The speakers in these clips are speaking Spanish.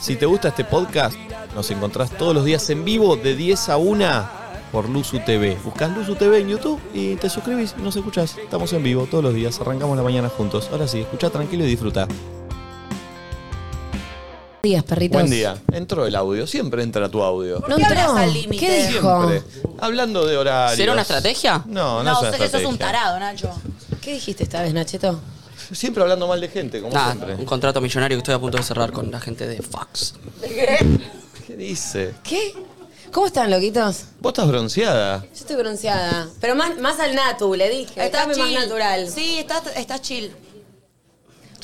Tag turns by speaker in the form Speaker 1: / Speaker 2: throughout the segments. Speaker 1: Si te gusta este podcast, nos encontrás todos los días en vivo de 10 a 1 por Luzu TV. Buscás Luzu TV en YouTube y te suscribís y nos escuchás. Estamos en vivo todos los días, arrancamos la mañana juntos. Ahora sí, escucha tranquilo y disfruta.
Speaker 2: días, perritos.
Speaker 1: Buen día. Entró el audio, siempre entra tu audio.
Speaker 2: No entró. ¿Qué dijo?
Speaker 1: Siempre. Hablando de horarios.
Speaker 3: ¿Será una estrategia?
Speaker 1: No, no, es una estrategia.
Speaker 2: Nacho. ¿Qué dijiste esta vez, Nacheto?
Speaker 1: Siempre hablando mal de gente, como
Speaker 3: Nada,
Speaker 1: siempre.
Speaker 3: un contrato millonario que estoy a punto de cerrar con la gente de Fox.
Speaker 1: ¿Qué dice?
Speaker 2: ¿Qué? ¿Cómo están, loquitos?
Speaker 1: Vos estás bronceada.
Speaker 2: Yo estoy bronceada. Pero más, más al natu, le dije.
Speaker 4: Está
Speaker 2: Dame más
Speaker 4: chill.
Speaker 2: natural.
Speaker 4: Sí, está, está chill.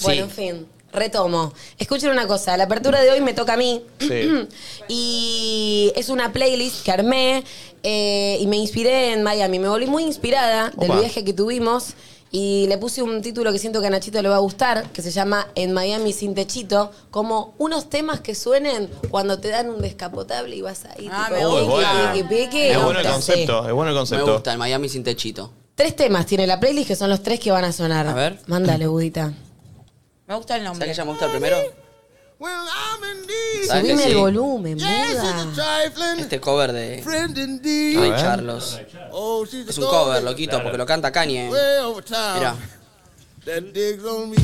Speaker 2: Bueno,
Speaker 3: Sí.
Speaker 2: en fin. Retomo. Escuchen una cosa. La apertura de hoy me toca a mí.
Speaker 1: Sí.
Speaker 2: y es una playlist que armé eh, y me inspiré en Miami. Me volví muy inspirada del
Speaker 1: Opa.
Speaker 2: viaje que tuvimos y le puse un título que siento que a Nachito le va a gustar, que se llama En Miami sin techito, como unos temas que suenen cuando te dan un descapotable y vas ahí.
Speaker 4: Ah,
Speaker 2: tipo,
Speaker 4: me gusta.
Speaker 2: piqui, piqui, piqui.
Speaker 1: Es bueno el
Speaker 2: Sí.
Speaker 1: concepto, es bueno el
Speaker 3: Me
Speaker 1: concepto.
Speaker 3: gusta, el Miami sin techito.
Speaker 2: Tres temas tiene la playlist que son los tres que van a sonar.
Speaker 3: A ver.
Speaker 2: Mándale, Budita.
Speaker 4: Me gusta el nombre.
Speaker 3: ¿Sabes que ya me gusta el primero?
Speaker 5: Well, I'm in need.
Speaker 3: ¿Sabes que
Speaker 2: Subime
Speaker 3: sí?
Speaker 2: el volumen,
Speaker 5: Yes,
Speaker 2: muda.
Speaker 5: she's a trifling
Speaker 3: Este cover de
Speaker 5: friend indeed.
Speaker 3: Ray
Speaker 1: ver.
Speaker 3: Charlos.
Speaker 5: Oh, she's
Speaker 3: Es
Speaker 5: a
Speaker 3: un
Speaker 5: dog
Speaker 3: cover,
Speaker 5: that-
Speaker 3: loquito, porque lo canta Kanye.
Speaker 5: Way over time.
Speaker 3: Mirá.
Speaker 5: That digs on me.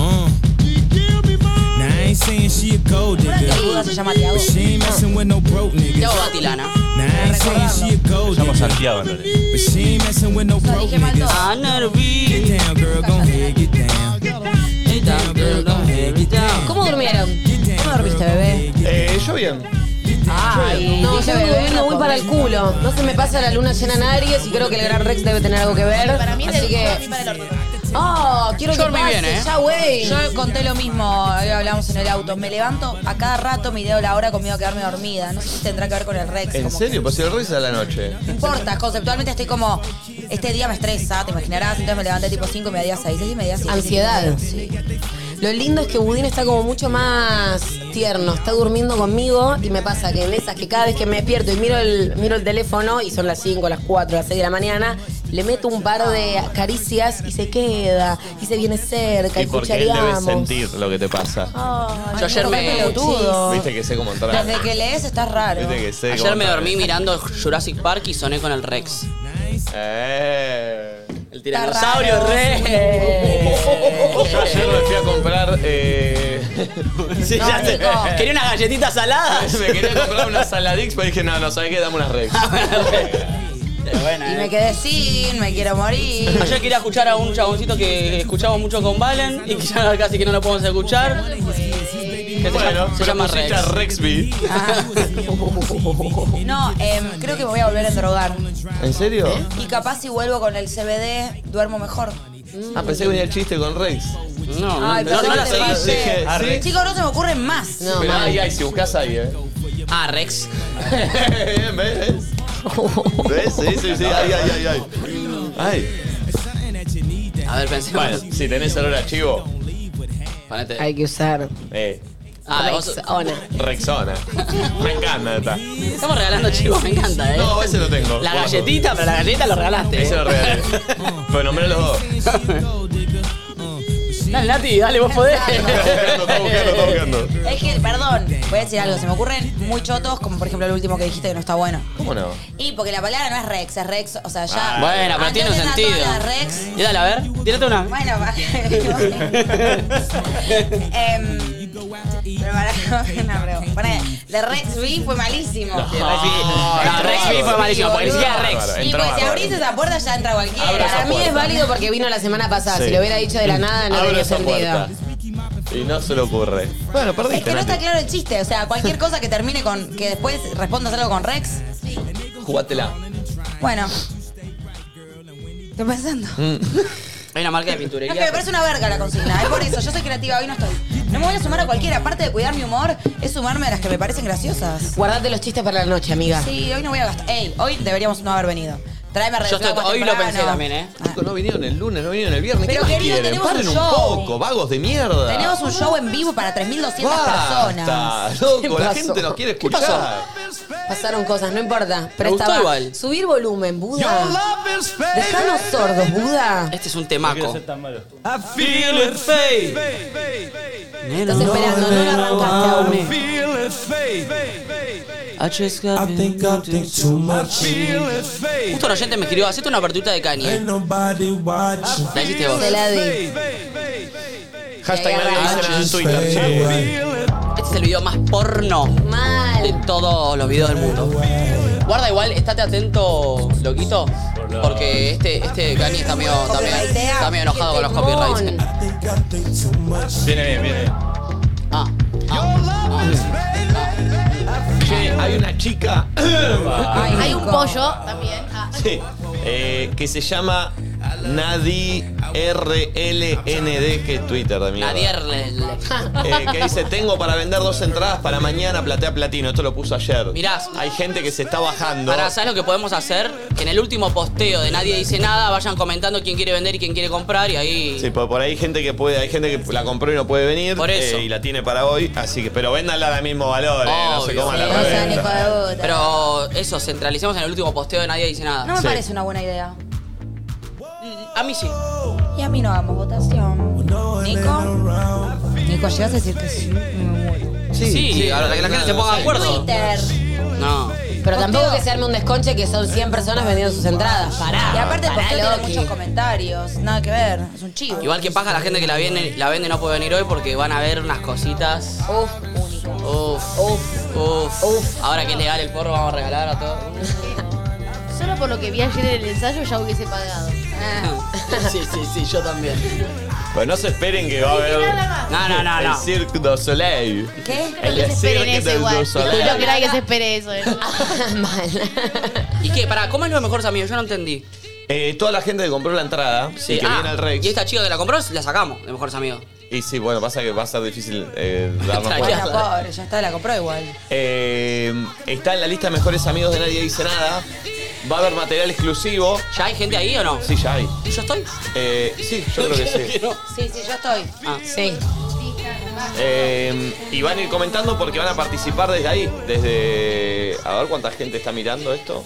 Speaker 6: Uh,
Speaker 5: She give me mine.
Speaker 6: now I ain't saying she a gold
Speaker 4: Duda
Speaker 6: digger.
Speaker 4: se llama Tiago.
Speaker 6: She ain't messing with no broke niggas.
Speaker 3: Tiago
Speaker 6: Now
Speaker 3: Batilana.
Speaker 6: I ain't saying she a gold
Speaker 7: Llamo
Speaker 6: digger.
Speaker 7: Santiago en realidad.
Speaker 6: But she ain't messing with no broke
Speaker 4: dije mal todo.
Speaker 6: niggas.
Speaker 3: Ah,
Speaker 6: Get down, girl, go ahead, get down. Get down, girl, go ahead, get down.
Speaker 2: ¿Cómo durmieron?
Speaker 6: Get
Speaker 2: ¿Cómo
Speaker 6: down, girl,
Speaker 2: dormiste,
Speaker 6: go
Speaker 2: bebé?
Speaker 6: ahead, get
Speaker 1: Eh, yo bien.
Speaker 4: Ay,
Speaker 2: No, yo
Speaker 4: dije,
Speaker 2: vengo
Speaker 4: bebé,
Speaker 2: durmiendo
Speaker 4: no
Speaker 2: muy para el culo. No se me pasa la luna llena en Aries y creo que el Gran Rex debe tener algo que ver.
Speaker 4: Para mí es
Speaker 2: Así
Speaker 4: del- para mí
Speaker 2: que.
Speaker 4: para el orto.
Speaker 2: Oh, quiero
Speaker 3: Yo
Speaker 2: que
Speaker 3: dormí
Speaker 2: pase,
Speaker 3: bien, ¿eh?
Speaker 2: ya, güey.
Speaker 4: Yo conté lo mismo, eh, hablamos en el auto. Me levanto a cada rato, me ideo la hora con miedo a quedarme dormida. No sé si tendrá que ver con el Rex.
Speaker 1: ¿En
Speaker 4: como-
Speaker 1: serio? Pues el rey a la noche.
Speaker 4: No importa, conceptualmente estoy como, este día me estresa, te imaginarás, entonces me levanté tipo 5 y me día 6, 6 y me día 7.
Speaker 2: Ansiedad. Lo lindo es que Budín está como mucho más tierno, está durmiendo conmigo y me pasa que en esas que cada vez que me despierto y miro el, miro el teléfono y son las 5, las 4, las 6 de la mañana, le meto un par de caricias y se queda y se viene cerca
Speaker 1: Y
Speaker 2: y
Speaker 1: porque él debe
Speaker 2: cuchareamos.
Speaker 1: sentir lo que te pasa.
Speaker 2: Ah,
Speaker 4: Ay,
Speaker 3: Yo ayer
Speaker 4: no,
Speaker 3: me-
Speaker 4: qué pelotudo.
Speaker 1: Viste que sé cómo entrar.
Speaker 4: Desde que lees estás raro.
Speaker 1: Viste que sé cómo
Speaker 3: Ayer me
Speaker 1: entrar.
Speaker 3: dormí mirando Jurassic Park y soné con el Rex.
Speaker 1: Eh.
Speaker 3: El
Speaker 4: Está
Speaker 3: tiranosaurio
Speaker 4: raro.
Speaker 3: Rex.
Speaker 1: Yo ayer me fui a comprar. Eh... sí, ya sé.
Speaker 4: chico.
Speaker 3: Quería unas galletitas saladas. Ah,
Speaker 1: Me quería comprar unas saladix, pero dije, no, no, ¿sabes qué? Dame unas rex.
Speaker 3: Pero bueno,
Speaker 4: Y
Speaker 3: eh.
Speaker 4: me quedé sin, me quiero morir.
Speaker 3: Ayer quería escuchar a un chaboncito que escuchamos mucho con Valen y que ya casi que no lo podemos escuchar. Que se
Speaker 1: Bueno,
Speaker 3: llama, se
Speaker 1: pero
Speaker 3: llama
Speaker 1: pusiste
Speaker 3: Rex.
Speaker 1: a Rexby.
Speaker 4: No, em, creo que me voy a volver a drogar.
Speaker 1: ¿En serio?
Speaker 4: Y capaz si vuelvo con el CBD, duermo mejor.
Speaker 1: Ah, pensé que venía el chiste con Rex.
Speaker 3: No, no,
Speaker 4: Ay,
Speaker 3: no,
Speaker 4: pero
Speaker 3: no la
Speaker 4: te
Speaker 3: seguís.
Speaker 4: pasé.
Speaker 1: Dije,
Speaker 7: Ah,
Speaker 1: ¿sí?
Speaker 7: Rex.
Speaker 4: Chicos, no se me ocurren más.
Speaker 2: No,
Speaker 1: Pero
Speaker 2: mal.
Speaker 1: ahí, ahí, si buscas ahí, ¿eh?
Speaker 3: Ah, Rex.
Speaker 1: ¿Ves? ¿Ves? Sí, sí, sí. Ay, ay, ay, ay. Ay.
Speaker 3: A ver, pensemos.
Speaker 1: Bueno, si tenés olor a chivo,
Speaker 3: Ponete.
Speaker 2: Hay que usar
Speaker 1: eh,
Speaker 3: Ah, vos-
Speaker 2: Rexona.
Speaker 1: Rexona. Me encanta esta.
Speaker 3: estamos regalando chivos, me encanta, eh.
Speaker 1: No, ese lo tengo.
Speaker 3: La
Speaker 1: Guapo.
Speaker 3: galletita, pero la galletita lo regalaste.
Speaker 1: Ese lo regalé. Pero nombré los dos.
Speaker 6: down, gold digger. Uh, but she
Speaker 3: Dale, Nati, dale, vos podés.
Speaker 1: Está buscando, está buscando.
Speaker 4: Es que, perdón, voy a decir algo, se me ocurren muy chotos, como por ejemplo el último que dijiste que no está bueno.
Speaker 1: ¿Cómo no?
Speaker 4: Y porque la palabra no es Rex, es Rex, o sea, ya.
Speaker 3: Bueno, pero
Speaker 4: Antes
Speaker 3: tiene un
Speaker 4: de entrar todas
Speaker 3: sentido.
Speaker 4: las Rex,
Speaker 3: Y dale, a ver, tírate una.
Speaker 4: bueno, Em, pero para- no, pero poné, de Rex B fue malísimo.
Speaker 3: Sí, Rex B.
Speaker 1: Ah,
Speaker 3: No, Rex B fue malísimo, porque ni siquiera Rex.
Speaker 1: Bárbaro,
Speaker 4: Y
Speaker 1: entró
Speaker 4: pues si
Speaker 1: bárbaro.
Speaker 4: abrís esa puerta ya entra cualquiera.
Speaker 1: Abro esa
Speaker 2: Para mí es válido porque vino la semana pasada.
Speaker 1: Sí.
Speaker 2: Si lo hubiera dicho de la nada, no
Speaker 1: Abro
Speaker 2: tenía
Speaker 1: esa
Speaker 2: sentido.
Speaker 1: puerta. Y no se le ocurre. Bueno,
Speaker 4: Es
Speaker 1: perdiste.
Speaker 4: que no está
Speaker 1: Nati.
Speaker 4: claro el chiste, o sea, cualquier cosa que termine con que después respondas algo con Rex.
Speaker 1: Jugátela.
Speaker 4: Bueno. Estoy pensando.
Speaker 3: Hay una marca de
Speaker 4: No, es que me
Speaker 3: pinturería.
Speaker 4: parece una verga la consigna, es por eso, yo soy creativa, hoy no estoy. No me voy a sumar a cualquiera, aparte de cuidar mi humor, es sumarme a las que me parecen graciosas.
Speaker 2: Guardate los chistes para la noche, amiga.
Speaker 4: Sí, hoy no voy a gastar. Ey, hoy deberíamos no haber venido. Tráeme a
Speaker 3: Yo estoy- hoy lo pensé también, eh.
Speaker 1: Chicos, no vinieron el lunes, no vinieron el viernes.
Speaker 4: Pero,
Speaker 1: ¿Qué más
Speaker 4: querido,
Speaker 1: quieren?
Speaker 4: tenemos
Speaker 1: Paren
Speaker 4: un
Speaker 1: un
Speaker 4: show.
Speaker 1: poco, vagos de mierda.
Speaker 4: Tenemos un show en vivo para 3.200
Speaker 1: Basta,
Speaker 4: personas.
Speaker 1: loco, la
Speaker 2: pasó?
Speaker 1: gente nos quiere
Speaker 2: pasó?
Speaker 1: escuchar.
Speaker 2: Pasaron cosas, no importa. Pero
Speaker 3: Me gustó
Speaker 2: estaba.
Speaker 3: igual.
Speaker 2: Subir volumen, Buda. Dejanos sordos, Buda.
Speaker 3: Este es un temaco.
Speaker 8: I feel it fade.
Speaker 2: Estás esperando, no lo arrancaste aún.
Speaker 8: Feel it fade.
Speaker 3: I think I think too much. Justo un oyente me escribió, hacete una apertura de Kanye. La hiciste vos.
Speaker 2: Te la di.
Speaker 6: Hashtag nadie dice nada en Twitter.
Speaker 3: Este es el video más porno de
Speaker 2: Mal.
Speaker 3: todos los videos del mundo. Guarda igual, estate atento, loquito, porque este, este Kanye está medio, está medio- está medio enojado con los copyrights. eh.
Speaker 6: Viene bien, viene bien.
Speaker 3: Ah, ah,
Speaker 6: Che, hay una chica
Speaker 9: Hay un pollo también. Ah.
Speaker 1: Sí. Eh, que se llama Nadi RLND, que es Twitter de mierda.
Speaker 3: Nadir le-
Speaker 1: Eh, que dice, tengo para vender dos entradas para mañana, platea platino. Esto lo puso ayer.
Speaker 3: Mirá.
Speaker 1: Hay gente que se está bajando.
Speaker 3: Ahora, ¿sabes lo que podemos hacer? Que en el último posteo de Nadie Dice Nada vayan comentando quién quiere vender y quién quiere comprar y ahí...
Speaker 1: Sí, por, por ahí hay gente que puede, hay gente que la compró y no puede venir.
Speaker 3: Por eso.
Speaker 1: eh, y la tiene para hoy. Así que, pero véndanla al mismo valor, eh, no se
Speaker 3: Obvio.
Speaker 1: coman
Speaker 2: No
Speaker 1: la
Speaker 2: sean
Speaker 1: reventa.
Speaker 2: hijo de puta.
Speaker 3: Pero eso, centralicemos en el último posteo de Nadie Dice
Speaker 4: No
Speaker 3: Nada.
Speaker 4: me
Speaker 1: Sí.
Speaker 4: parece una buena idea.
Speaker 3: A mí sí.
Speaker 4: Y a mí no damos votación. Nico. Nico, llegas a decir que sí. Me muero.
Speaker 3: Sí, ahora que la gente se ponga de acuerdo.
Speaker 4: Twitter.
Speaker 3: No.
Speaker 2: Pero tampoco que se arme un desconche que son 100 personas vendiendo sus entradas. Pará.
Speaker 4: Y aparte el
Speaker 2: pará,
Speaker 4: posteo tiene
Speaker 2: Loki.
Speaker 4: muchos comentarios. Nada que ver. Es un chivo.
Speaker 3: Igual que paja la gente que la vende, la vende no puede venir hoy porque van a ver unas cositas.
Speaker 4: Uf, único.
Speaker 3: Uf, uf, uf, Ahora que es legal el porro, vamos a regalar a todos.
Speaker 9: Solo por lo que vi ayer en el ensayo ya hubiese pagado.
Speaker 1: Ah.
Speaker 3: sí, sí, sí, yo también.
Speaker 1: Pero no se esperen que va a haber
Speaker 3: No, no, no,
Speaker 1: el
Speaker 3: no.
Speaker 1: Cirque du Soleil.
Speaker 4: ¿Qué?
Speaker 9: Que se
Speaker 1: El
Speaker 9: esperen
Speaker 1: Cirque
Speaker 9: eso igual.
Speaker 1: du Soleil.
Speaker 9: No creáis que se espere eso. ¿eh?
Speaker 2: Mal.
Speaker 3: ¿Y qué? Para, ¿cómo es los mejores amigos? Yo no entendí.
Speaker 1: Eh, toda la gente que compró la entrada y que
Speaker 3: ah,
Speaker 1: viene al Rex.
Speaker 3: Y esta chica que la compró, la sacamos de mejores amigos.
Speaker 1: Y sí, bueno, pasa que va a ser difícil eh, darnos
Speaker 3: Tranquila.
Speaker 1: cuenta.
Speaker 4: Bueno, pobre, ya está, la compró igual.
Speaker 1: Eh, está en la lista de mejores amigos de Nadie Dice Nada. Va a haber material exclusivo.
Speaker 3: ¿Ya hay gente ahí o no?
Speaker 1: Sí, ya hay.
Speaker 3: ¿Yo estoy?
Speaker 1: Eh, sí, yo creo que sí.
Speaker 4: Sí, sí, yo estoy.
Speaker 3: Ah.
Speaker 2: Sí.
Speaker 1: Eh, y van a ir comentando porque van a participar desde ahí. Desde. A ver cuánta gente está mirando esto.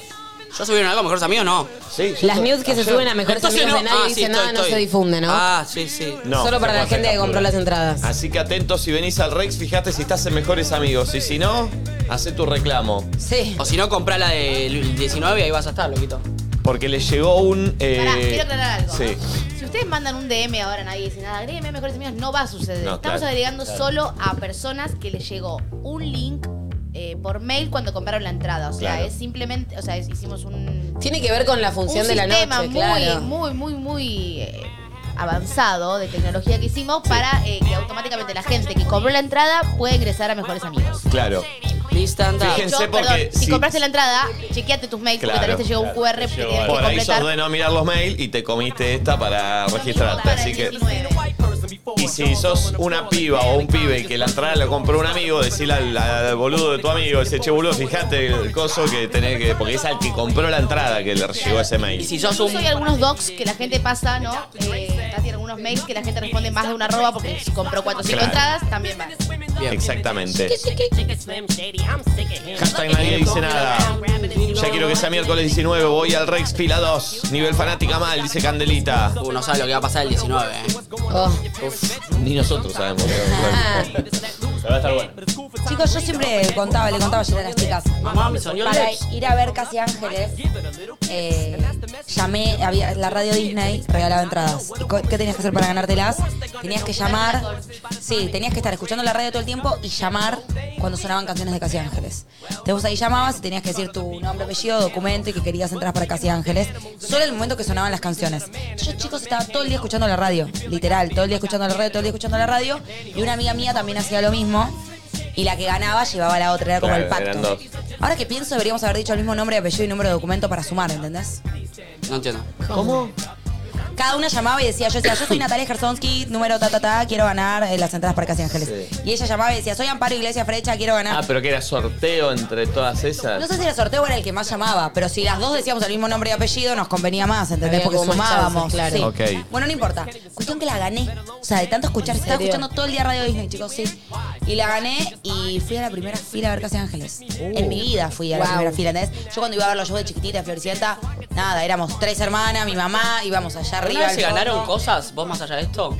Speaker 3: ¿Yo subieron algo a mejores amigos no?
Speaker 1: Sí. yo
Speaker 2: Las
Speaker 1: creo-
Speaker 2: news que se
Speaker 1: ayer.
Speaker 2: suben a mejores
Speaker 3: Entonces
Speaker 2: amigos de
Speaker 3: no.
Speaker 2: nadie
Speaker 3: Ah, sí,
Speaker 2: dice
Speaker 3: estoy,
Speaker 2: nada, no
Speaker 3: estoy.
Speaker 2: se difunden, ¿no?
Speaker 3: Ah, sí, sí.
Speaker 1: No,
Speaker 2: Solo
Speaker 1: se
Speaker 2: para la
Speaker 1: Ah, puede hacer
Speaker 2: gente que compró
Speaker 1: captura.
Speaker 2: las entradas.
Speaker 1: Así que atentos si venís al Rex, fíjate si estás en mejores amigos. Y si no, hace tu reclamo.
Speaker 2: Sí.
Speaker 3: O si no, comprá la del 19 y ahí vas a estar, loquito.
Speaker 1: Porque le llegó un. eh,
Speaker 9: Pará, quiero aclarar algo.
Speaker 1: Sí.
Speaker 9: Si ustedes mandan un DM ahora, nadie dice nada, agrégueme a mejores amigos, no va a suceder.
Speaker 1: No,
Speaker 9: Estamos
Speaker 1: claro,
Speaker 9: agregando solo a personas que les llegó un link eh, por mail cuando compraron la entrada. O sea,
Speaker 1: Claro.
Speaker 9: es simplemente, o sea, es- hicimos un,
Speaker 2: Tiene que ver con la función
Speaker 9: un
Speaker 2: de la noche,
Speaker 9: sistema muy,
Speaker 2: claro.
Speaker 9: muy, muy, muy eh, avanzado de tecnología que hicimos para eh, que automáticamente la gente que compró la entrada pueda ingresar a mejores amigos.
Speaker 1: Claro.
Speaker 3: Lista, anda.
Speaker 1: Fíjense.
Speaker 9: Yo,
Speaker 1: porque
Speaker 9: perdón, si,
Speaker 1: si-
Speaker 9: compraste la entrada, chequeate tus mails porque
Speaker 1: Claro,
Speaker 9: tal vez te llegó un QR que tenías que
Speaker 1: Por ahí
Speaker 9: completar.
Speaker 1: sos de no mirar los mails y te comiste esta para registrarte.
Speaker 9: Para
Speaker 1: Así que.
Speaker 9: 19.
Speaker 1: Y si sos una piba o un pibe que la entrada la compró un amigo, decirle al, al- al boludo de tu amigo, ese che boludo, fíjate el coso que tenés que. Porque es al que compró la entrada que le llegó ese
Speaker 3: Y
Speaker 1: mail.
Speaker 3: si sos un.
Speaker 9: Incluso hay algunos docs que la gente pasa, ¿no? Eh, Tati, algunos mails que la gente responde más de una arroba porque si compró cuatro o cinco
Speaker 1: Claro.
Speaker 9: entradas, también va.
Speaker 1: Exactamente. Hashtag nadie dice nada. Ya quiero que sea miércoles 19, voy al Rex Pila 2. Nivel fanática mal, dice Candelita.
Speaker 3: Uh, no sabe lo que va a pasar el 19, eh.
Speaker 2: Oh.
Speaker 1: Ni nosotros sabemos.
Speaker 2: Ah.
Speaker 1: va a estar bueno.
Speaker 4: Chicos, yo siempre contaba, le contaba ayer a las chicas.
Speaker 3: Mamá, me soñó el
Speaker 4: Para
Speaker 3: Rex.
Speaker 4: ir a ver Casi Ángeles, eh, llamé, había, la radio Disney regalaba entradas. ¿Y co- ¿Qué tenías que hacer para ganártelas? Tenías que llamar, sí, tenías que estar escuchando la radio todo el tiempo y llamar cuando sonaban canciones de Casi Ángeles. Entonces vos ahí llamabas y tenías que decir tu nombre, apellido, documento y que querías entrar para Casi Ángeles. Solo el momento que sonaban las canciones. Yo, chicos, estaba todo el día escuchando la radio, literal, todo el día escuchando la radio, todo el día escuchando la radio. Y una amiga mía también hacía lo mismo. Y la que ganaba llevaba a la otra, era como
Speaker 1: Claro,
Speaker 4: el
Speaker 1: eran
Speaker 4: pacto.
Speaker 1: dos.
Speaker 4: Ahora que pienso, deberíamos haber dicho el mismo nombre, apellido y número de documento para sumar, ¿entendés?
Speaker 3: No entiendo.
Speaker 4: Cada una llamaba y decía, yo decía, yo soy Natalia Gersonsky, número ta, ta, ta, quiero ganar eh, las entradas para Casi Ángeles.
Speaker 1: Sí.
Speaker 4: Y ella llamaba y decía, soy Amparo Iglesias Frecha, quiero
Speaker 1: Ah,
Speaker 4: ganar.
Speaker 1: pero que era sorteo entre todas esas.
Speaker 4: No sé si el sorteo era el que más llamaba, pero si las dos decíamos el mismo nombre y apellido, nos convenía más, ¿entendés?
Speaker 2: Había
Speaker 4: Porque
Speaker 2: como más
Speaker 4: sumábamos.
Speaker 2: chances, claro.
Speaker 4: sí.
Speaker 1: Ok.
Speaker 4: Bueno, no importa. Cuestión que la gané. O sea, de tanto escuchar, estaba
Speaker 2: serio?
Speaker 4: escuchando todo el día Radio Disney, chicos, sí. Y la gané y fui a la primera fila a ver Casi Ángeles.
Speaker 1: Uh.
Speaker 4: En mi vida fui a la
Speaker 2: Wow.
Speaker 4: primera fila, ¿entendés? Yo cuando iba a ver los shows de chiquitita, Floricienta, nada, éramos tres hermanas, mi mamá, íbamos allá
Speaker 3: ¿Alguna
Speaker 4: arriba.
Speaker 3: vez se
Speaker 4: al
Speaker 3: ganaron
Speaker 4: fondo.
Speaker 3: cosas vos más allá de esto?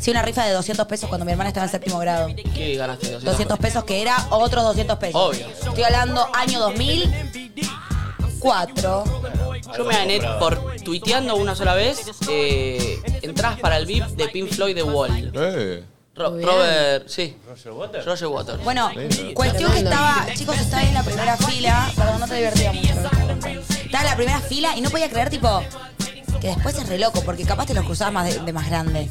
Speaker 4: Sí, una rifa de 200 pesos cuando mi hermana estaba en séptimo grado.
Speaker 3: ¿Qué ganaste?
Speaker 4: 200 pesos que era otros 200 pesos.
Speaker 3: Obvio.
Speaker 4: Estoy hablando año 2004.
Speaker 3: Yo me gané por tuiteando una sola vez eh, entradas para el VIP de Pink Floyd de Wall.
Speaker 10: Eh.
Speaker 3: Ro-
Speaker 2: Muy bien.
Speaker 3: Robert, sí. Roger Waters. Roger Waters.
Speaker 4: Bueno,
Speaker 10: Sí.
Speaker 4: cuestión que estaba, chicos, estaba en la primera fila, perdón, no te divertía mucho. Estaba en la primera fila y no podía creer, tipo, que después es re loco, porque capaz te los cruzabas más de, de más grande.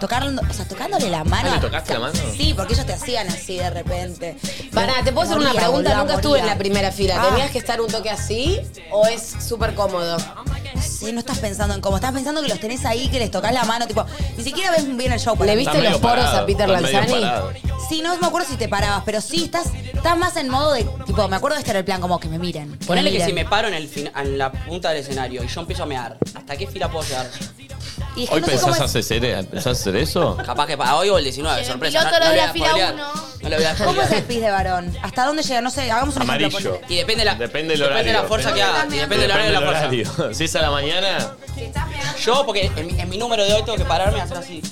Speaker 4: Tocaron, o sea, tocándole la mano.
Speaker 1: Ah, ¿le tocaste la mano?
Speaker 4: Sí, porque ellos te hacían así de repente.
Speaker 2: Pará, te puedo hacer una
Speaker 4: Moría,
Speaker 2: pregunta,
Speaker 4: boluda,
Speaker 2: nunca estuve en
Speaker 4: moría.
Speaker 2: la primera fila.
Speaker 4: Ah.
Speaker 2: ¿Tenías que estar un toque así o es súper cómodo?
Speaker 4: Sí, no estás pensando en cómo, estás pensando que los tenés ahí, que les tocas la mano, tipo, ni siquiera ves bien el show. para
Speaker 2: ¿Le
Speaker 4: mí.
Speaker 2: viste los poros a Peter Lanzani?
Speaker 4: Sí, no me acuerdo si te parabas, pero sí estás, estás más en modo de, tipo, me acuerdo de estar el plan como que me miren. que
Speaker 3: Ponele que
Speaker 4: miren.
Speaker 3: si me paro en, el fin- en la punta del escenario y yo empiezo a mear, ¿hasta qué fila puedo llegar?
Speaker 4: Y es que
Speaker 1: ¿Hoy
Speaker 4: no sé cómo
Speaker 1: pensás
Speaker 4: es-
Speaker 1: hacer, pensás hacer eso?
Speaker 3: Capaz que para hoy o el 19,
Speaker 9: El
Speaker 3: sorpresa.
Speaker 9: piloto
Speaker 3: no,
Speaker 9: lo
Speaker 3: no
Speaker 9: de
Speaker 3: le
Speaker 9: la
Speaker 3: voy a
Speaker 9: fila
Speaker 3: spoilear.
Speaker 9: uno.
Speaker 3: No le voy a
Speaker 4: ¿Cómo es el
Speaker 3: spoilear.
Speaker 4: pis de varón? ¿Hasta dónde llega? No sé, hagamos un
Speaker 1: Amarillo.
Speaker 4: ejemplo.
Speaker 3: Y depende la
Speaker 1: Depende del
Speaker 3: depende de la
Speaker 1: horario.
Speaker 3: fuerza que haga. y Depende del horario de la fuerza.
Speaker 1: horario. Si es a la mañana,
Speaker 3: Yo, porque en, mi- en mi número de hoy tengo que pararme y hacer así. Y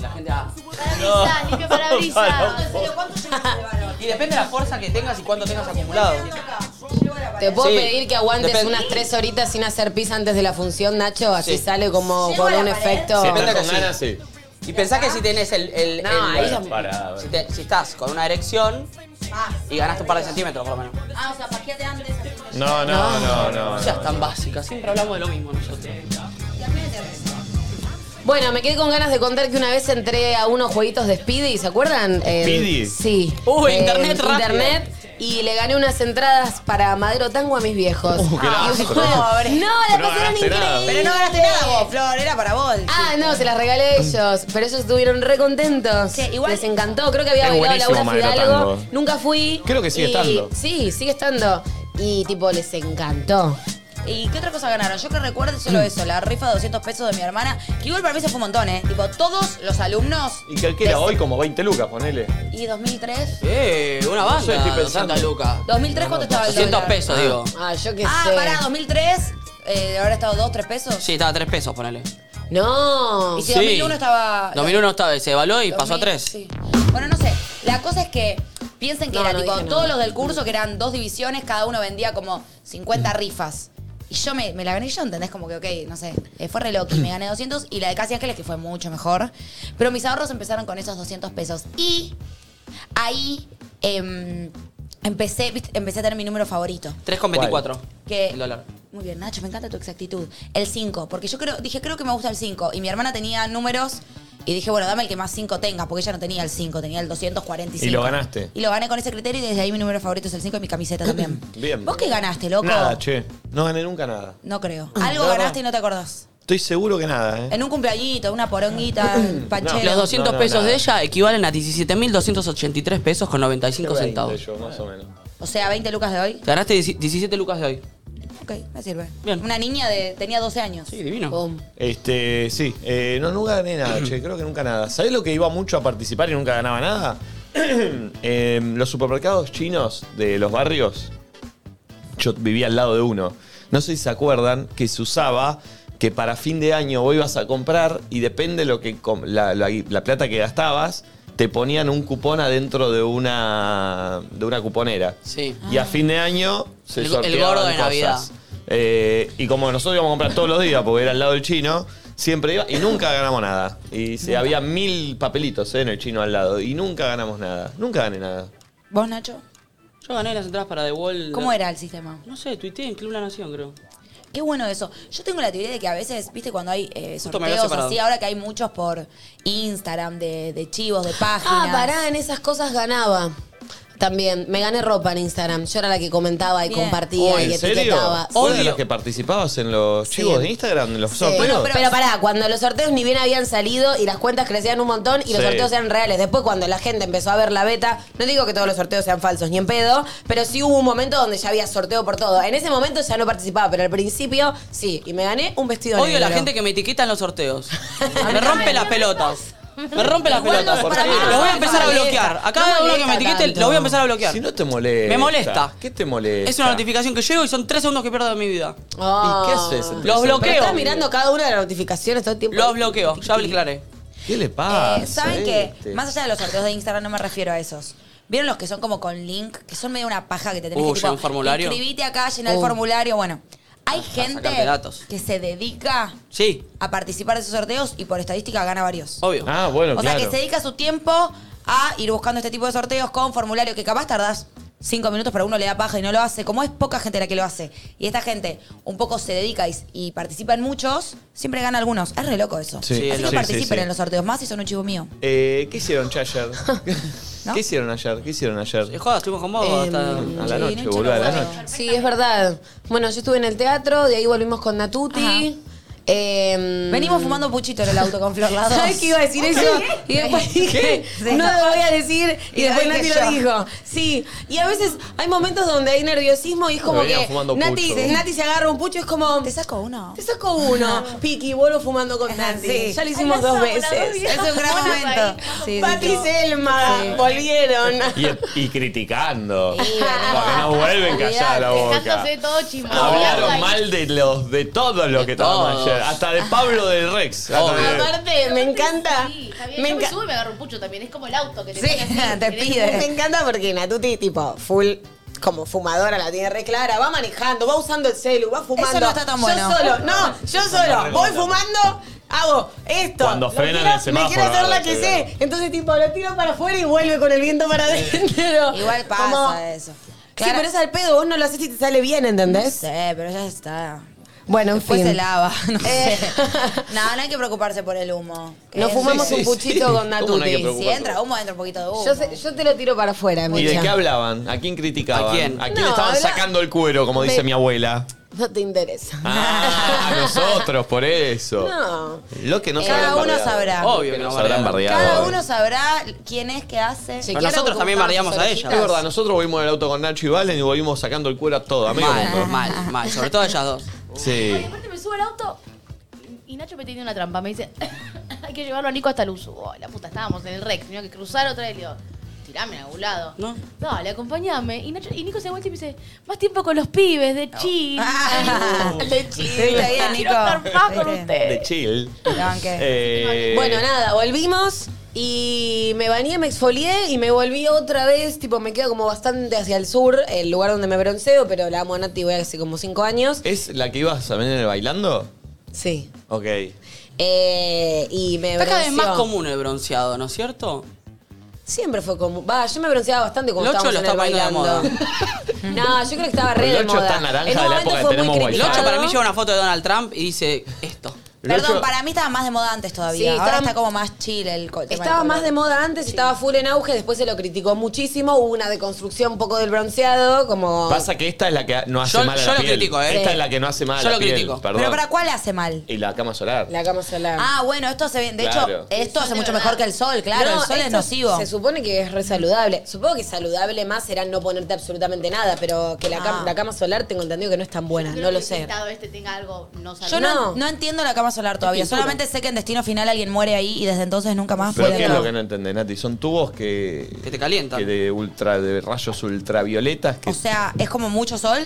Speaker 3: La gente va.
Speaker 9: Parabrisas, limpio parabrisas.
Speaker 3: Y depende de la fuerza que tengas y cuánto tengas acumulado.
Speaker 2: ¿Te puedo
Speaker 3: Sí.
Speaker 2: pedir que aguantes
Speaker 3: Depende.
Speaker 2: unas tres horitas sin hacer pis antes de la función, Nacho? Así
Speaker 3: Sí.
Speaker 2: sale como
Speaker 4: Llego
Speaker 2: con
Speaker 4: a
Speaker 2: un
Speaker 4: la pared.
Speaker 2: efecto.
Speaker 1: si
Speaker 3: Depende
Speaker 1: estás
Speaker 3: que
Speaker 1: con
Speaker 3: sí.
Speaker 1: ganas, sí.
Speaker 3: Y pensá que si tenés el. el-
Speaker 2: No,
Speaker 3: el-
Speaker 2: ahí ya-
Speaker 1: Pará, a ver.
Speaker 3: si, te- si estás con una erección y ganaste un par de centímetros, por lo menos.
Speaker 4: Ah, o sea, pajeate antes. así.
Speaker 1: No, no, no, no.
Speaker 3: No
Speaker 1: no.
Speaker 3: seas tan básica, siempre hablamos de lo mismo nosotros.
Speaker 2: Bueno, me quedé con ganas de contar que una vez entré a unos jueguitos de Speedy, ¿se acuerdan? Eh,
Speaker 1: Speedy.
Speaker 2: Sí.
Speaker 3: Uy,
Speaker 2: Eh,
Speaker 3: internet rápido.
Speaker 2: Internet. Y le gané unas entradas para Madero Tango a mis viejos.
Speaker 1: Uh, qué
Speaker 2: Ah,
Speaker 1: asco.
Speaker 2: pobre. No, la
Speaker 1: Pero no
Speaker 2: pasaron
Speaker 1: ganaste
Speaker 2: increíble.
Speaker 1: nada.
Speaker 4: Pero no ganaste nada vos, Flor, era para vos.
Speaker 2: Ah, no, se las regalé
Speaker 1: Mm.
Speaker 2: a ellos, pero ellos estuvieron re contentos.
Speaker 4: Sí, igual-
Speaker 2: Les encantó, creo que había
Speaker 1: Es
Speaker 2: bailado Laura
Speaker 1: buenísimo Madero
Speaker 2: Fidalgo.
Speaker 1: Tango.
Speaker 2: Nunca fui.
Speaker 1: Creo que sigue
Speaker 2: y-
Speaker 1: estando.
Speaker 2: Sí, sigue estando. Y tipo, les encantó.
Speaker 4: ¿Y qué otra cosa ganaron? Yo que recuerdo solo eso, la rifa de 200 pesos de mi hermana, que igual para mí eso fue un montón, ¿eh? Tipo, todos los alumnos...
Speaker 1: Y calquera hoy como 20 lucas, ponele.
Speaker 4: ¿Y 2003?
Speaker 3: Eh, una banda.
Speaker 1: Yo estoy pensando.
Speaker 3: 200 lucas.
Speaker 4: 2003 cuánto estaba el
Speaker 3: 200
Speaker 4: dólar?
Speaker 3: pesos, digo.
Speaker 2: Ah, yo qué
Speaker 4: Ah,
Speaker 2: sé.
Speaker 4: pará, 2003, eh, ahora estado 2, 3 pesos.
Speaker 3: Sí, estaba a 3 pesos, ponele.
Speaker 2: No.
Speaker 4: Y si
Speaker 3: Sí.
Speaker 4: 2001 estaba
Speaker 3: 2001 estaba, se evaluó y pasó a
Speaker 4: 2000,
Speaker 3: 3.
Speaker 4: sí. Bueno, no sé. La cosa es que piensen que
Speaker 2: No,
Speaker 4: era
Speaker 2: no
Speaker 4: tipo
Speaker 2: dije
Speaker 4: todos
Speaker 2: nada.
Speaker 4: los del curso, que eran dos divisiones, cada uno vendía como 50 rifas. Y yo me, me la gané yo, ¿entendés? Como que, ok, no sé, eh, fue re loco y me gané 200 y la de Casi Ángeles, que fue mucho mejor. Pero mis ahorros empezaron con esos 200 pesos. Y ahí em, empecé, ¿viste? empecé a tener mi número favorito.
Speaker 3: 3,24.
Speaker 4: Que,
Speaker 3: El dólar.
Speaker 4: Muy bien, Nacho, me encanta tu exactitud. El 5, porque yo creo, dije, creo que me gusta el 5. Y mi hermana tenía números y dije, bueno, dame el que más 5 tenga, porque ella no tenía el 5, tenía el 245.
Speaker 1: Y lo ganaste.
Speaker 4: Y lo gané con ese criterio y desde ahí mi número favorito es el 5 y mi camiseta también.
Speaker 1: Bien.
Speaker 4: ¿Vos qué ganaste, loco?
Speaker 1: Nada, che. No gané nunca nada.
Speaker 4: No creo. Algo
Speaker 1: Ah, No,
Speaker 4: ganaste
Speaker 1: no.
Speaker 4: y no te acordás.
Speaker 1: Estoy seguro que nada, ¿eh?
Speaker 4: En un cumpleañito, una poronguita,
Speaker 1: No,
Speaker 4: panchero.
Speaker 3: Los 200
Speaker 1: no, no,
Speaker 3: pesos
Speaker 1: nada.
Speaker 3: de ella equivalen a 17.283 pesos con 95 centavos.
Speaker 1: Yo, más o menos.
Speaker 4: O sea, 20 lucas de hoy.
Speaker 3: Te ganaste 10 17 lucas de hoy.
Speaker 4: Ok, me sirve.
Speaker 3: Bien.
Speaker 4: Una niña de. tenía 12 años.
Speaker 3: Sí, divino.
Speaker 2: Pum.
Speaker 1: Este, sí. Eh, no, nunca gané nada, che. Creo que nunca nada. ¿Sabés lo que iba mucho a participar y nunca ganaba nada? Em, los supermercados chinos de los barrios. Yo vivía al lado de uno. No sé si se acuerdan que se usaba que para fin de año vos ibas a comprar y depende lo que com- la, la- la plata que gastabas, te ponían un cupón adentro de una, de una cuponera.
Speaker 3: Sí.
Speaker 1: Y a fin de año se
Speaker 3: El- el
Speaker 1: sorteaban
Speaker 3: gordo de
Speaker 1: cosas.
Speaker 3: Navidad.
Speaker 1: Eh, y como nosotros íbamos a comprar todos los días, porque era al lado del chino, siempre iba y nunca ganamos nada. Y se- había mil papelitos eh, en el chino al lado y nunca ganamos nada. Nunca gané nada.
Speaker 4: ¿Vos, Nacho?
Speaker 3: Yo gané las entradas para The Wall.
Speaker 4: ¿Cómo era el sistema?
Speaker 3: No sé, tuiteé en Club La Nación, creo.
Speaker 4: Qué bueno eso. Yo tengo la teoría de que a veces, viste, cuando hay eh,
Speaker 3: Justo me había
Speaker 4: sorteos
Speaker 3: separado.
Speaker 4: así, ahora que hay muchos por Instagram, de, de chivos, de páginas. Eh,
Speaker 2: Ah, pará, en esas cosas ganaba. También, me gané ropa en Instagram. Yo era la que comentaba y
Speaker 4: Bien.
Speaker 2: compartía
Speaker 1: Oh,
Speaker 2: y
Speaker 1: ¿En serio?
Speaker 2: etiquetaba.
Speaker 1: ¿Vos eras
Speaker 3: Odio.
Speaker 1: la que participabas en los chivos de Instagram, en los
Speaker 2: Sí.
Speaker 1: sorteos?
Speaker 2: Bueno, pero, Eh, pero pará, cuando los sorteos ni bien habían salido y las cuentas crecían un montón y los
Speaker 1: Sí.
Speaker 2: sorteos eran reales. Después, cuando la gente empezó a ver la beta, no digo que todos los sorteos sean falsos ni en pedo, pero sí hubo un momento donde ya había sorteo por todo. En ese momento ya no participaba, pero al principio sí. Y me gané un vestido
Speaker 3: Odio a
Speaker 2: negro.
Speaker 3: la gente que me etiqueta en los sorteos. me rompe las pelotas. Me rompe las
Speaker 1: Igual no
Speaker 3: pelotas.
Speaker 1: es para
Speaker 3: Lo
Speaker 1: nada.
Speaker 3: voy a empezar a
Speaker 1: No
Speaker 3: bloquear. A cada
Speaker 2: No
Speaker 3: uno que me
Speaker 2: molesta
Speaker 3: etiquete,
Speaker 2: tanto.
Speaker 3: lo voy a empezar a bloquear.
Speaker 1: Si no te molesta.
Speaker 3: Me molesta.
Speaker 1: ¿Qué te molesta?
Speaker 3: Es una notificación que llego y son tres segundos que pierdo de mi vida.
Speaker 2: Ah.
Speaker 1: ¿Y qué haces entonces?
Speaker 3: Los
Speaker 2: Pero
Speaker 3: bloqueo.
Speaker 2: estás mirando cada una de las notificaciones todo el tiempo.
Speaker 3: Los bloqueo. Ya hablé aclaré.
Speaker 1: ¿Qué le pasa?
Speaker 3: Ah,
Speaker 1: este?
Speaker 4: Eh, ¿Saben
Speaker 1: qué?
Speaker 3: este.
Speaker 4: qué? Más allá de los sorteos de Instagram, no me refiero a esos. ¿Vieron los que son como con link? Que son medio una paja que te tenés
Speaker 3: Uh,
Speaker 4: que tipo,
Speaker 3: ¿ya un formulario? Ah,
Speaker 4: Inscribite acá, llená el
Speaker 2: Uh.
Speaker 4: formulario. Bueno, hay gente
Speaker 3: sacarte datos.
Speaker 4: que se dedica
Speaker 3: Sí,
Speaker 4: a participar de esos sorteos y por estadística gana varios.
Speaker 3: obvio.
Speaker 1: Ah, bueno,
Speaker 4: o sea,
Speaker 1: claro.
Speaker 4: que se dedica su tiempo a ir buscando este tipo de sorteos con formulario que capaz tardás cinco minutos, pero uno le da paja y no lo hace. Como es poca gente la que lo hace y esta gente un poco se dedica y, y participa en muchos, siempre gana algunos. Es re loco eso.
Speaker 1: Sí,
Speaker 4: Así
Speaker 3: es
Speaker 4: que
Speaker 3: loco.
Speaker 4: participen
Speaker 1: Sí, sí, sí.
Speaker 4: en los sorteos más y son un chivo mío.
Speaker 1: Eh, ¿Qué hicieron che, ayer?
Speaker 4: ¿No?
Speaker 1: ¿Qué hicieron ayer? ¿Qué hicieron
Speaker 3: Eh,
Speaker 1: ayer?
Speaker 3: Joda, estuvimos con vos hasta.
Speaker 1: A la
Speaker 4: Em, sí,
Speaker 1: noche,
Speaker 4: no,
Speaker 1: boludo, a la
Speaker 4: chaval.
Speaker 1: noche.
Speaker 2: Sí, es verdad. Bueno, yo estuve en el teatro, de ahí volvimos con
Speaker 4: Ajá.
Speaker 2: Natuti. Eh,
Speaker 4: Venimos fumando puchito en el auto con Flor la dos.
Speaker 2: ¿Sabes que iba a decir eso? Y después dije,
Speaker 4: Sí.
Speaker 2: no lo voy a decir, y,
Speaker 4: Y
Speaker 2: después
Speaker 4: lo
Speaker 2: Nati
Speaker 4: dije
Speaker 2: lo
Speaker 4: yo.
Speaker 2: dijo. Sí, y a veces hay momentos donde hay nerviosismo y es como
Speaker 1: Veníamos
Speaker 2: que
Speaker 1: fumando
Speaker 2: Nati,
Speaker 1: pucho.
Speaker 2: Nati se agarra un pucho y es como,
Speaker 4: Te saco uno.
Speaker 2: te saco uno, Piqui, vos lo fumando con
Speaker 4: Ajá,
Speaker 2: Nati.
Speaker 4: sí.
Speaker 2: Ya lo hicimos dos veces.
Speaker 4: Es un gran momento. Sí, sí,
Speaker 2: Pati y
Speaker 4: sí.
Speaker 2: Selma volvieron.
Speaker 1: Y, y criticando.
Speaker 4: Sí,
Speaker 1: Porque no vuelven callada la boca.
Speaker 9: Dejándose todo chismoso.
Speaker 1: Hablaron
Speaker 9: Ahí.
Speaker 1: mal de los de todos los
Speaker 3: De
Speaker 1: que estaban
Speaker 3: todos.
Speaker 1: ayer. Hasta de Pablo del Rex. Hasta
Speaker 3: Obvio.
Speaker 1: de-
Speaker 2: Aparte, me encanta.
Speaker 9: Sí, está bien.
Speaker 2: Me
Speaker 9: Yo me
Speaker 2: encanta.
Speaker 9: subo y me agarro un pucho también. Es como el auto que te
Speaker 4: Sí,
Speaker 9: pone así,
Speaker 4: te
Speaker 9: que tenés
Speaker 4: pide.
Speaker 2: Me encanta porque Natuti, tipo, full como fumadora, la tiene re clara, va manejando, va usando el celu, va fumando.
Speaker 4: Eso no está tan bueno.
Speaker 2: Yo solo, no, yo solo, voy fumando, hago esto.
Speaker 1: Cuando
Speaker 2: Lo
Speaker 1: frenan
Speaker 2: tiro,
Speaker 1: el semáforo,
Speaker 2: Me quiero hacer la
Speaker 1: ahora
Speaker 2: que
Speaker 1: se
Speaker 2: sé.
Speaker 1: ve.
Speaker 2: Entonces, tipo, lo tiro para afuera y vuelve con el viento para adentro.
Speaker 4: Igual pasa eh.
Speaker 2: Como-
Speaker 4: eso.
Speaker 2: Sí,
Speaker 4: Claro.
Speaker 2: pero es al pedo, vos no lo haces y te sale bien, ¿entendés?
Speaker 4: Sí, pero ya está.
Speaker 2: Bueno, en
Speaker 4: Después
Speaker 2: fin.
Speaker 4: se lava, no
Speaker 2: Eh.
Speaker 4: sé. Nada, no hay que preocuparse por el humo. Que
Speaker 2: Nos
Speaker 4: es-
Speaker 2: fumamos
Speaker 1: Sí,
Speaker 2: un
Speaker 1: sí,
Speaker 2: puchito
Speaker 1: sí.
Speaker 2: con
Speaker 1: ¿Cómo no hay que
Speaker 2: Natuti.
Speaker 1: preocuparse?
Speaker 4: Si entra humo, entra un poquito de humo.
Speaker 2: Yo, sé- yo te lo tiro para afuera,
Speaker 1: ¿Y de
Speaker 2: Micha.
Speaker 1: qué hablaban? ¿A quién criticaban?
Speaker 3: ¿A quién?
Speaker 2: No, habla-
Speaker 1: estaban sacando el cuero, como dice
Speaker 2: Me-
Speaker 1: mi abuela?
Speaker 2: No te interesa.
Speaker 1: Ah, a nosotros, por eso.
Speaker 2: No.
Speaker 1: Lo que no
Speaker 4: Cada
Speaker 1: sabrán
Speaker 4: uno
Speaker 1: bardear.
Speaker 4: sabrá.
Speaker 3: Obvio
Speaker 1: Que
Speaker 3: que
Speaker 1: nos
Speaker 3: nos
Speaker 1: habrán
Speaker 3: bardearon.
Speaker 1: bardeado.
Speaker 4: Cada
Speaker 1: obvio.
Speaker 4: uno sabrá quién es que hace.
Speaker 2: Sí,
Speaker 3: Pero
Speaker 2: Chequeara
Speaker 3: nosotros
Speaker 2: cómo
Speaker 3: también
Speaker 2: juntaron
Speaker 3: bardeamos
Speaker 2: sus
Speaker 3: a ella.
Speaker 1: Es verdad, nosotros volvimos en el auto con Nacho y Valen y volvimos sacando el cuero a todo, a medio mundo.
Speaker 3: Mal, mal, mal. Sobre todo ellas dos.
Speaker 9: Ay,
Speaker 1: Sí.
Speaker 9: aparte me subo al auto y Nacho me tiene una trampa. Me dice, hay que llevarlo a Nico hasta el uso. Oh, la puta, estábamos en el Rex. Tenía que cruzar otra vez. Le digo, tirame a algún lado.
Speaker 3: No.
Speaker 9: Dale, acompañame. Y, Nacho, y Nico se vuelve y me dice, más tiempo con los pibes, de chill.
Speaker 4: Ah.
Speaker 9: de
Speaker 4: Sí, está bien,
Speaker 9: Quiero estar más
Speaker 4: Nico. Este.
Speaker 9: con
Speaker 4: Viste.
Speaker 1: De
Speaker 9: ustedes.
Speaker 1: chill.
Speaker 4: Te banqué.
Speaker 1: Eh,
Speaker 2: Bueno, nada, volvimos y me bañé, me exfolié y me volví otra vez, tipo, me quedo como bastante hacia el sur, el lugar donde me bronceo, pero la amo a Nati, voy hace como cinco años.
Speaker 1: ¿Es la que ibas a venir bailando?
Speaker 2: Sí.
Speaker 1: Ok.
Speaker 2: Eh, y me
Speaker 3: Está cada vez
Speaker 2: bronceó.
Speaker 3: más común el bronceado, ¿no es cierto?
Speaker 2: Siempre fue común. Va, yo me bronceaba bastante cuando
Speaker 3: Locho
Speaker 2: estábamos
Speaker 3: lo
Speaker 2: en
Speaker 3: está
Speaker 2: el
Speaker 3: poniendo de
Speaker 2: bailando. no, yo creo que estaba re
Speaker 1: Locho
Speaker 2: de moda.
Speaker 1: está naranja
Speaker 2: en
Speaker 1: de
Speaker 2: un
Speaker 1: la
Speaker 2: momento
Speaker 1: época que
Speaker 2: fue
Speaker 1: tenemos
Speaker 2: muy
Speaker 1: Wi-Fi.
Speaker 2: criticado.
Speaker 3: Locho para mí lleva una foto de Donald Trump y dice esto.
Speaker 4: Perdón,
Speaker 1: Locho-
Speaker 4: para mí estaba más de moda antes todavía.
Speaker 2: Sí,
Speaker 4: Ahora
Speaker 2: estaba-
Speaker 4: está como más chile el co- el tema
Speaker 2: Estaba
Speaker 4: del
Speaker 2: más de
Speaker 4: color.
Speaker 2: moda antes, estaba full en auge, después se lo criticó muchísimo, hubo una deconstrucción un poco del bronceado, como...
Speaker 1: Pasa que esta es la que no hace
Speaker 3: Yo-
Speaker 1: mal a
Speaker 3: yo
Speaker 1: la
Speaker 3: lo
Speaker 1: piel.
Speaker 3: critico, ¿eh?
Speaker 1: Esta es la que no hace mal a
Speaker 3: Yo
Speaker 1: la
Speaker 3: lo
Speaker 1: piel,
Speaker 3: critico.
Speaker 1: Perdón.
Speaker 4: Pero ¿para cuál hace mal?
Speaker 1: Y la cama solar.
Speaker 2: La cama solar.
Speaker 4: Ah, bueno, esto hace bien. De
Speaker 1: Claro.
Speaker 4: hecho, esto hace mucho mejor que el sol, claro.
Speaker 2: No,
Speaker 4: el sol es
Speaker 2: esto
Speaker 4: nocivo.
Speaker 2: Se supone que es re saludable. Supongo que saludable más será no ponerte absolutamente nada, pero que la, cam-
Speaker 4: Ah.
Speaker 2: la cama solar tengo entendido que no es tan buena,
Speaker 9: Creo
Speaker 2: no
Speaker 9: que
Speaker 2: lo
Speaker 9: el
Speaker 2: sé.
Speaker 9: pintado este tenga algo no
Speaker 4: Yo
Speaker 9: saludable.
Speaker 4: no,
Speaker 2: No.
Speaker 4: no entiendo la cama solar todavía.
Speaker 2: pintura.
Speaker 4: Solamente sé que en Destino Final alguien muere ahí y desde entonces nunca más
Speaker 1: ¿Pero
Speaker 4: puede
Speaker 1: qué es
Speaker 4: verlo.
Speaker 1: lo que no entendés, Nati? Son tubos que...
Speaker 3: Que te calientan.
Speaker 1: Que de, ultra, de rayos ultravioletas que...
Speaker 4: O sea, es como mucho sol.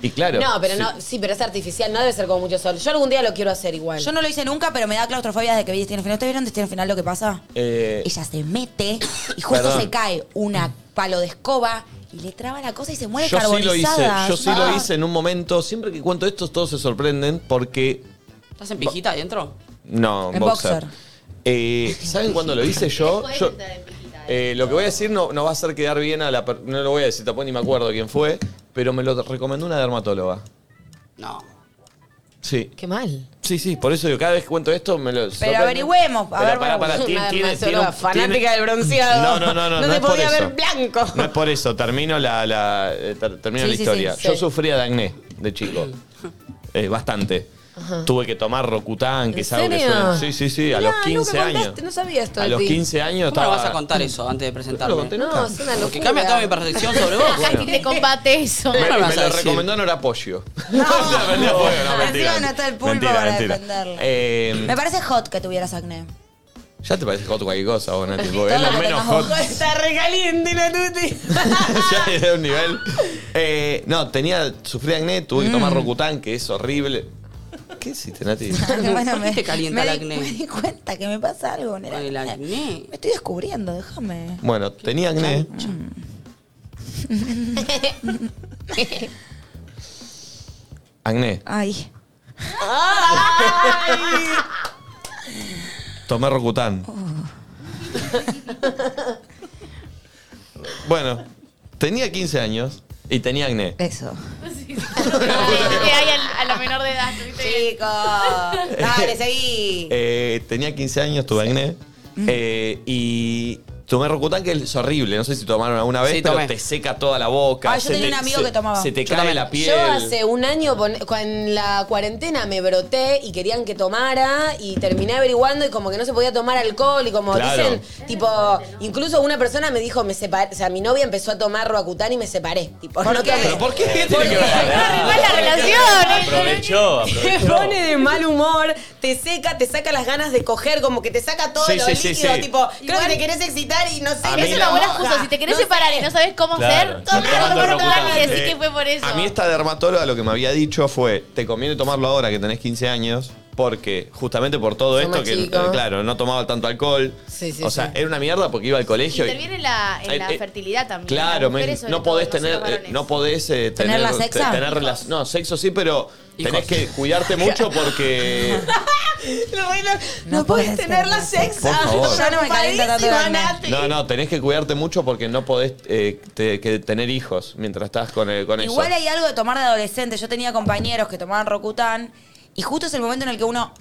Speaker 1: y claro.
Speaker 2: no, pero
Speaker 1: sí.
Speaker 2: no, sí, pero es artificial, no debe ser como mucho sol. Yo algún día lo quiero hacer igual.
Speaker 4: Yo no lo hice nunca, pero me da claustrofobia desde que vi Destino Final. ¿Ustedes vieron Destino Final lo que pasa?
Speaker 1: Eh,
Speaker 4: Ella se mete y justo
Speaker 1: Perdón.
Speaker 4: se cae una palo de escoba y le traba la cosa y se muere
Speaker 1: yo sí lo hice.
Speaker 4: carbonizada. Ah,
Speaker 1: Yo sí lo hice en un momento. Siempre que cuento esto, todos se sorprenden porque...
Speaker 3: ¿Estás en pijita adentro?
Speaker 1: No,
Speaker 4: En
Speaker 1: boxer.
Speaker 4: boxer.
Speaker 1: Eh, ¿Saben cuándo lo hice yo?
Speaker 9: Podés
Speaker 1: Yo-
Speaker 9: entrar en pijita, ¿eh?
Speaker 1: Eh, lo que voy a decir no, no va a hacer quedar bien a la... per- No lo voy a decir, tampoco ni me acuerdo quién fue, pero me lo recomendó una dermatóloga.
Speaker 3: No.
Speaker 1: Sí.
Speaker 2: Qué mal.
Speaker 1: Sí, sí, por eso yo cada vez que cuento esto me lo... sorprende.
Speaker 4: averigüemos, a
Speaker 1: Pero
Speaker 4: ver,
Speaker 1: pará,
Speaker 4: bueno,
Speaker 1: pará, tiene-
Speaker 2: Una
Speaker 1: tiene- tiene
Speaker 2: dermatóloga
Speaker 1: un-
Speaker 2: fanática
Speaker 1: tiene-
Speaker 2: del bronceado.
Speaker 1: No, no, no, no.
Speaker 2: No te
Speaker 1: es por
Speaker 2: podía
Speaker 1: eso.
Speaker 2: ver blanco.
Speaker 1: No es por eso, termino la, la- eh, ter- termino
Speaker 4: Sí,
Speaker 1: la
Speaker 4: sí,
Speaker 1: historia.
Speaker 4: sí,
Speaker 1: Yo
Speaker 4: sí.
Speaker 1: sufría de acné de chico. Eh, bastante. Tuve que tomar Rocutan, que
Speaker 2: ¿En
Speaker 1: es algo que
Speaker 2: serio?
Speaker 1: suena- Sí, sí, sí, a
Speaker 2: Mirá,
Speaker 1: los 15
Speaker 2: nunca
Speaker 1: años.
Speaker 2: contaste, no sabía esto
Speaker 1: A
Speaker 2: de
Speaker 1: los
Speaker 2: ti.
Speaker 1: 15 años
Speaker 3: ¿Cómo me
Speaker 1: estaba.
Speaker 3: vas a contar eso antes de presentarme?
Speaker 1: No lo conté
Speaker 2: No,
Speaker 1: nunca.
Speaker 2: es una locura.
Speaker 3: Porque cambia toda mi percepción sobre vos.
Speaker 9: Casi te combate eso.
Speaker 1: Me,
Speaker 3: ¿Cómo me
Speaker 1: me
Speaker 3: vas a
Speaker 1: lo
Speaker 3: decir?
Speaker 1: recomendó Nora Pollo. No, mentira, bueno, no,
Speaker 4: Encima
Speaker 1: mentira.
Speaker 4: no está el pulpo
Speaker 1: Mentira,
Speaker 4: para
Speaker 1: mentira.
Speaker 4: defenderlo.
Speaker 1: Eh,
Speaker 4: Me parece hot que tuvieras acné.
Speaker 1: Ya te parece hot cualquier cosa, vos, Nati, porque es
Speaker 2: Todo
Speaker 1: lo
Speaker 2: que
Speaker 1: menos
Speaker 2: tengas
Speaker 1: hot.
Speaker 2: ojo Está recaliente la tuti.
Speaker 1: ya era un nivel. Eh, no, tenía, sufrí acné, tuve que tomar Rocutan, que es horrible. ¿Qué hiciste, Nati?
Speaker 4: Bueno,
Speaker 3: Ah, ¿Por qué te calienta
Speaker 4: me
Speaker 3: el
Speaker 4: di-
Speaker 3: acné?
Speaker 4: Me di cuenta que me pasa algo en el
Speaker 3: Con el
Speaker 4: acné.
Speaker 3: acné.
Speaker 4: Me estoy descubriendo, déjame.
Speaker 1: Bueno, tenía acné. Acné.
Speaker 4: Ay.
Speaker 1: Tomé Rocutan. Bueno, tenía 15 años y tenía acné.
Speaker 4: Eso.
Speaker 9: Que hay al- a la menor de
Speaker 1: Ah,
Speaker 9: edad, ¿viste?
Speaker 4: Chicos. Dale, seguí.
Speaker 1: Eh, tenía 15 años, tuve acné. eh, y tomé Rocutan, que es horrible. No sé si tomaron alguna vez,
Speaker 3: Sí,
Speaker 1: pero
Speaker 3: tomé.
Speaker 1: te seca toda la boca.
Speaker 4: Ah, yo
Speaker 1: se
Speaker 4: tenía
Speaker 1: te-
Speaker 4: un amigo
Speaker 1: se-
Speaker 4: que tomaba.
Speaker 1: Se te
Speaker 3: Yo
Speaker 1: cae
Speaker 3: también.
Speaker 1: la piel.
Speaker 2: Yo hace un año, pon- con- en la cuarentena, me broté y querían que tomara y terminé averiguando y como que no se podía tomar alcohol y como
Speaker 1: Claro.
Speaker 2: dicen, tipo, incluso una persona me dijo, me separé, o sea, mi novia empezó a tomar Roacután y me separé. Tipo, no tomé.
Speaker 1: ¿Pero por qué? ¿Qué tiene
Speaker 2: Porque
Speaker 1: que ver?
Speaker 2: arruinó la relación.
Speaker 7: Aprovechó,
Speaker 2: Te
Speaker 7: aprovechó.
Speaker 2: pone de mal humor, te seca, te saca las ganas de coger, como que te saca todo
Speaker 1: Sí,
Speaker 2: lo
Speaker 1: sí, sí,
Speaker 2: líquido,
Speaker 1: sí.
Speaker 2: tipo, creo que te querés excitar y no sé.
Speaker 1: A
Speaker 9: Esa
Speaker 1: mí
Speaker 9: es
Speaker 1: la-
Speaker 9: una buena excusa. Si te querés separar y no sabes cómo
Speaker 7: Claro,
Speaker 9: hacer,
Speaker 7: sí, tomando
Speaker 9: tomar
Speaker 7: Rocutan.
Speaker 9: Rocutan y decir
Speaker 1: Eh,
Speaker 9: que fue por eso.
Speaker 1: A mí esta dermatóloga lo que me había dicho fue, te conviene tomarlo ahora que tenés 15 años, porque justamente por todo
Speaker 2: Somos
Speaker 1: esto, que
Speaker 2: chicos.
Speaker 1: eh, claro, no tomaba tanto alcohol.
Speaker 2: Sí, sí,
Speaker 1: o sea,
Speaker 2: sí.
Speaker 1: era una mierda porque iba al colegio. y-
Speaker 9: Interviene en la, en la
Speaker 1: Eh, eh,
Speaker 9: fertilidad también.
Speaker 1: Claro,
Speaker 9: Las
Speaker 1: men,
Speaker 9: mujeres sobre
Speaker 1: no
Speaker 9: todo,
Speaker 1: podés
Speaker 9: sé
Speaker 1: tener,
Speaker 9: los
Speaker 1: eh,
Speaker 9: varones.
Speaker 1: no podés eh,
Speaker 4: ¿Tener
Speaker 1: tener,
Speaker 4: la sexa?
Speaker 1: tener relac- No, sexo sí, pero tenés
Speaker 3: Hijos.
Speaker 1: que cuidarte mucho porque
Speaker 4: No
Speaker 2: No, puedes
Speaker 4: puede ser,
Speaker 2: tener la
Speaker 4: no.
Speaker 2: sexa.
Speaker 1: Ah, Por favor.
Speaker 4: Ya no me calienta tanto el acné.
Speaker 2: Nati.
Speaker 1: no, no, tenés que cuidarte mucho porque no podés eh, te- que tener hijos mientras estás con el, con
Speaker 4: Igual
Speaker 1: eso.
Speaker 4: hay algo de tomar de adolescente. Yo tenía compañeros que tomaban Rocutan y justo es el momento en el que uno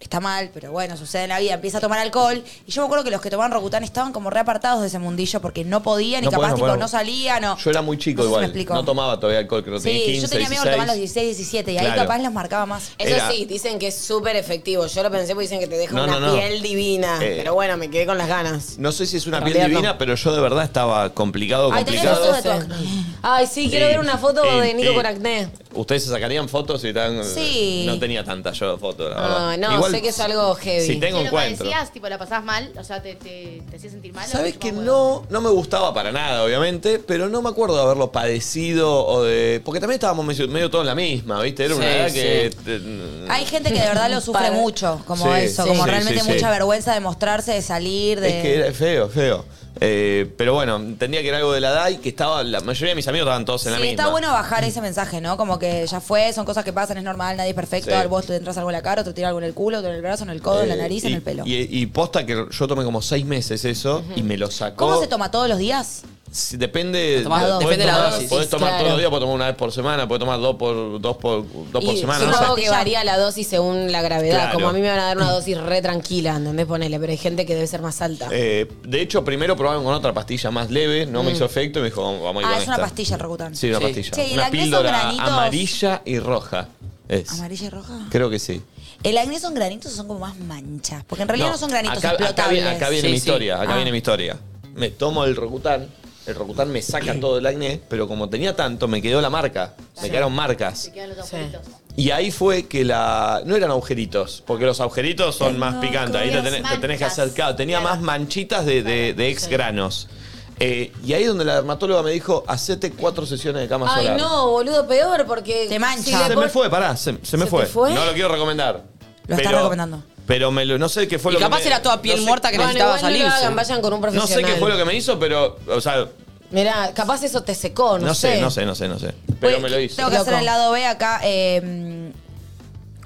Speaker 4: está mal, pero bueno, sucede en la vida, empieza a tomar alcohol. Y yo me acuerdo que los que tomaban Rocutan estaban como reapartados de ese mundillo porque no podían y
Speaker 1: No
Speaker 4: capaz
Speaker 1: podían, no
Speaker 4: tipo
Speaker 1: podían.
Speaker 4: no salían o.
Speaker 1: Yo era muy chico
Speaker 4: No sé si me
Speaker 1: igual,
Speaker 4: explico.
Speaker 1: no tomaba todavía alcohol, creo que
Speaker 4: Sí,
Speaker 1: tenía 15,
Speaker 4: yo tenía amigos que tomaban los
Speaker 1: 16.
Speaker 4: 16, 17 y ahí
Speaker 1: Claro.
Speaker 4: capaz los marcaba más.
Speaker 2: Eso
Speaker 1: Era-
Speaker 2: sí, dicen que es súper efectivo. Yo lo pensé porque dicen que te deja
Speaker 1: No,
Speaker 2: una
Speaker 1: no, no.
Speaker 2: piel divina.
Speaker 1: Eh.
Speaker 2: Pero bueno, me quedé con las ganas.
Speaker 1: No sé si es una
Speaker 2: Para
Speaker 1: piel
Speaker 2: verlo.
Speaker 1: divina, pero yo de verdad estaba complicado,
Speaker 4: Ay, tenés
Speaker 1: complicado.
Speaker 4: fotos de tu acné.
Speaker 2: Ay, sí, quiero
Speaker 1: Sí. Eh,
Speaker 2: ver una foto de
Speaker 1: En-
Speaker 2: Nico
Speaker 1: en-
Speaker 2: con acné.
Speaker 1: ¿Ustedes se sacarían fotos y tan
Speaker 4: Sí.
Speaker 1: No tenía tanta yo de fotos, la
Speaker 2: Ah,
Speaker 1: verdad.
Speaker 2: no, sé que es algo heavy.
Speaker 1: Si tengo
Speaker 9: Sí, lo
Speaker 1: encuentro.
Speaker 9: parecías, tipo, la pasabas mal, o sea, te, te, te hacías sentir mal. ¿o
Speaker 1: Sabes
Speaker 9: te
Speaker 1: que
Speaker 9: chupaba huevo?
Speaker 1: no, no me gustaba para nada, obviamente, pero no me acuerdo de haberlo padecido o de. Porque también estábamos medio, medio todos en la misma, ¿viste? Era una
Speaker 3: Sí,
Speaker 1: edad
Speaker 3: sí.
Speaker 1: que. te-
Speaker 4: Hay gente que de verdad lo sufre
Speaker 2: Para-
Speaker 4: mucho, como
Speaker 1: Sí,
Speaker 4: eso,
Speaker 1: sí,
Speaker 4: como
Speaker 1: sí,
Speaker 4: realmente
Speaker 1: sí, sí.
Speaker 4: mucha vergüenza de mostrarse, de salir, de.
Speaker 1: Es que era feo, feo. Eh, pero bueno, entendía que era algo de la edad y que estaba. La mayoría de mis amigos estaban todos en la
Speaker 4: Sí,
Speaker 1: misma.
Speaker 4: está bueno bajar ese mensaje, ¿no? Como que ya fue, son cosas que pasan, es normal, nadie es perfecto.
Speaker 1: Sí.
Speaker 4: Vos te entras algo en la cara, otro tira algo en el culo, otro en el brazo, en el codo, en la
Speaker 1: Eh,
Speaker 4: nariz,
Speaker 1: y,
Speaker 4: en el pelo.
Speaker 1: Y, y posta que yo tomé como seis meses eso y me lo sacó.
Speaker 4: ¿Cómo se toma todos los días?
Speaker 1: Si- depende,
Speaker 3: Tomás dos.
Speaker 1: podés
Speaker 3: Depende de la
Speaker 1: tomar-
Speaker 3: dosis,
Speaker 1: Podés tomar
Speaker 2: claro.
Speaker 1: todos los días, podés tomar una vez por semana, podés tomar dos por, dos por, dos por
Speaker 2: Y
Speaker 1: semana. no sé.
Speaker 2: supongo que varía la dosis según la gravedad.
Speaker 1: Claro.
Speaker 2: Como a mí me van a dar una dosis re tranquila, ¿entendés? Ponele, pero hay gente que debe ser más alta.
Speaker 1: Eh, de hecho, primero probaron con otra pastilla más leve, no me hizo efecto y me dijo, vamos vamos a ir
Speaker 4: Mm. Ah,
Speaker 1: con
Speaker 4: es una
Speaker 1: esta.
Speaker 4: pastilla el Rocutan.
Speaker 1: Sí, una
Speaker 3: Sí.
Speaker 1: pastilla.
Speaker 4: Che, ¿y el
Speaker 1: una
Speaker 4: acné son
Speaker 1: píldora
Speaker 4: granitos?
Speaker 1: amarilla y roja. Es.
Speaker 4: Amarilla y roja.
Speaker 1: Creo que sí.
Speaker 4: El acné son granitos o son como más manchas. Porque en realidad no, son granitos
Speaker 1: acá, acá
Speaker 4: explotables.
Speaker 1: viene, acá viene
Speaker 3: Sí,
Speaker 1: mi
Speaker 3: sí.
Speaker 1: historia, acá
Speaker 4: Ah.
Speaker 1: viene mi historia. Me tomo el Rocutan, el Rocutan me saca todo el acné, pero como tenía tanto, me quedó la marca. Me quedaron marcas.
Speaker 9: Te quedan los
Speaker 2: Sí.
Speaker 9: agujeritos.
Speaker 1: Y ahí fue que la. No eran agujeritos, porque los agujeritos son más picantes. Ahí te
Speaker 9: las
Speaker 1: tenés, te tenés que
Speaker 9: manchas.
Speaker 1: hacer. Claro, tenía
Speaker 9: Claro.
Speaker 1: más manchitas de, de- de ex granos. Eh, y ahí donde la dermatóloga me dijo: hacete cuatro sesiones de cama
Speaker 2: Ay,
Speaker 1: solar.
Speaker 2: no, boludo, peor porque.
Speaker 4: Te mancha.
Speaker 2: si le
Speaker 1: Se
Speaker 2: pon-
Speaker 1: me fue, pará, se, se me
Speaker 2: ¿Se
Speaker 1: fue.
Speaker 2: te fue?
Speaker 1: No lo quiero recomendar.
Speaker 4: Lo estás recomendando.
Speaker 1: Pero me lo- no sé qué fue
Speaker 3: Y
Speaker 1: lo que.
Speaker 3: capaz
Speaker 1: me-
Speaker 3: era toda
Speaker 1: no
Speaker 3: piel
Speaker 1: sé-
Speaker 3: muerta que
Speaker 2: Bueno,
Speaker 3: necesitaba
Speaker 2: igual no
Speaker 3: salirse.
Speaker 2: lo hagan, vayan con un
Speaker 1: No
Speaker 2: profesional.
Speaker 1: sé qué fue lo que me hizo, pero. O sea,
Speaker 2: Mirá, capaz eso te secó, no,
Speaker 1: no sé, no sé, no sé, no sé. Pero
Speaker 4: Pues,
Speaker 1: me lo hizo.
Speaker 4: Tengo que hacer
Speaker 2: Loco.
Speaker 4: el lado B acá. eh,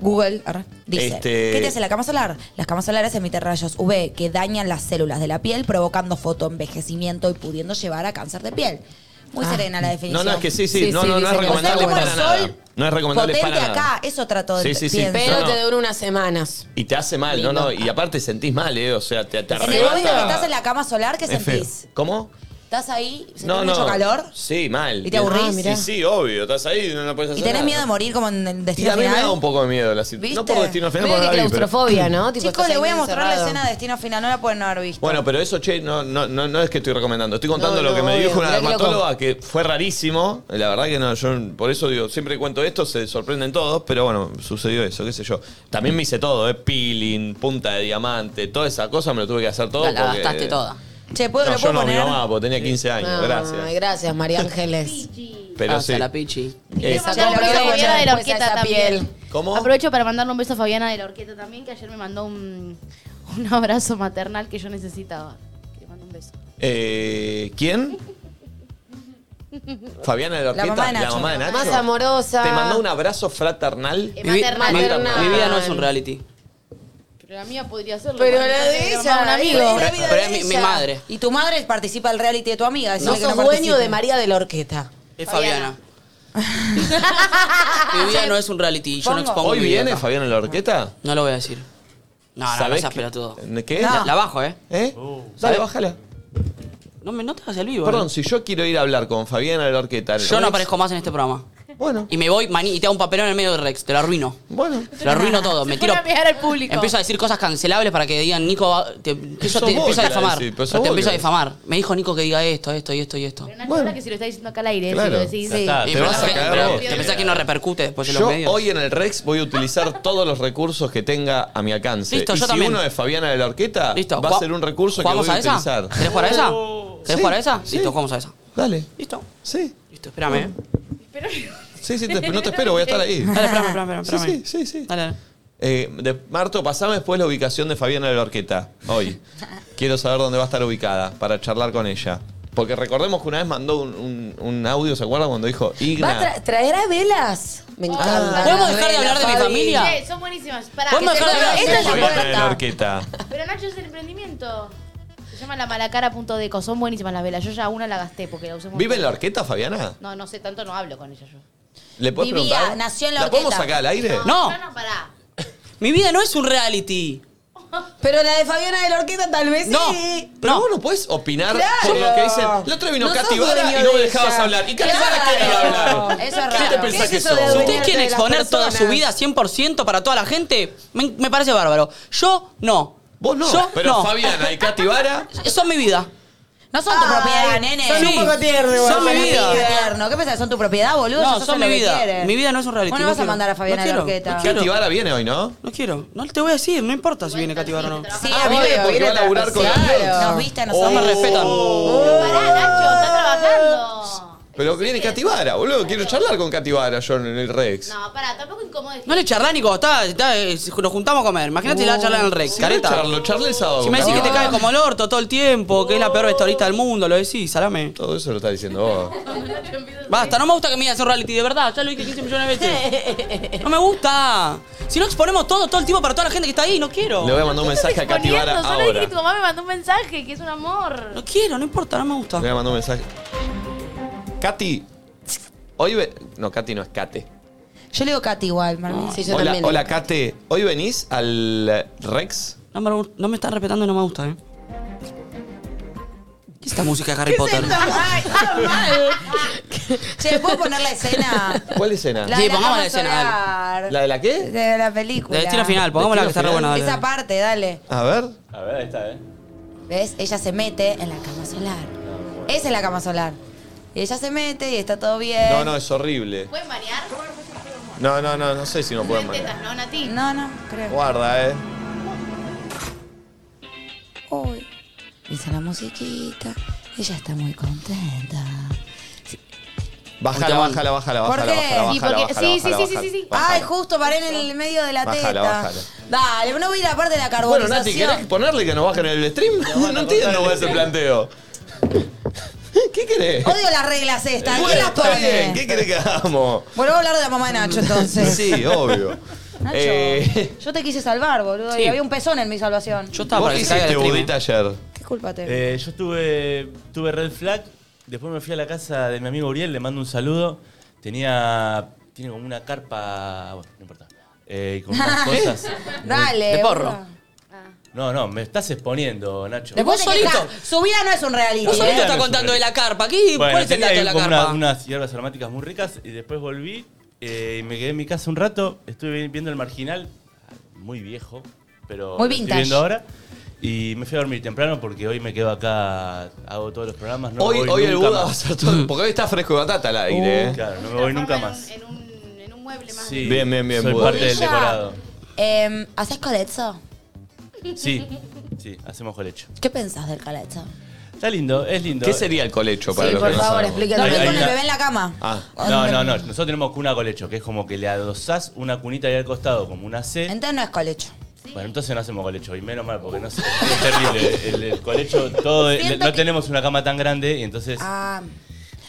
Speaker 4: Google arre, dice,
Speaker 1: Este-
Speaker 4: ¿qué te hace la cama solar? Las camas solares emiten rayos UV que dañan las células de la piel, provocando fotoenvejecimiento y pudiendo llevar a cáncer de piel. Muy serena la
Speaker 1: No,
Speaker 4: definición.
Speaker 1: no, es que sí, sí,
Speaker 2: Sí,
Speaker 1: no,
Speaker 2: sí,
Speaker 1: no, no
Speaker 2: dice
Speaker 1: es
Speaker 2: que- O sea,
Speaker 1: recomendable
Speaker 2: como el
Speaker 1: para nada.
Speaker 4: sol
Speaker 1: No es recomendable
Speaker 4: Potente
Speaker 1: para nada.
Speaker 4: acá, eso trato de
Speaker 1: Sí, sí, sí,
Speaker 4: pienso.
Speaker 2: Pero
Speaker 1: No, no.
Speaker 2: te dura unas semanas.
Speaker 1: Y te hace mal, no, no. Y aparte sentís mal, ¿eh? O sea, te, te
Speaker 4: En el momento que
Speaker 1: arrebata.
Speaker 4: estás en la cama solar, ¿qué
Speaker 1: Es feo.
Speaker 4: sentís?
Speaker 1: ¿Cómo?
Speaker 4: estás ahí, se
Speaker 1: no,
Speaker 4: tiene
Speaker 1: no.
Speaker 4: mucho calor
Speaker 1: Sí, mal.
Speaker 4: ¿Y te aburrís?
Speaker 1: Sí,
Speaker 4: Mirá.
Speaker 1: sí, obvio. Estás ahí, no, no puedes hacer
Speaker 4: y tenés
Speaker 1: nada.
Speaker 4: miedo de morir como en el
Speaker 1: Y
Speaker 4: destino
Speaker 1: a mí me da
Speaker 4: final.
Speaker 1: un poco de miedo la situación. No por destino final,
Speaker 2: Medio
Speaker 1: porque
Speaker 2: de
Speaker 1: no la vi, pero-
Speaker 2: claustrofobia, ¿no? Tipo,
Speaker 4: Chicos,
Speaker 2: estás
Speaker 4: les
Speaker 2: ahí
Speaker 4: voy a mostrar la
Speaker 2: encerrado.
Speaker 4: escena de destino final, no la pueden haber visto.
Speaker 1: Bueno, pero eso, che, no, no, no, no es que estoy recomendando. Estoy contando
Speaker 4: No,
Speaker 1: lo que
Speaker 4: no,
Speaker 1: me
Speaker 4: obvio,
Speaker 1: dijo una
Speaker 4: mirá que
Speaker 1: dermatóloga que fue rarísimo. La verdad que no, yo por eso digo, siempre que cuento esto, se sorprenden todos, pero bueno, sucedió eso, qué sé yo. También me hice todo, ¿eh? Peeling, punta de diamante, toda esa cosa me lo tuve que hacer todo.
Speaker 3: La- la
Speaker 1: porque-
Speaker 3: gastaste toda.
Speaker 4: Che, ¿puedo,
Speaker 1: No,
Speaker 4: ¿lo
Speaker 1: yo
Speaker 4: puedo
Speaker 1: no, mi
Speaker 4: poner?
Speaker 1: mamá, porque tenía 15 años,
Speaker 2: Ay,
Speaker 1: gracias.
Speaker 2: gracias, María Ángeles.
Speaker 1: Pero
Speaker 3: Hasta
Speaker 1: sí.
Speaker 3: Ah, la pichi.
Speaker 2: Le
Speaker 1: Eh,
Speaker 2: sacó
Speaker 9: Ya lo
Speaker 2: un beso
Speaker 9: quiero
Speaker 2: a
Speaker 9: ver de la
Speaker 2: después a
Speaker 9: horqueta
Speaker 2: esa
Speaker 9: también.
Speaker 1: ¿Cómo?
Speaker 9: Aprovecho para mandarle un beso a Fabiana de la Orqueta también, que ayer me mandó un, un abrazo maternal que yo necesitaba. Que Le mando un beso.
Speaker 1: Eh, ¿Quién? Fabiana de la
Speaker 4: La
Speaker 1: Orqueta,
Speaker 4: mamá de Nacho.
Speaker 1: La mamá de Nacho.
Speaker 2: Más amorosa.
Speaker 1: Te mandó un abrazo fraternal.
Speaker 9: Eh,
Speaker 3: Mi, vi-
Speaker 9: maternal.
Speaker 3: mi-
Speaker 2: Maternal.
Speaker 3: mi vida no es un reality.
Speaker 9: Pero la mía podría serlo.
Speaker 2: Pero
Speaker 9: porque
Speaker 2: la de
Speaker 9: era
Speaker 2: ella, eh,
Speaker 9: un amigo.
Speaker 3: Pero, pero es mi, mi madre.
Speaker 4: Y tu madre participa del reality de tu amiga.
Speaker 2: No
Speaker 4: decirle que
Speaker 2: sos
Speaker 4: no
Speaker 2: dueño
Speaker 4: participe.
Speaker 2: de María de la Orqueta.
Speaker 3: Es Fabiana. mi vida no es un reality. Yo no
Speaker 4: Pongo.
Speaker 3: expongo
Speaker 1: ¿Hoy
Speaker 3: mi vida
Speaker 1: viene
Speaker 3: acá.
Speaker 1: Fabiana de la Orqueta?
Speaker 3: No lo voy a decir. No, no, no
Speaker 1: ¿Sabés
Speaker 3: seas
Speaker 1: que-
Speaker 3: pelotudo.
Speaker 1: ¿Qué?
Speaker 4: No.
Speaker 3: La bajo, ¿eh?
Speaker 1: ¿Eh? Dale, bájala.
Speaker 3: No me notas el vivo.
Speaker 1: Perdón,
Speaker 3: ¿eh?
Speaker 1: si yo quiero ir a hablar con Fabiana de la Orqueta.
Speaker 3: Yo no aparezco más en este programa.
Speaker 1: Bueno,
Speaker 3: Y me voy maní, y te hago un papelón en el medio de Rex. Te lo arruino.
Speaker 1: bueno.
Speaker 3: Te lo arruino todo. Me
Speaker 9: Se
Speaker 3: tiro.
Speaker 9: pone a pegar al público.
Speaker 3: Empiezo a decir cosas cancelables para que digan, Nico, va- te empiezo,
Speaker 1: Sos
Speaker 3: te
Speaker 1: vos
Speaker 3: empiezo a
Speaker 1: que la
Speaker 3: difamar.
Speaker 1: decís, pero sos
Speaker 3: te
Speaker 1: vos
Speaker 3: empiezo a
Speaker 1: que-
Speaker 3: difamar. Me dijo Nico que diga esto, esto y esto y esto.
Speaker 9: Pero Nacho,
Speaker 1: Bueno.
Speaker 9: ahora que si lo está diciendo acá al aire,
Speaker 1: Claro.
Speaker 9: si lo decís,
Speaker 1: Ya
Speaker 9: sí.
Speaker 1: está. Ah,
Speaker 3: Y
Speaker 1: te
Speaker 3: me-
Speaker 1: vas a
Speaker 3: me-
Speaker 1: cagar
Speaker 3: pero
Speaker 1: vos.
Speaker 3: ¿Te pensás que no repercute después en Pues los
Speaker 1: Yo
Speaker 3: medios?
Speaker 1: hoy en el Rex voy a utilizar todos los recursos que tenga a mi alcance.
Speaker 3: Listo,
Speaker 1: y
Speaker 3: yo
Speaker 1: si
Speaker 3: también.
Speaker 1: uno es Fabiana de la Orqueta,
Speaker 3: Listo.
Speaker 1: va a
Speaker 3: ¿jua-
Speaker 1: ser un recurso que
Speaker 3: ¿jugamos
Speaker 1: voy a,
Speaker 3: a
Speaker 1: utilizar. Oh,
Speaker 3: esa? ¿Querés jugar a esa? ¿Querés
Speaker 1: Sí,
Speaker 3: jugar a esa?
Speaker 1: sí.
Speaker 3: Listo, jugamos a esa.
Speaker 1: Dale.
Speaker 3: Listo.
Speaker 1: Sí,
Speaker 3: Listo, espérame. ¿eh?
Speaker 1: sí, sí, te- no te espero, voy a estar ahí.
Speaker 3: Dale, espérame, espérame,
Speaker 1: Sí,
Speaker 3: espérame.
Speaker 1: sí, sí. sí.
Speaker 3: Dale, dale.
Speaker 1: Eh, de- Marto, pasame después la ubicación de Fabiana de la Orqueta, hoy. Quiero saber dónde va a estar ubicada para charlar con ella. Porque recordemos que una vez mandó un, un- un audio, ¿se acuerdan? Cuando dijo
Speaker 2: ¿Va a
Speaker 1: Igna.
Speaker 2: tra- ¿Traerá velas? Me
Speaker 4: Ah.
Speaker 2: encanta.
Speaker 3: ¿Podemos dejar de hablar de mi
Speaker 2: Fabi.
Speaker 3: familia?
Speaker 9: Che, son buenísimas. Pará,
Speaker 3: ¿Podemos
Speaker 9: que
Speaker 3: dejar
Speaker 9: te-
Speaker 3: de hablar?
Speaker 9: Esta es la
Speaker 1: Fabiana
Speaker 9: puerta.
Speaker 1: de la Orqueta.
Speaker 9: Pero Nacho es el emprendimiento. Se llama la malacara.deco. Son buenísimas las velas. Yo ya una la gasté porque la usé mucho.
Speaker 1: ¿Vive en la Orqueta, Fabiana?
Speaker 9: No, no sé, tanto no hablo con ella yo.
Speaker 1: ¿Le puedes
Speaker 4: Vivía,
Speaker 1: preguntar?
Speaker 4: nació en la
Speaker 1: podemos
Speaker 4: Orqueta.
Speaker 1: sacar al aire?
Speaker 3: No.
Speaker 9: No, no, pará.
Speaker 3: Mi vida no es un reality.
Speaker 2: Pero la de Fabiana de la Orqueta tal vez
Speaker 3: No.
Speaker 2: sí.
Speaker 1: Pero
Speaker 3: No.
Speaker 1: vos no podés opinar
Speaker 2: Claro.
Speaker 1: por lo que dicen. La otra vino
Speaker 2: No
Speaker 1: Katy
Speaker 2: sos
Speaker 1: Vara
Speaker 2: dueño
Speaker 1: y no me
Speaker 2: de
Speaker 1: dejabas
Speaker 2: ella.
Speaker 1: hablar. ¿Y Katy
Speaker 2: Eso es
Speaker 1: Vara quiere
Speaker 2: raro.
Speaker 1: hablar?
Speaker 4: Eso es
Speaker 1: ¿Qué te
Speaker 4: raro.
Speaker 1: pensás
Speaker 2: ¿Qué
Speaker 1: que
Speaker 2: es eso de
Speaker 1: sos?
Speaker 3: Si
Speaker 2: adueñarte
Speaker 3: ustedes quieren
Speaker 2: de las
Speaker 3: exponer toda su vida
Speaker 2: personas.
Speaker 3: 100% para toda la gente, me, me parece bárbaro. Yo no.
Speaker 1: Vos no,
Speaker 3: Yo
Speaker 1: pero
Speaker 3: no.
Speaker 1: Fabiana y Katy Vara...
Speaker 3: Son mi vida.
Speaker 4: No son tu
Speaker 2: Ay,
Speaker 4: propiedad, nene.
Speaker 3: son un poco tierno igual.
Speaker 4: Son mi
Speaker 3: Son mi
Speaker 4: vida.
Speaker 3: vida.
Speaker 4: Tierno. ¿Qué pensás? ¿Son tu propiedad, boludo?
Speaker 3: No,
Speaker 4: Eso sos
Speaker 3: son
Speaker 4: lo
Speaker 3: mi
Speaker 4: que
Speaker 3: vida.
Speaker 4: quieres.
Speaker 3: Mi vida no es un reality,
Speaker 4: Vos no
Speaker 3: no
Speaker 4: vas a
Speaker 3: quiero.
Speaker 4: mandar a
Speaker 3: No
Speaker 4: Fabiana de
Speaker 3: quiero.
Speaker 4: Orqueta.
Speaker 3: No quiero.
Speaker 1: Katy Vara viene hoy, ¿no?
Speaker 3: No quiero. No te voy a decir, no importa si viene Katy Barra o no.
Speaker 9: Trabaja-
Speaker 4: Sí,
Speaker 1: Ah,
Speaker 4: obvio,
Speaker 1: viene porque
Speaker 4: viene
Speaker 1: va a laburar
Speaker 4: tra-
Speaker 1: con
Speaker 4: sí.
Speaker 1: los nerds.
Speaker 4: Nos viste a
Speaker 3: No
Speaker 4: nosotros.
Speaker 3: me respetan.
Speaker 9: Pará, Nacho,
Speaker 1: Oh.
Speaker 9: está trabajando.
Speaker 1: Pero viene Katy Vara, boludo. Quiero charlar con Katy Vara yo en el Rex.
Speaker 9: No, pará, tampoco incomodes.
Speaker 3: No le charlá, Nico. Está, está, eh, nos juntamos a comer. Imagínate la charla en el Rex.
Speaker 1: Oh, Si
Speaker 3: careta.
Speaker 1: no charlo, charlé el sábado.
Speaker 3: Si me
Speaker 1: con
Speaker 3: decís
Speaker 1: Katy
Speaker 3: que te
Speaker 1: Vara.
Speaker 3: cae Ah,
Speaker 4: Ah.
Speaker 3: como el orto todo el tiempo, que es la peor vestuarista del mundo, lo decís, salame.
Speaker 1: Todo eso lo está diciendo vos.
Speaker 3: Basta, no me gusta que me digas un reality, de verdad, ya lo dije 15 millones de veces. No me gusta. Si no exponemos todo, todo el tiempo para toda la gente que está ahí, no quiero.
Speaker 1: Le voy a mandar un mensaje a Katy Vara
Speaker 9: Solo dije
Speaker 1: ahora.
Speaker 9: que tu mamá me mandó un mensaje, que es un amor.
Speaker 3: No quiero, no importa, no me gusta.
Speaker 1: Le voy a mandar un mensaje. Katy. Hoy ve... No, Katy no es Kate.
Speaker 4: Yo le digo Katy igual, Marmí.
Speaker 3: Ah,
Speaker 2: Sí, yo
Speaker 1: Hola,
Speaker 2: también.
Speaker 1: hola Kate. ¿Hoy venís al eh, Rex?
Speaker 3: No me, gu- no me están respetando y no me gusta, ¿eh? ¿Qué es esta música de Harry Potter?
Speaker 4: Che, ¿puedo poner la escena?
Speaker 1: ¿Cuál escena?
Speaker 4: La
Speaker 1: La,
Speaker 3: Sí,
Speaker 4: de la
Speaker 3: pongamos la
Speaker 4: Vamos
Speaker 3: escena,
Speaker 4: a hablar.
Speaker 1: de la qué?
Speaker 4: De la película.
Speaker 3: De destino final, pongámosla que está re
Speaker 1: Destino
Speaker 3: buena. dale.
Speaker 4: Esa parte, dale.
Speaker 1: A ver.
Speaker 7: A ver, ahí está, ¿eh?
Speaker 4: ¿Ves? Ella se mete en la cama solar. Esa es la cama solar. Y ella se mete y está todo bien.
Speaker 1: No, no, es horrible.
Speaker 9: ¿Pueden marear?
Speaker 1: No, no, no, no sé si no pueden
Speaker 9: No
Speaker 1: mandar.
Speaker 9: intentas, ¿no, Nati?
Speaker 4: No, no, creo.
Speaker 1: Guarda, eh.
Speaker 4: Uy. Dice la musiquita. Ella está muy contenta.
Speaker 1: Bájala,
Speaker 3: Uy,
Speaker 1: bájala, bájala,
Speaker 4: ¿Por
Speaker 1: bájala,
Speaker 4: qué?
Speaker 1: bájala,
Speaker 9: Y
Speaker 1: bájala,
Speaker 9: porque-
Speaker 1: bájala,
Speaker 9: sí, sí,
Speaker 1: bájala,
Speaker 9: sí, sí, sí, sí.
Speaker 1: bájala.
Speaker 4: Ay, justo paré en el medio de la
Speaker 1: Bájala,
Speaker 4: teta.
Speaker 1: bájala.
Speaker 4: Dale, no voy a ir a la parte de la
Speaker 1: Bueno,
Speaker 4: carbonización.
Speaker 1: Nati, ¿querés ponerle que nos bajen el stream? No entiendo cuál es el planteo. ¿Qué querés?
Speaker 4: Odio las reglas estas.
Speaker 1: Bueno,
Speaker 4: ¿Quién las
Speaker 1: está bien,
Speaker 4: pone?
Speaker 1: ¿Qué querés que hagamos?
Speaker 4: Vuelvo a hablar de la mamá de Nacho entonces.
Speaker 1: Sí, obvio.
Speaker 4: Nacho,
Speaker 1: Eh,
Speaker 4: yo te quise salvar, boludo.
Speaker 3: Sí.
Speaker 4: Y había un pezón en mi salvación.
Speaker 3: Yo estaba
Speaker 1: ¿Vos
Speaker 3: para
Speaker 1: qué
Speaker 3: que se caiga el
Speaker 1: hiciste,
Speaker 3: stream,
Speaker 1: Budita,
Speaker 3: ¿eh?
Speaker 1: ayer?
Speaker 4: ¿Qué culpa tengo?
Speaker 7: Eh, yo tuve, tuve Red Flag, después me fui a la casa de mi amigo Uriel, le mando un saludo. Tenía. Tiene como una carpa. Bueno, no importa. Eh, con unas cosas.
Speaker 4: Dale.
Speaker 3: de porro.
Speaker 4: boludo.
Speaker 7: No, no, me estás exponiendo, Nacho.
Speaker 4: Después te quejás. Su vida no es un reality.
Speaker 3: Vos solito
Speaker 4: ¿eh?
Speaker 3: está contando de la carpa. Aquí, ¿Cuál
Speaker 7: Bueno,
Speaker 3: es el
Speaker 7: tenía
Speaker 3: dato
Speaker 7: ahí
Speaker 3: de la
Speaker 7: como
Speaker 3: carpa?
Speaker 7: una- unas hierbas aromáticas muy ricas y después volví eh, y me quedé en mi casa un rato. Estuve vi- viendo el marginal, muy viejo,
Speaker 4: Muy
Speaker 7: pero lo estoy
Speaker 4: vintage.
Speaker 7: viendo ahora. Y me fui a dormir temprano porque hoy me quedo acá, hago todos los programas. No
Speaker 1: hoy
Speaker 7: me voy
Speaker 1: hoy el
Speaker 7: nunca
Speaker 1: Buda va a
Speaker 7: más. Uh,
Speaker 1: hacer todo. Porque hoy está fresco de batata al aire, ¿eh?
Speaker 7: Claro, no me voy nunca más.
Speaker 9: En un, en un mueble más.
Speaker 7: Sí,
Speaker 1: Bien, bien, bien,
Speaker 7: Soy
Speaker 1: Buda.
Speaker 7: parte del
Speaker 4: Ella-
Speaker 7: decorado.
Speaker 4: Em, ¿Haces calezzo?
Speaker 7: Sí, sí, hacemos colecho.
Speaker 4: ¿Qué pensás del calezzo?
Speaker 7: Está lindo, es lindo.
Speaker 1: ¿Qué sería el colecho para
Speaker 2: Sí,
Speaker 1: los
Speaker 2: por
Speaker 1: que no
Speaker 2: favor,
Speaker 1: sabemos?
Speaker 2: explíquenos.
Speaker 4: Dormir
Speaker 7: hay
Speaker 4: con el
Speaker 7: una-
Speaker 4: bebé en la cama.
Speaker 1: Ah,
Speaker 7: No, no, no. Nosotros tenemos cuna colecho, que es como que le adosás una cunita ahí al costado, como una C.
Speaker 4: Entonces no es colecho.
Speaker 7: Bueno, entonces no hacemos colecho, y menos mal, porque no sé, es terrible. El, el colecho, todo, el-
Speaker 4: Siento
Speaker 7: no
Speaker 4: que-
Speaker 7: tenemos una cama tan grande, y entonces
Speaker 4: Ah.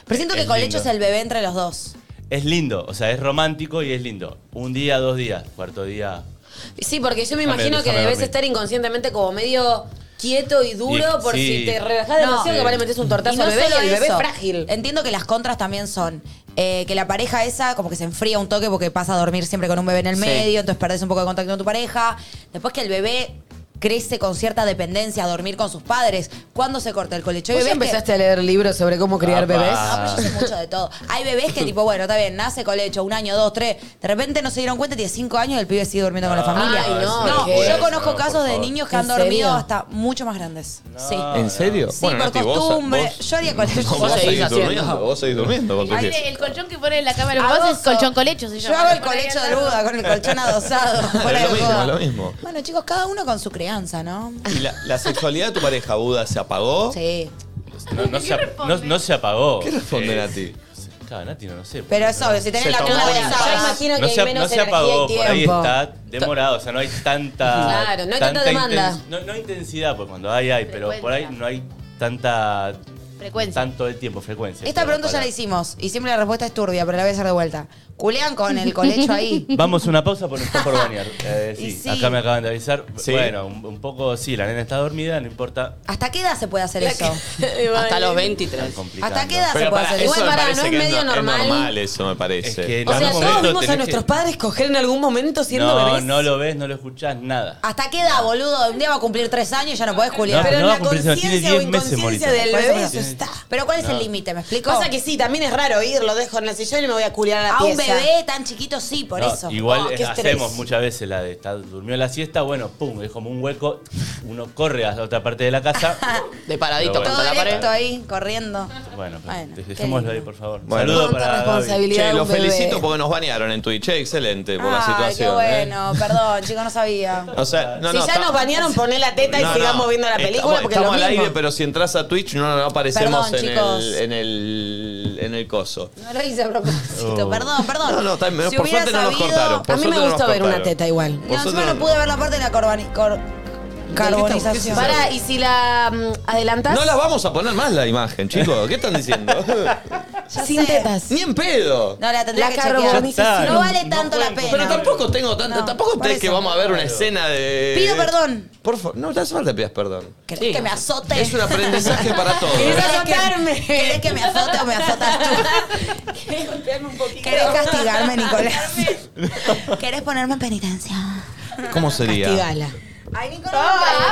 Speaker 4: Pero siento que
Speaker 7: Es
Speaker 4: colecho
Speaker 7: lindo.
Speaker 4: es el bebé entre los dos.
Speaker 7: es lindo, o sea, es romántico y es lindo. Un día, dos días, cuarto día.
Speaker 2: Sí, porque yo me
Speaker 7: Déjame-
Speaker 2: imagino que
Speaker 7: déjame
Speaker 2: debes
Speaker 7: dormir.
Speaker 2: estar inconscientemente como medio quieto y duro
Speaker 7: Y-
Speaker 2: por
Speaker 7: sí.
Speaker 2: si te relajás demasiado que vale metes un tortazo
Speaker 4: Y no
Speaker 2: al bebé
Speaker 4: solo
Speaker 2: y el bebé
Speaker 4: eso.
Speaker 2: frágil.
Speaker 4: Entiendo que las contras también son eh, que la pareja esa como que se enfría un toque porque pasa a dormir siempre con un bebé en el
Speaker 3: Sí.
Speaker 4: medio, entonces perdés un poco de contacto con tu pareja. Después que el bebé crece con cierta dependencia a dormir con sus padres. ¿Cuándo se corta el colecho? Hay
Speaker 2: Vos ya
Speaker 4: bebés que-
Speaker 2: empezaste a leer libros sobre cómo criar
Speaker 7: Apa.
Speaker 2: bebés.
Speaker 4: No, Ah, pero yo sé mucho de todo. Hay bebés que tipo, bueno, está bien, nace colecho, un año, dos, tres. De repente no se dieron cuenta, tiene cinco años y el pibe sigue durmiendo con
Speaker 1: Ah.
Speaker 4: la
Speaker 7: No,
Speaker 4: familia.
Speaker 2: ay, no,
Speaker 4: no,
Speaker 2: qué
Speaker 4: yo
Speaker 7: locura
Speaker 4: conozco
Speaker 7: eso,
Speaker 4: casos
Speaker 7: por
Speaker 4: de
Speaker 7: favor.
Speaker 4: niños que han
Speaker 2: ¿En
Speaker 4: dormido
Speaker 2: serio?
Speaker 4: hasta mucho más grandes. Sí.
Speaker 1: ¿En serio?
Speaker 4: Sí, por
Speaker 1: Nati, vos-
Speaker 4: costumbre.
Speaker 1: vos-
Speaker 4: yo haría colecho.
Speaker 1: Vos
Speaker 3: seguís
Speaker 1: seguís
Speaker 3: haciendo.
Speaker 1: durmiendo, vos seguís durmiendo con tu
Speaker 9: Ay,
Speaker 1: pies.
Speaker 9: el colchón que pone en la cámara vos es colchón colecho. se
Speaker 4: Yo
Speaker 9: llama.
Speaker 4: hago el
Speaker 9: Le ponen
Speaker 4: colecho
Speaker 9: al
Speaker 4: de
Speaker 9: lado.
Speaker 4: Buda con el colchón adosado. Fuera
Speaker 1: Es lo
Speaker 4: de
Speaker 1: mismo,
Speaker 4: joda.
Speaker 1: es lo mismo.
Speaker 4: Bueno, chicos, cada uno con su crianza, ¿no?
Speaker 1: ¿Y la, la sexualidad de tu pareja, Buda, se apagó?
Speaker 4: Sí.
Speaker 7: No, no se,
Speaker 9: ¿Qué
Speaker 7: ap- no-
Speaker 9: responde?
Speaker 7: no se apagó.
Speaker 1: ¿Qué responden a ti?
Speaker 7: Claro, Nati, no, no sé.
Speaker 4: Pero es obvio, si
Speaker 1: Se
Speaker 4: tenés la
Speaker 1: tomó
Speaker 4: cuna
Speaker 1: la-
Speaker 2: Yo
Speaker 4: adosada.
Speaker 2: imagino que
Speaker 7: no
Speaker 2: hay
Speaker 7: se, ap-
Speaker 2: menos
Speaker 7: no se
Speaker 2: energía
Speaker 7: apagó,
Speaker 2: y tiempo.
Speaker 7: por ahí está demorado, o sea, no hay tanta.
Speaker 2: Claro, no hay tanta demanda.
Speaker 7: intens- No, no intensidad, pues cuando hay, hay, pero por ahí
Speaker 9: Frecuencia.
Speaker 7: no hay tanta.
Speaker 9: Frecuencia.
Speaker 7: Tanto de tiempo, frecuencia.
Speaker 4: Esta
Speaker 7: Pero
Speaker 4: pregunta ya
Speaker 7: para-
Speaker 4: la hicimos y siempre la respuesta es turbia, pero la voy a hacer de vuelta. Culean con el colecho ahí.
Speaker 7: Vamos a una pausa porque está por bañar. Eh,
Speaker 4: Y
Speaker 7: sí,
Speaker 4: sí.
Speaker 7: acá me acaban de avisar.
Speaker 1: Sí.
Speaker 7: Bueno, un, un poco sí, la nena está dormida, no importa.
Speaker 4: ¿Hasta qué edad se puede hacer eso?
Speaker 3: Hasta los
Speaker 7: Están
Speaker 3: 23.
Speaker 7: complicando.
Speaker 4: ¿Hasta qué edad se
Speaker 1: Pero
Speaker 4: puede
Speaker 1: para,
Speaker 4: hacer
Speaker 1: eso
Speaker 4: eso?
Speaker 2: Igual,
Speaker 1: me
Speaker 2: pará,
Speaker 1: parece
Speaker 2: ¿no es
Speaker 1: que
Speaker 2: medio
Speaker 1: no-
Speaker 2: normal?
Speaker 1: Es normal eso, me
Speaker 7: Es
Speaker 1: parece.
Speaker 7: que en
Speaker 2: O sea,
Speaker 7: algún
Speaker 2: todos
Speaker 7: momento
Speaker 2: vimos a
Speaker 7: tenés
Speaker 2: nuestros
Speaker 7: que-
Speaker 2: padres coger en algún momento siendo
Speaker 7: No,
Speaker 2: bebés.
Speaker 7: no lo ves, no lo escuchás, nada.
Speaker 4: ¿Hasta qué edad, boludo? Un día va a cumplir tres años y ya no podés
Speaker 7: No,
Speaker 4: culear.
Speaker 2: Pero
Speaker 7: no va a
Speaker 2: en la
Speaker 7: cumplir, se lo tiene
Speaker 2: conciencia o
Speaker 7: 10 meses,
Speaker 2: inconsciencia
Speaker 7: Morita.
Speaker 2: del
Speaker 4: Por eso me
Speaker 2: bebé, eso
Speaker 4: lo-
Speaker 2: está.
Speaker 4: Pero ¿cuál es el límite? ¿Me explico?
Speaker 2: Cosa que sí, también es raro ir, lo dejo en el sillón y me voy a culiar a la
Speaker 4: a un
Speaker 2: pieza.
Speaker 4: bebé tan chiquito sí, por
Speaker 7: No,
Speaker 4: eso.
Speaker 7: Igual
Speaker 2: Oh,
Speaker 7: eh,
Speaker 2: qué estrés.
Speaker 7: hacemos muchas veces la de está, durmió la siesta, bueno, pum, es como un hueco, uno corre a la otra parte de la casa.
Speaker 3: De paradito
Speaker 7: Pero
Speaker 4: Todo
Speaker 7: bueno.
Speaker 3: contra la pared.
Speaker 4: directo ahí, corriendo.
Speaker 7: Bueno, pero
Speaker 4: Bueno, qué
Speaker 7: dejémoslo ahí,
Speaker 4: lindo.
Speaker 7: por favor.
Speaker 1: Bueno.
Speaker 7: Saludos
Speaker 2: Cuánta
Speaker 7: para Gaby.
Speaker 2: responsabilidad
Speaker 1: Che,
Speaker 2: de
Speaker 1: los
Speaker 2: un bebé.
Speaker 1: felicito porque nos banearon en Twitch. Che, excelente por la
Speaker 4: Ay,
Speaker 1: situación.
Speaker 4: qué
Speaker 1: ¿eh?
Speaker 4: bueno, perdón, chicos, no sabía.
Speaker 1: O sea, no,
Speaker 2: si
Speaker 1: no,
Speaker 2: ya
Speaker 1: está-
Speaker 2: nos bañaron, poné la teta y
Speaker 1: No,
Speaker 2: sigamos
Speaker 1: no.
Speaker 2: viendo la película
Speaker 1: estamos,
Speaker 2: porque es
Speaker 1: estamos
Speaker 2: lo
Speaker 1: al
Speaker 2: mismo.
Speaker 1: aire, pero si entras a Twitch no, no aparecemos
Speaker 4: Perdón,
Speaker 1: en,
Speaker 4: chicos.
Speaker 1: el, en, el, en el coso.
Speaker 4: No lo hice a propósito,
Speaker 7: Oh.
Speaker 4: perdón, perdón.
Speaker 1: No, no, está bien,
Speaker 4: Si
Speaker 1: por
Speaker 4: hubiera
Speaker 1: suerte no nos
Speaker 4: sabido-
Speaker 1: cortaron. Por
Speaker 2: a mí me
Speaker 1: suerte no
Speaker 2: gustó
Speaker 1: nos
Speaker 2: ver una
Speaker 1: cortaron.
Speaker 2: teta igual.
Speaker 4: No,
Speaker 1: Por
Speaker 4: encima
Speaker 1: suerte
Speaker 4: no
Speaker 1: no-
Speaker 4: pude ver la parte de la corbani- cor- carbonización.
Speaker 2: Pará, y si la mm, adelantás.
Speaker 1: No la vamos a poner más la imagen, chicos. ¿Qué están diciendo?
Speaker 4: Ya
Speaker 2: sin
Speaker 4: sé.
Speaker 2: tetas.
Speaker 1: Ni en pedo.
Speaker 4: No, la tendría
Speaker 2: La
Speaker 4: que chequear.
Speaker 2: carbonización. Ya
Speaker 7: está,
Speaker 4: Ah, No
Speaker 7: no-
Speaker 4: vale
Speaker 7: no
Speaker 4: tanto la
Speaker 7: pueden-
Speaker 4: pena.
Speaker 1: Pero tampoco tengo tanto,
Speaker 4: No,
Speaker 1: tampoco
Speaker 4: por
Speaker 1: es que
Speaker 4: eso.
Speaker 1: vamos a ver una escena de.
Speaker 4: Pido perdón.
Speaker 1: Por favor, no te hace falta que pidas perdón.
Speaker 4: ¿Querés que me azote?
Speaker 1: Es un aprendizaje para todos.
Speaker 4: ¿Querés que-
Speaker 2: azotarme?
Speaker 4: ¿Querés que me azote o me azotas tú? ¿Querés castigarme, Nicolás? ¿Querés ponerme en penitencia?
Speaker 1: ¿Cómo sería?
Speaker 2: Castigala.
Speaker 4: Ay, Nicolás.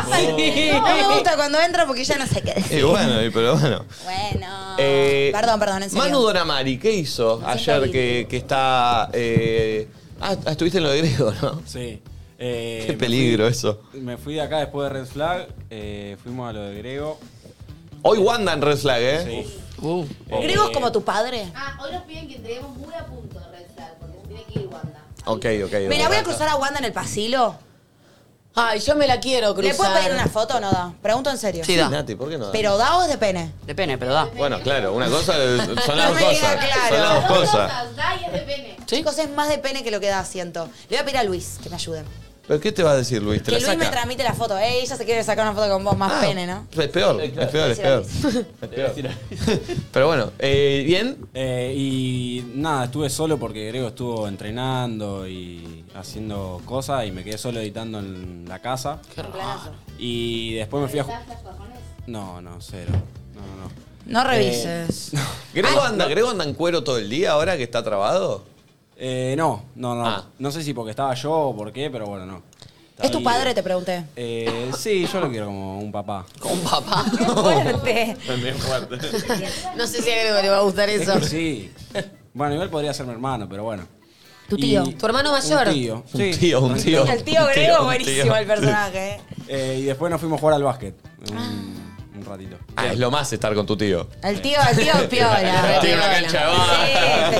Speaker 4: No me gusta cuando entro porque ya no sé qué decir.
Speaker 1: Y bueno, y pero bueno.
Speaker 4: Bueno.
Speaker 1: Eh,
Speaker 4: perdón, perdón, en serio.
Speaker 1: Manu Donamari, ¿qué hizo ayer que, que está. eh, ah, estuviste en lo de Grego, ¿no?
Speaker 11: Sí. Eh,
Speaker 1: Qué
Speaker 11: me
Speaker 1: peligro
Speaker 11: fui-
Speaker 1: eso.
Speaker 11: Me fui de acá después de Red Flag, eh, fuimos a lo de Grego.
Speaker 1: Hoy Wanda en Red Flag, ¿eh?
Speaker 11: Sí. Eh,
Speaker 4: ¿Griego es como tu padre?
Speaker 9: Ah, hoy nos piden que entreguemos muy a punto de Red Flag, porque se tiene que ir Wanda.
Speaker 1: Ok, ok.
Speaker 4: Mira, voy a cruzar a Wanda en el pasilo.
Speaker 2: Ay, yo me la quiero cruzar.
Speaker 4: ¿Le puedo pedir una foto o no da? Pregunto en serio.
Speaker 3: Sí, da.
Speaker 1: Nati, ¿por qué no?
Speaker 4: ¿Pero da o es de pene?
Speaker 3: De pene, pero da.
Speaker 1: Bueno, claro, una cosa son las
Speaker 4: No
Speaker 1: dos
Speaker 4: me queda claro.
Speaker 1: cosas. Son las dos cosas.
Speaker 9: Cosas, da y es de pene.
Speaker 4: Chicos, es más de pene que lo que da, siento. Le voy a pedir a Luis que me ayude.
Speaker 1: ¿Pero qué te va a decir, Luis? ¿Te
Speaker 4: Que
Speaker 1: la
Speaker 4: Luis
Speaker 1: saca?
Speaker 4: me tramite la foto. Ey, ella se quiere sacar una foto con vos, más
Speaker 1: Ah,
Speaker 4: pene, ¿no?
Speaker 1: Es peor, es peor, es peor. Es uh, peor. Pero bueno, eh, bien.
Speaker 11: eh, y nada, estuve solo porque Grego estuvo entrenando y haciendo cosas y me quedé solo editando en la casa.
Speaker 4: Un planazo.
Speaker 11: Y después me fui a... ju- No, no, cero. No, no, Eh, no.
Speaker 4: No
Speaker 1: Eh.
Speaker 4: revises.
Speaker 11: Ah,
Speaker 1: ¿Grego anda, Grego anda en cuero todo el día ahora que está trabado?
Speaker 11: Eh, no, no, no.
Speaker 1: Ah.
Speaker 11: No sé si porque estaba yo o por qué, pero bueno, no.
Speaker 4: ¿Es tu padre? Te pregunté.
Speaker 11: Eh, sí, yo lo quiero como un papá.
Speaker 3: ¿Como un papá?
Speaker 4: Fuerte.
Speaker 11: También fuerte.
Speaker 2: No sé si a Grego le va a gustar
Speaker 11: Es
Speaker 2: eso.
Speaker 11: que sí. Bueno, igual podría ser mi hermano, pero bueno.
Speaker 2: Tu tío.
Speaker 11: Y-
Speaker 2: Tu hermano mayor.
Speaker 11: Un tío.
Speaker 1: Un tío, un tío.
Speaker 4: El tío Grego, buenísimo el
Speaker 11: personaje.
Speaker 4: personaje. ¿eh?
Speaker 11: y después nos fuimos a jugar al básquet. Un, un ratito.
Speaker 1: Ah, es lo más estar con tu tío.
Speaker 4: El tío, el tío piola.
Speaker 1: Tiene una
Speaker 4: piola.
Speaker 1: cancha de básquet.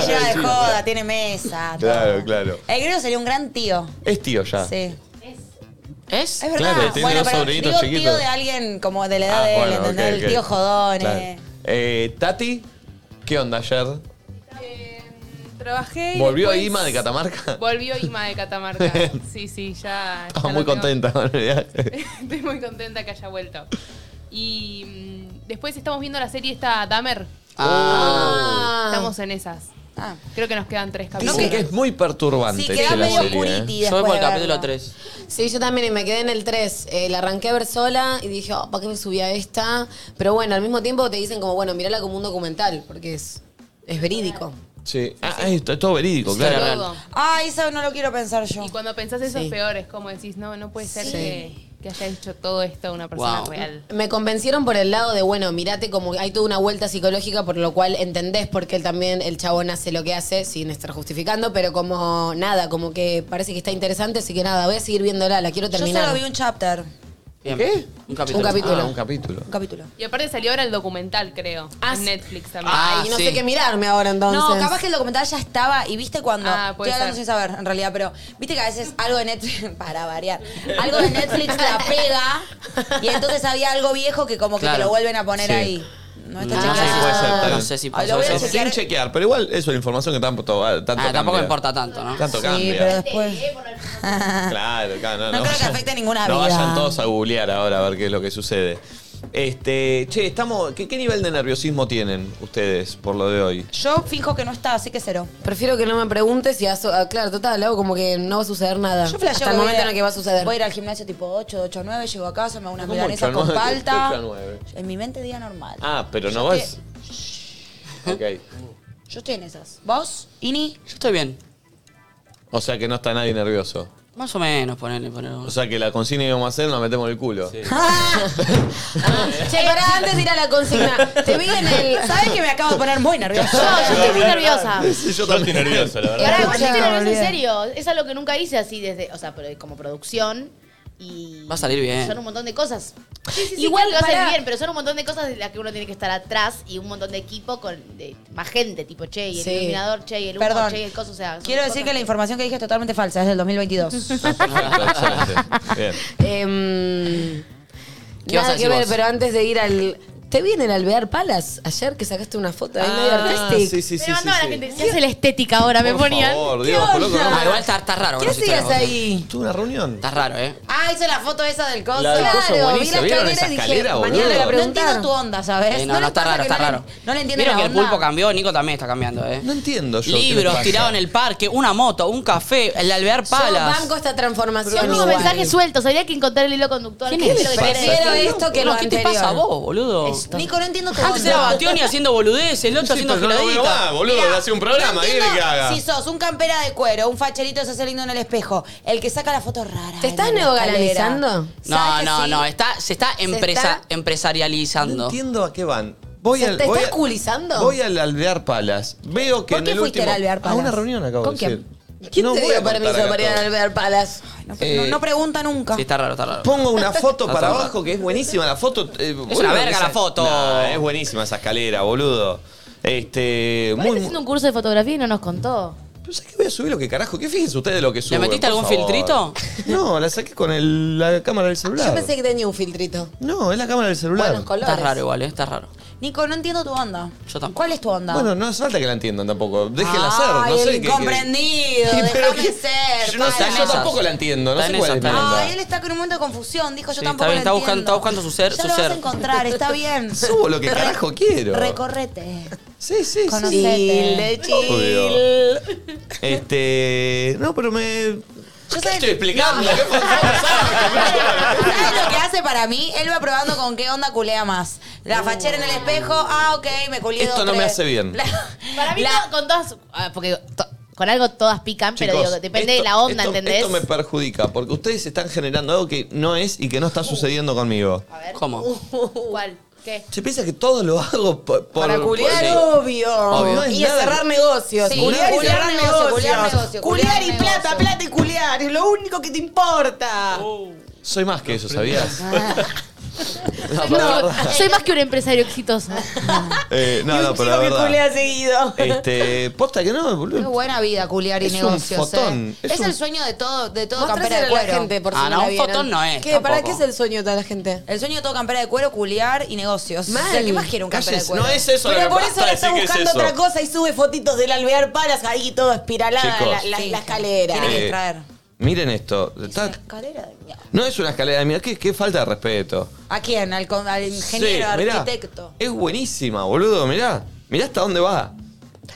Speaker 4: Sí, te lleva de joda, tiene mesa. todo.
Speaker 1: Claro, claro.
Speaker 4: El griego sería un gran tío.
Speaker 1: Es tío ya.
Speaker 4: Sí.
Speaker 2: ¿Es?
Speaker 4: Es verdad.
Speaker 1: Claro, tiene
Speaker 4: bueno,
Speaker 1: dos
Speaker 4: pero
Speaker 1: sobrinitos
Speaker 4: digo tío
Speaker 1: chiquitos.
Speaker 4: de alguien como de la edad
Speaker 1: Ah,
Speaker 4: de él,
Speaker 1: bueno,
Speaker 4: ¿entendés?
Speaker 1: ok,
Speaker 4: El
Speaker 1: ok.
Speaker 4: tío jodón.
Speaker 1: Claro.
Speaker 4: eh.
Speaker 1: Eh, Tati, ¿qué onda ayer?
Speaker 12: Trabajé y
Speaker 1: ¿Volvió
Speaker 12: después-
Speaker 1: Ima de Catamarca?
Speaker 12: Volvió Ima de Catamarca. sí, sí, ya. ya
Speaker 1: Estaba
Speaker 12: la
Speaker 1: muy
Speaker 12: tengo-
Speaker 1: contenta con el viaje.
Speaker 12: Estoy muy contenta que haya vuelto. Y mm, después estamos viendo la serie esta Dahmer.
Speaker 1: Ah.
Speaker 12: Estamos en esas.
Speaker 4: Ah.
Speaker 12: Creo que nos quedan tres capítulos.
Speaker 1: Dicen que es muy perturbante
Speaker 2: Sí,
Speaker 1: che,
Speaker 2: queda
Speaker 1: la
Speaker 2: medio
Speaker 1: serie.
Speaker 2: curiti
Speaker 1: ¿eh?
Speaker 2: Yo voy por el después de capítulo
Speaker 1: capítulo
Speaker 2: verlo.
Speaker 1: 3.
Speaker 2: Sí, yo también y me quedé en el 3. Eh, la arranqué a ver sola y dije, oh, ¿para qué me subí a esta? Pero bueno, al mismo tiempo te dicen como, bueno, mirala como un documental, porque es, es verídico.
Speaker 1: Sí. Ah, esto es todo verídico,
Speaker 2: Sí,
Speaker 1: claro.
Speaker 12: todo.
Speaker 4: Ah, eso no lo quiero pensar yo.
Speaker 12: Y cuando pensás eso
Speaker 2: Sí.
Speaker 12: es peor, es como decís, no, no puede ser
Speaker 2: Sí.
Speaker 12: que, que haya hecho todo esto una persona
Speaker 2: Wow.
Speaker 12: real.
Speaker 2: Me convencieron por el lado de, bueno, mirate como hay toda una vuelta psicológica, por lo cual entendés por qué él también, el chabón hace lo que hace, sin estar justificando, pero como nada, como que parece que está interesante, así que nada, voy a seguir viéndola, la quiero terminar.
Speaker 4: Yo solo vi un chapter.
Speaker 1: ¿Qué?
Speaker 3: Un
Speaker 2: capítulo. Un capítulo.
Speaker 1: Ah, un capítulo.
Speaker 4: Un capítulo.
Speaker 12: Y aparte salió ahora el documental, creo.
Speaker 4: Ah,
Speaker 12: en Netflix también.
Speaker 1: Ah,
Speaker 2: Ay, no sé qué mirarme ahora entonces.
Speaker 4: No, capaz que el documental ya estaba y viste cuando.
Speaker 12: Ah, puede
Speaker 4: estoy hablando
Speaker 12: ser.
Speaker 4: sin saber, en realidad, pero viste que a veces algo de Netflix. Para variar. Algo de Netflix la pega y entonces había algo viejo que como que te
Speaker 3: Claro.
Speaker 4: lo vuelven a poner
Speaker 3: Sí.
Speaker 4: ahí. No está
Speaker 1: No sé si puede ser. tal.
Speaker 3: No sé si
Speaker 1: Lo
Speaker 3: pasó
Speaker 1: voy a
Speaker 3: eso.
Speaker 1: chequear. Sin chequear, pero igual eso es la información que tampoco, tanto
Speaker 3: Ah, tampoco
Speaker 1: cambia.
Speaker 3: importa tanto, ¿no?
Speaker 1: Tanto cambia.
Speaker 4: después.
Speaker 1: Claro, claro, no,
Speaker 4: No creo que
Speaker 1: vayan-
Speaker 4: afecte ninguna
Speaker 1: No
Speaker 4: vida.
Speaker 1: vayan todos a googlear ahora a ver qué es lo que sucede. Este, che, estamos. ¿qué, qué nivel de nerviosismo tienen ustedes por lo de hoy?
Speaker 4: Yo fijo que no está, así que cero.
Speaker 2: Prefiero que no me preguntes y aso- ah, claro, total, hago como que no va a suceder nada.
Speaker 4: Yo flasheo
Speaker 2: Hasta el
Speaker 4: voy
Speaker 2: momento en el que va a suceder.
Speaker 4: Voy a ir al gimnasio tipo 8, de 8 a 9, llego a casa, me hago unas
Speaker 1: ¿Cómo
Speaker 4: milanesas
Speaker 1: ocho a
Speaker 4: con
Speaker 1: nueve?
Speaker 4: palta.
Speaker 1: Ocho a nueve.
Speaker 4: En mi mente día normal.
Speaker 1: Ah, pero
Speaker 4: Yo
Speaker 1: no
Speaker 4: estoy-
Speaker 1: vas.
Speaker 2: ¿Eh?
Speaker 1: Ok.
Speaker 4: Yo estoy en esas. ¿Vos? ¿Ini?
Speaker 3: Yo estoy bien.
Speaker 1: O sea que no está nadie nervioso.
Speaker 3: Más o menos, ponele, ponele.
Speaker 1: O sea que la consigna que vamos a hacer la metemos en el culo.
Speaker 2: Ah, Che, pará, antes de ir a la consigna, te vi en el...
Speaker 4: ¿Sabes que me acabo de poner muy nerviosa?
Speaker 9: Yo, yo estoy muy nerviosa.
Speaker 1: Sí, yo también estoy nervioso, la
Speaker 9: Y ahora igual yo estoy
Speaker 4: Ya,
Speaker 9: nerviosa en
Speaker 4: olvidé.
Speaker 9: serio. Es algo que nunca hice así desde, o sea, pero como producción. Y
Speaker 3: Va a salir bien.
Speaker 9: Son un montón de cosas. Sí, sí, sí,
Speaker 2: Igual,
Speaker 9: Igual lo hacen
Speaker 2: pará.
Speaker 9: bien, pero son un montón de cosas de las que uno tiene que estar atrás y un montón de equipo con de- más gente, tipo Che, y el
Speaker 4: Sí.
Speaker 9: iluminador, Che, y el humo,
Speaker 4: Perdón.
Speaker 9: Che, y el coso, o sea. son
Speaker 4: Quiero decir
Speaker 9: cosas
Speaker 4: que la información que dije es totalmente falsa, es del 2022.
Speaker 1: Excelente. Bien.
Speaker 2: Em,
Speaker 3: ¿Qué vas a
Speaker 2: nada
Speaker 3: decir
Speaker 2: que ver,
Speaker 3: vos?
Speaker 2: pero antes de ir al... ¿Te vi en el Alvear Palace ayer que sacaste una foto ahí medio
Speaker 9: Ah,
Speaker 2: artística?
Speaker 1: sí, sí, sí.
Speaker 9: Me
Speaker 1: sí,
Speaker 9: mandaba
Speaker 1: sí.
Speaker 9: la gente, se hace la estética ahora, me
Speaker 1: Por
Speaker 9: ponían.
Speaker 1: favor, Dios, por loco,
Speaker 3: Ah,
Speaker 1: no.
Speaker 3: igual está, está raro.
Speaker 4: ¿Qué
Speaker 3: bro, si está
Speaker 4: hacías
Speaker 3: raro.
Speaker 4: ahí?
Speaker 1: Tuve una reunión.
Speaker 3: Está raro, ¿eh?
Speaker 4: Ah, hice la foto esa del coso.
Speaker 1: La del coso buenísima, ¿vieron esa
Speaker 4: y
Speaker 1: escalera, boludo?
Speaker 4: mañana la
Speaker 1: No
Speaker 4: preguntaron. No entiendo tu onda, ¿sabes?
Speaker 3: Eh, no, no,
Speaker 4: le
Speaker 3: está
Speaker 4: pasa
Speaker 3: raro,
Speaker 4: que
Speaker 3: está
Speaker 4: no le-
Speaker 3: raro.
Speaker 4: No le entiendo
Speaker 3: Vieron
Speaker 4: la
Speaker 3: que el
Speaker 4: onda.
Speaker 3: pulpo cambió, Nico también está cambiando, ¿eh?
Speaker 1: No entiendo yo. qué le
Speaker 3: Libros
Speaker 1: pasa.
Speaker 3: tirados en el parque, una moto, un café, el alvear palas.
Speaker 2: Yo banco esta
Speaker 9: Yo
Speaker 2: transformación
Speaker 9: pongo
Speaker 2: igual.
Speaker 9: mensajes sueltos, habría que encontrar el hilo conductor.
Speaker 2: ¿Quién
Speaker 9: ¿Qué
Speaker 2: es?
Speaker 9: es lo que querés?
Speaker 2: Prefiero esto que lo
Speaker 3: No, ¿Qué te pasa a
Speaker 2: anterior.
Speaker 3: vos, boludo?
Speaker 4: Nico, no entiendo tu
Speaker 3: Antes era
Speaker 4: onda.
Speaker 3: Bationi haciendo boludeces, el otro
Speaker 1: Sí,
Speaker 3: haciendo
Speaker 1: pero no lo veo
Speaker 3: giradita.
Speaker 1: más, boludo.
Speaker 4: Mirá,
Speaker 1: hace un programa,
Speaker 4: no
Speaker 1: ¿qué quiere
Speaker 4: entiendo
Speaker 1: que haga?
Speaker 4: Si sos un campera de cuero, un facherito se hace lindo en el espejo, el que saca las fotos raras.
Speaker 2: ¿Te estás
Speaker 4: en la escalera.
Speaker 2: neogalanizando?
Speaker 3: No,
Speaker 4: ¿Sabes que
Speaker 3: no,
Speaker 4: sí?
Speaker 3: no, está, se está, empresa,
Speaker 2: está-
Speaker 1: No
Speaker 3: empresarializando.
Speaker 1: entiendo a qué van. Voy
Speaker 2: ¿Se
Speaker 1: al-
Speaker 2: te
Speaker 1: voy
Speaker 2: estás
Speaker 1: a-
Speaker 2: culizando?
Speaker 1: Voy al Alvear Palas. Veo que
Speaker 4: ¿Por
Speaker 1: en
Speaker 4: qué
Speaker 1: el
Speaker 4: fuiste
Speaker 1: último.
Speaker 4: al Alvear Palace?
Speaker 1: A una reunión acabo
Speaker 2: ¿Con
Speaker 1: de
Speaker 2: quién?
Speaker 1: decir.
Speaker 2: ¿Quién
Speaker 1: No
Speaker 2: te
Speaker 1: voy a
Speaker 2: dio
Speaker 1: contar
Speaker 2: permiso
Speaker 1: acá
Speaker 2: para ir
Speaker 1: todo.
Speaker 2: al Alvear Palace?
Speaker 4: No, no- no pregunta nunca.
Speaker 3: Sí, está raro, está raro.
Speaker 1: Pongo una foto
Speaker 3: No
Speaker 1: para
Speaker 3: tanto.
Speaker 1: abajo que es buenísima la foto. eh, boludo,
Speaker 3: una verga
Speaker 1: esa-
Speaker 3: la foto.
Speaker 1: No, es buenísima esa escalera, boludo. Este.
Speaker 9: Está
Speaker 1: Muy,
Speaker 9: haciendo un curso de fotografía y no nos contó.
Speaker 1: Pero ¿sabés qué? voy a subir lo que carajo? ¿Qué fíjense ustedes de lo que subo?
Speaker 3: metiste algún filtrito?
Speaker 1: No, la saqué con el- la cámara del celular.
Speaker 2: Yo pensé que tenía un filtrito.
Speaker 1: No, es la cámara del celular.
Speaker 2: Buenos colores.
Speaker 3: Está raro igual, eh, está raro.
Speaker 4: Nico, no entiendo tu onda.
Speaker 3: Yo tampoco.
Speaker 4: ¿Cuál es tu onda?
Speaker 1: Bueno, no hace falta que la entiendan tampoco. Déjenla
Speaker 4: Ay,
Speaker 1: ser, no sé
Speaker 4: el
Speaker 1: qué- qué.
Speaker 4: incomprendido,
Speaker 1: Sí, pero
Speaker 4: déjame
Speaker 1: que-
Speaker 4: ser.
Speaker 1: Yo no sé,
Speaker 4: para.
Speaker 1: yo tampoco la entiendo, no
Speaker 3: Está
Speaker 1: sé
Speaker 3: en
Speaker 1: cuál
Speaker 3: esas,
Speaker 1: es mi
Speaker 3: está en
Speaker 1: onda.
Speaker 4: Ay, él está con un momento de confusión, dijo yo
Speaker 3: Sí,
Speaker 4: tampoco
Speaker 3: está bien,
Speaker 4: la
Speaker 3: está buscando-
Speaker 4: entiendo.
Speaker 3: está buscando su ser-
Speaker 4: Ya
Speaker 3: su
Speaker 4: lo vas
Speaker 3: ser.
Speaker 4: a encontrar, está bien.
Speaker 1: Subo lo que carajo quiero.
Speaker 4: Recorrete.
Speaker 1: Sí, sí, sí.
Speaker 4: Conocete.
Speaker 1: Obvio. Este. No, pero me.
Speaker 4: Yo
Speaker 1: ¿Qué
Speaker 4: sé-
Speaker 1: estoy explicando? ¿Qué
Speaker 4: ¿Sabes lo que hace para mí? Él va probando con qué onda culea más. La fachera en el espejo, ah, ok, me culié
Speaker 1: Esto
Speaker 4: dos,
Speaker 1: no me
Speaker 4: tres.
Speaker 1: hace bien.
Speaker 4: La-
Speaker 9: Para mí,
Speaker 4: la-
Speaker 9: no, con todas. ah, porque to- Con algo todas pican, pero
Speaker 1: Chicos,
Speaker 9: digo, depende de
Speaker 1: esto-
Speaker 9: la onda,
Speaker 1: esto-
Speaker 9: ¿entendés?
Speaker 1: Esto me perjudica, porque ustedes están generando algo que no es y que no está sucediendo conmigo. ¿Cómo?
Speaker 9: Uh, ¿Cuál? ¿Qué?
Speaker 1: ¿Se piensa que todo lo hago por... por-
Speaker 2: Para
Speaker 1: por-
Speaker 2: culiar,
Speaker 1: sí.
Speaker 2: obvio.
Speaker 1: Obvio. No es
Speaker 2: Y es
Speaker 1: nada.
Speaker 2: cerrar negocios.
Speaker 1: Oh, Sí,
Speaker 2: culiar y
Speaker 1: culiar
Speaker 2: cerrar
Speaker 1: negocio,
Speaker 2: negocios.
Speaker 1: culiar
Speaker 2: Culiar,
Speaker 1: negocio,
Speaker 2: y plata, plata y culiar. Es lo único que te importa.
Speaker 1: Oh, Soy más que eso, ¿sabías? no, pero la
Speaker 9: No,
Speaker 1: verdad-
Speaker 9: soy más que un empresario exitoso.
Speaker 1: eh, no, no, pero la verdad.
Speaker 2: seguido.
Speaker 1: Este, posta que no,
Speaker 4: Qué
Speaker 1: boludo.
Speaker 4: buena vida culiar y
Speaker 1: Es un
Speaker 4: negocios.
Speaker 1: fotón,
Speaker 4: eh.
Speaker 1: es
Speaker 4: Es,
Speaker 1: un-
Speaker 4: el sueño de todo, de todo
Speaker 2: Mostráselo
Speaker 4: campera de
Speaker 2: a la
Speaker 4: cuero.
Speaker 2: gente, por si Ah, no no, la un vieron. fotón no es,
Speaker 4: ¿Qué? ¿Para
Speaker 2: tampoco.
Speaker 4: qué es
Speaker 2: el sueño de toda la gente?
Speaker 4: El sueño de todo campera de cuero, culiar y negocios.
Speaker 2: Mal.
Speaker 4: O sea, ¿qué más quiere un campera
Speaker 2: Calles,
Speaker 4: de cuero?
Speaker 2: no es eso lo Pero que por pasa, eso ahora está decir que es buscando eso. otra cosa y sube fotitos del alvear palas ahí todo espiralada
Speaker 1: Chicos.
Speaker 2: la, la- la escalera.
Speaker 1: Tiene que Eh, distraer. Miren esto. Está-
Speaker 4: Escalera de-
Speaker 1: no es una escalera de mierda. Qué, qué falta de respeto.
Speaker 4: ¿A quién? Al, con- al ingeniero,
Speaker 1: Sí, mirá.
Speaker 4: arquitecto.
Speaker 1: Es buenísima, boludo. Mirá. Mirá hasta dónde va.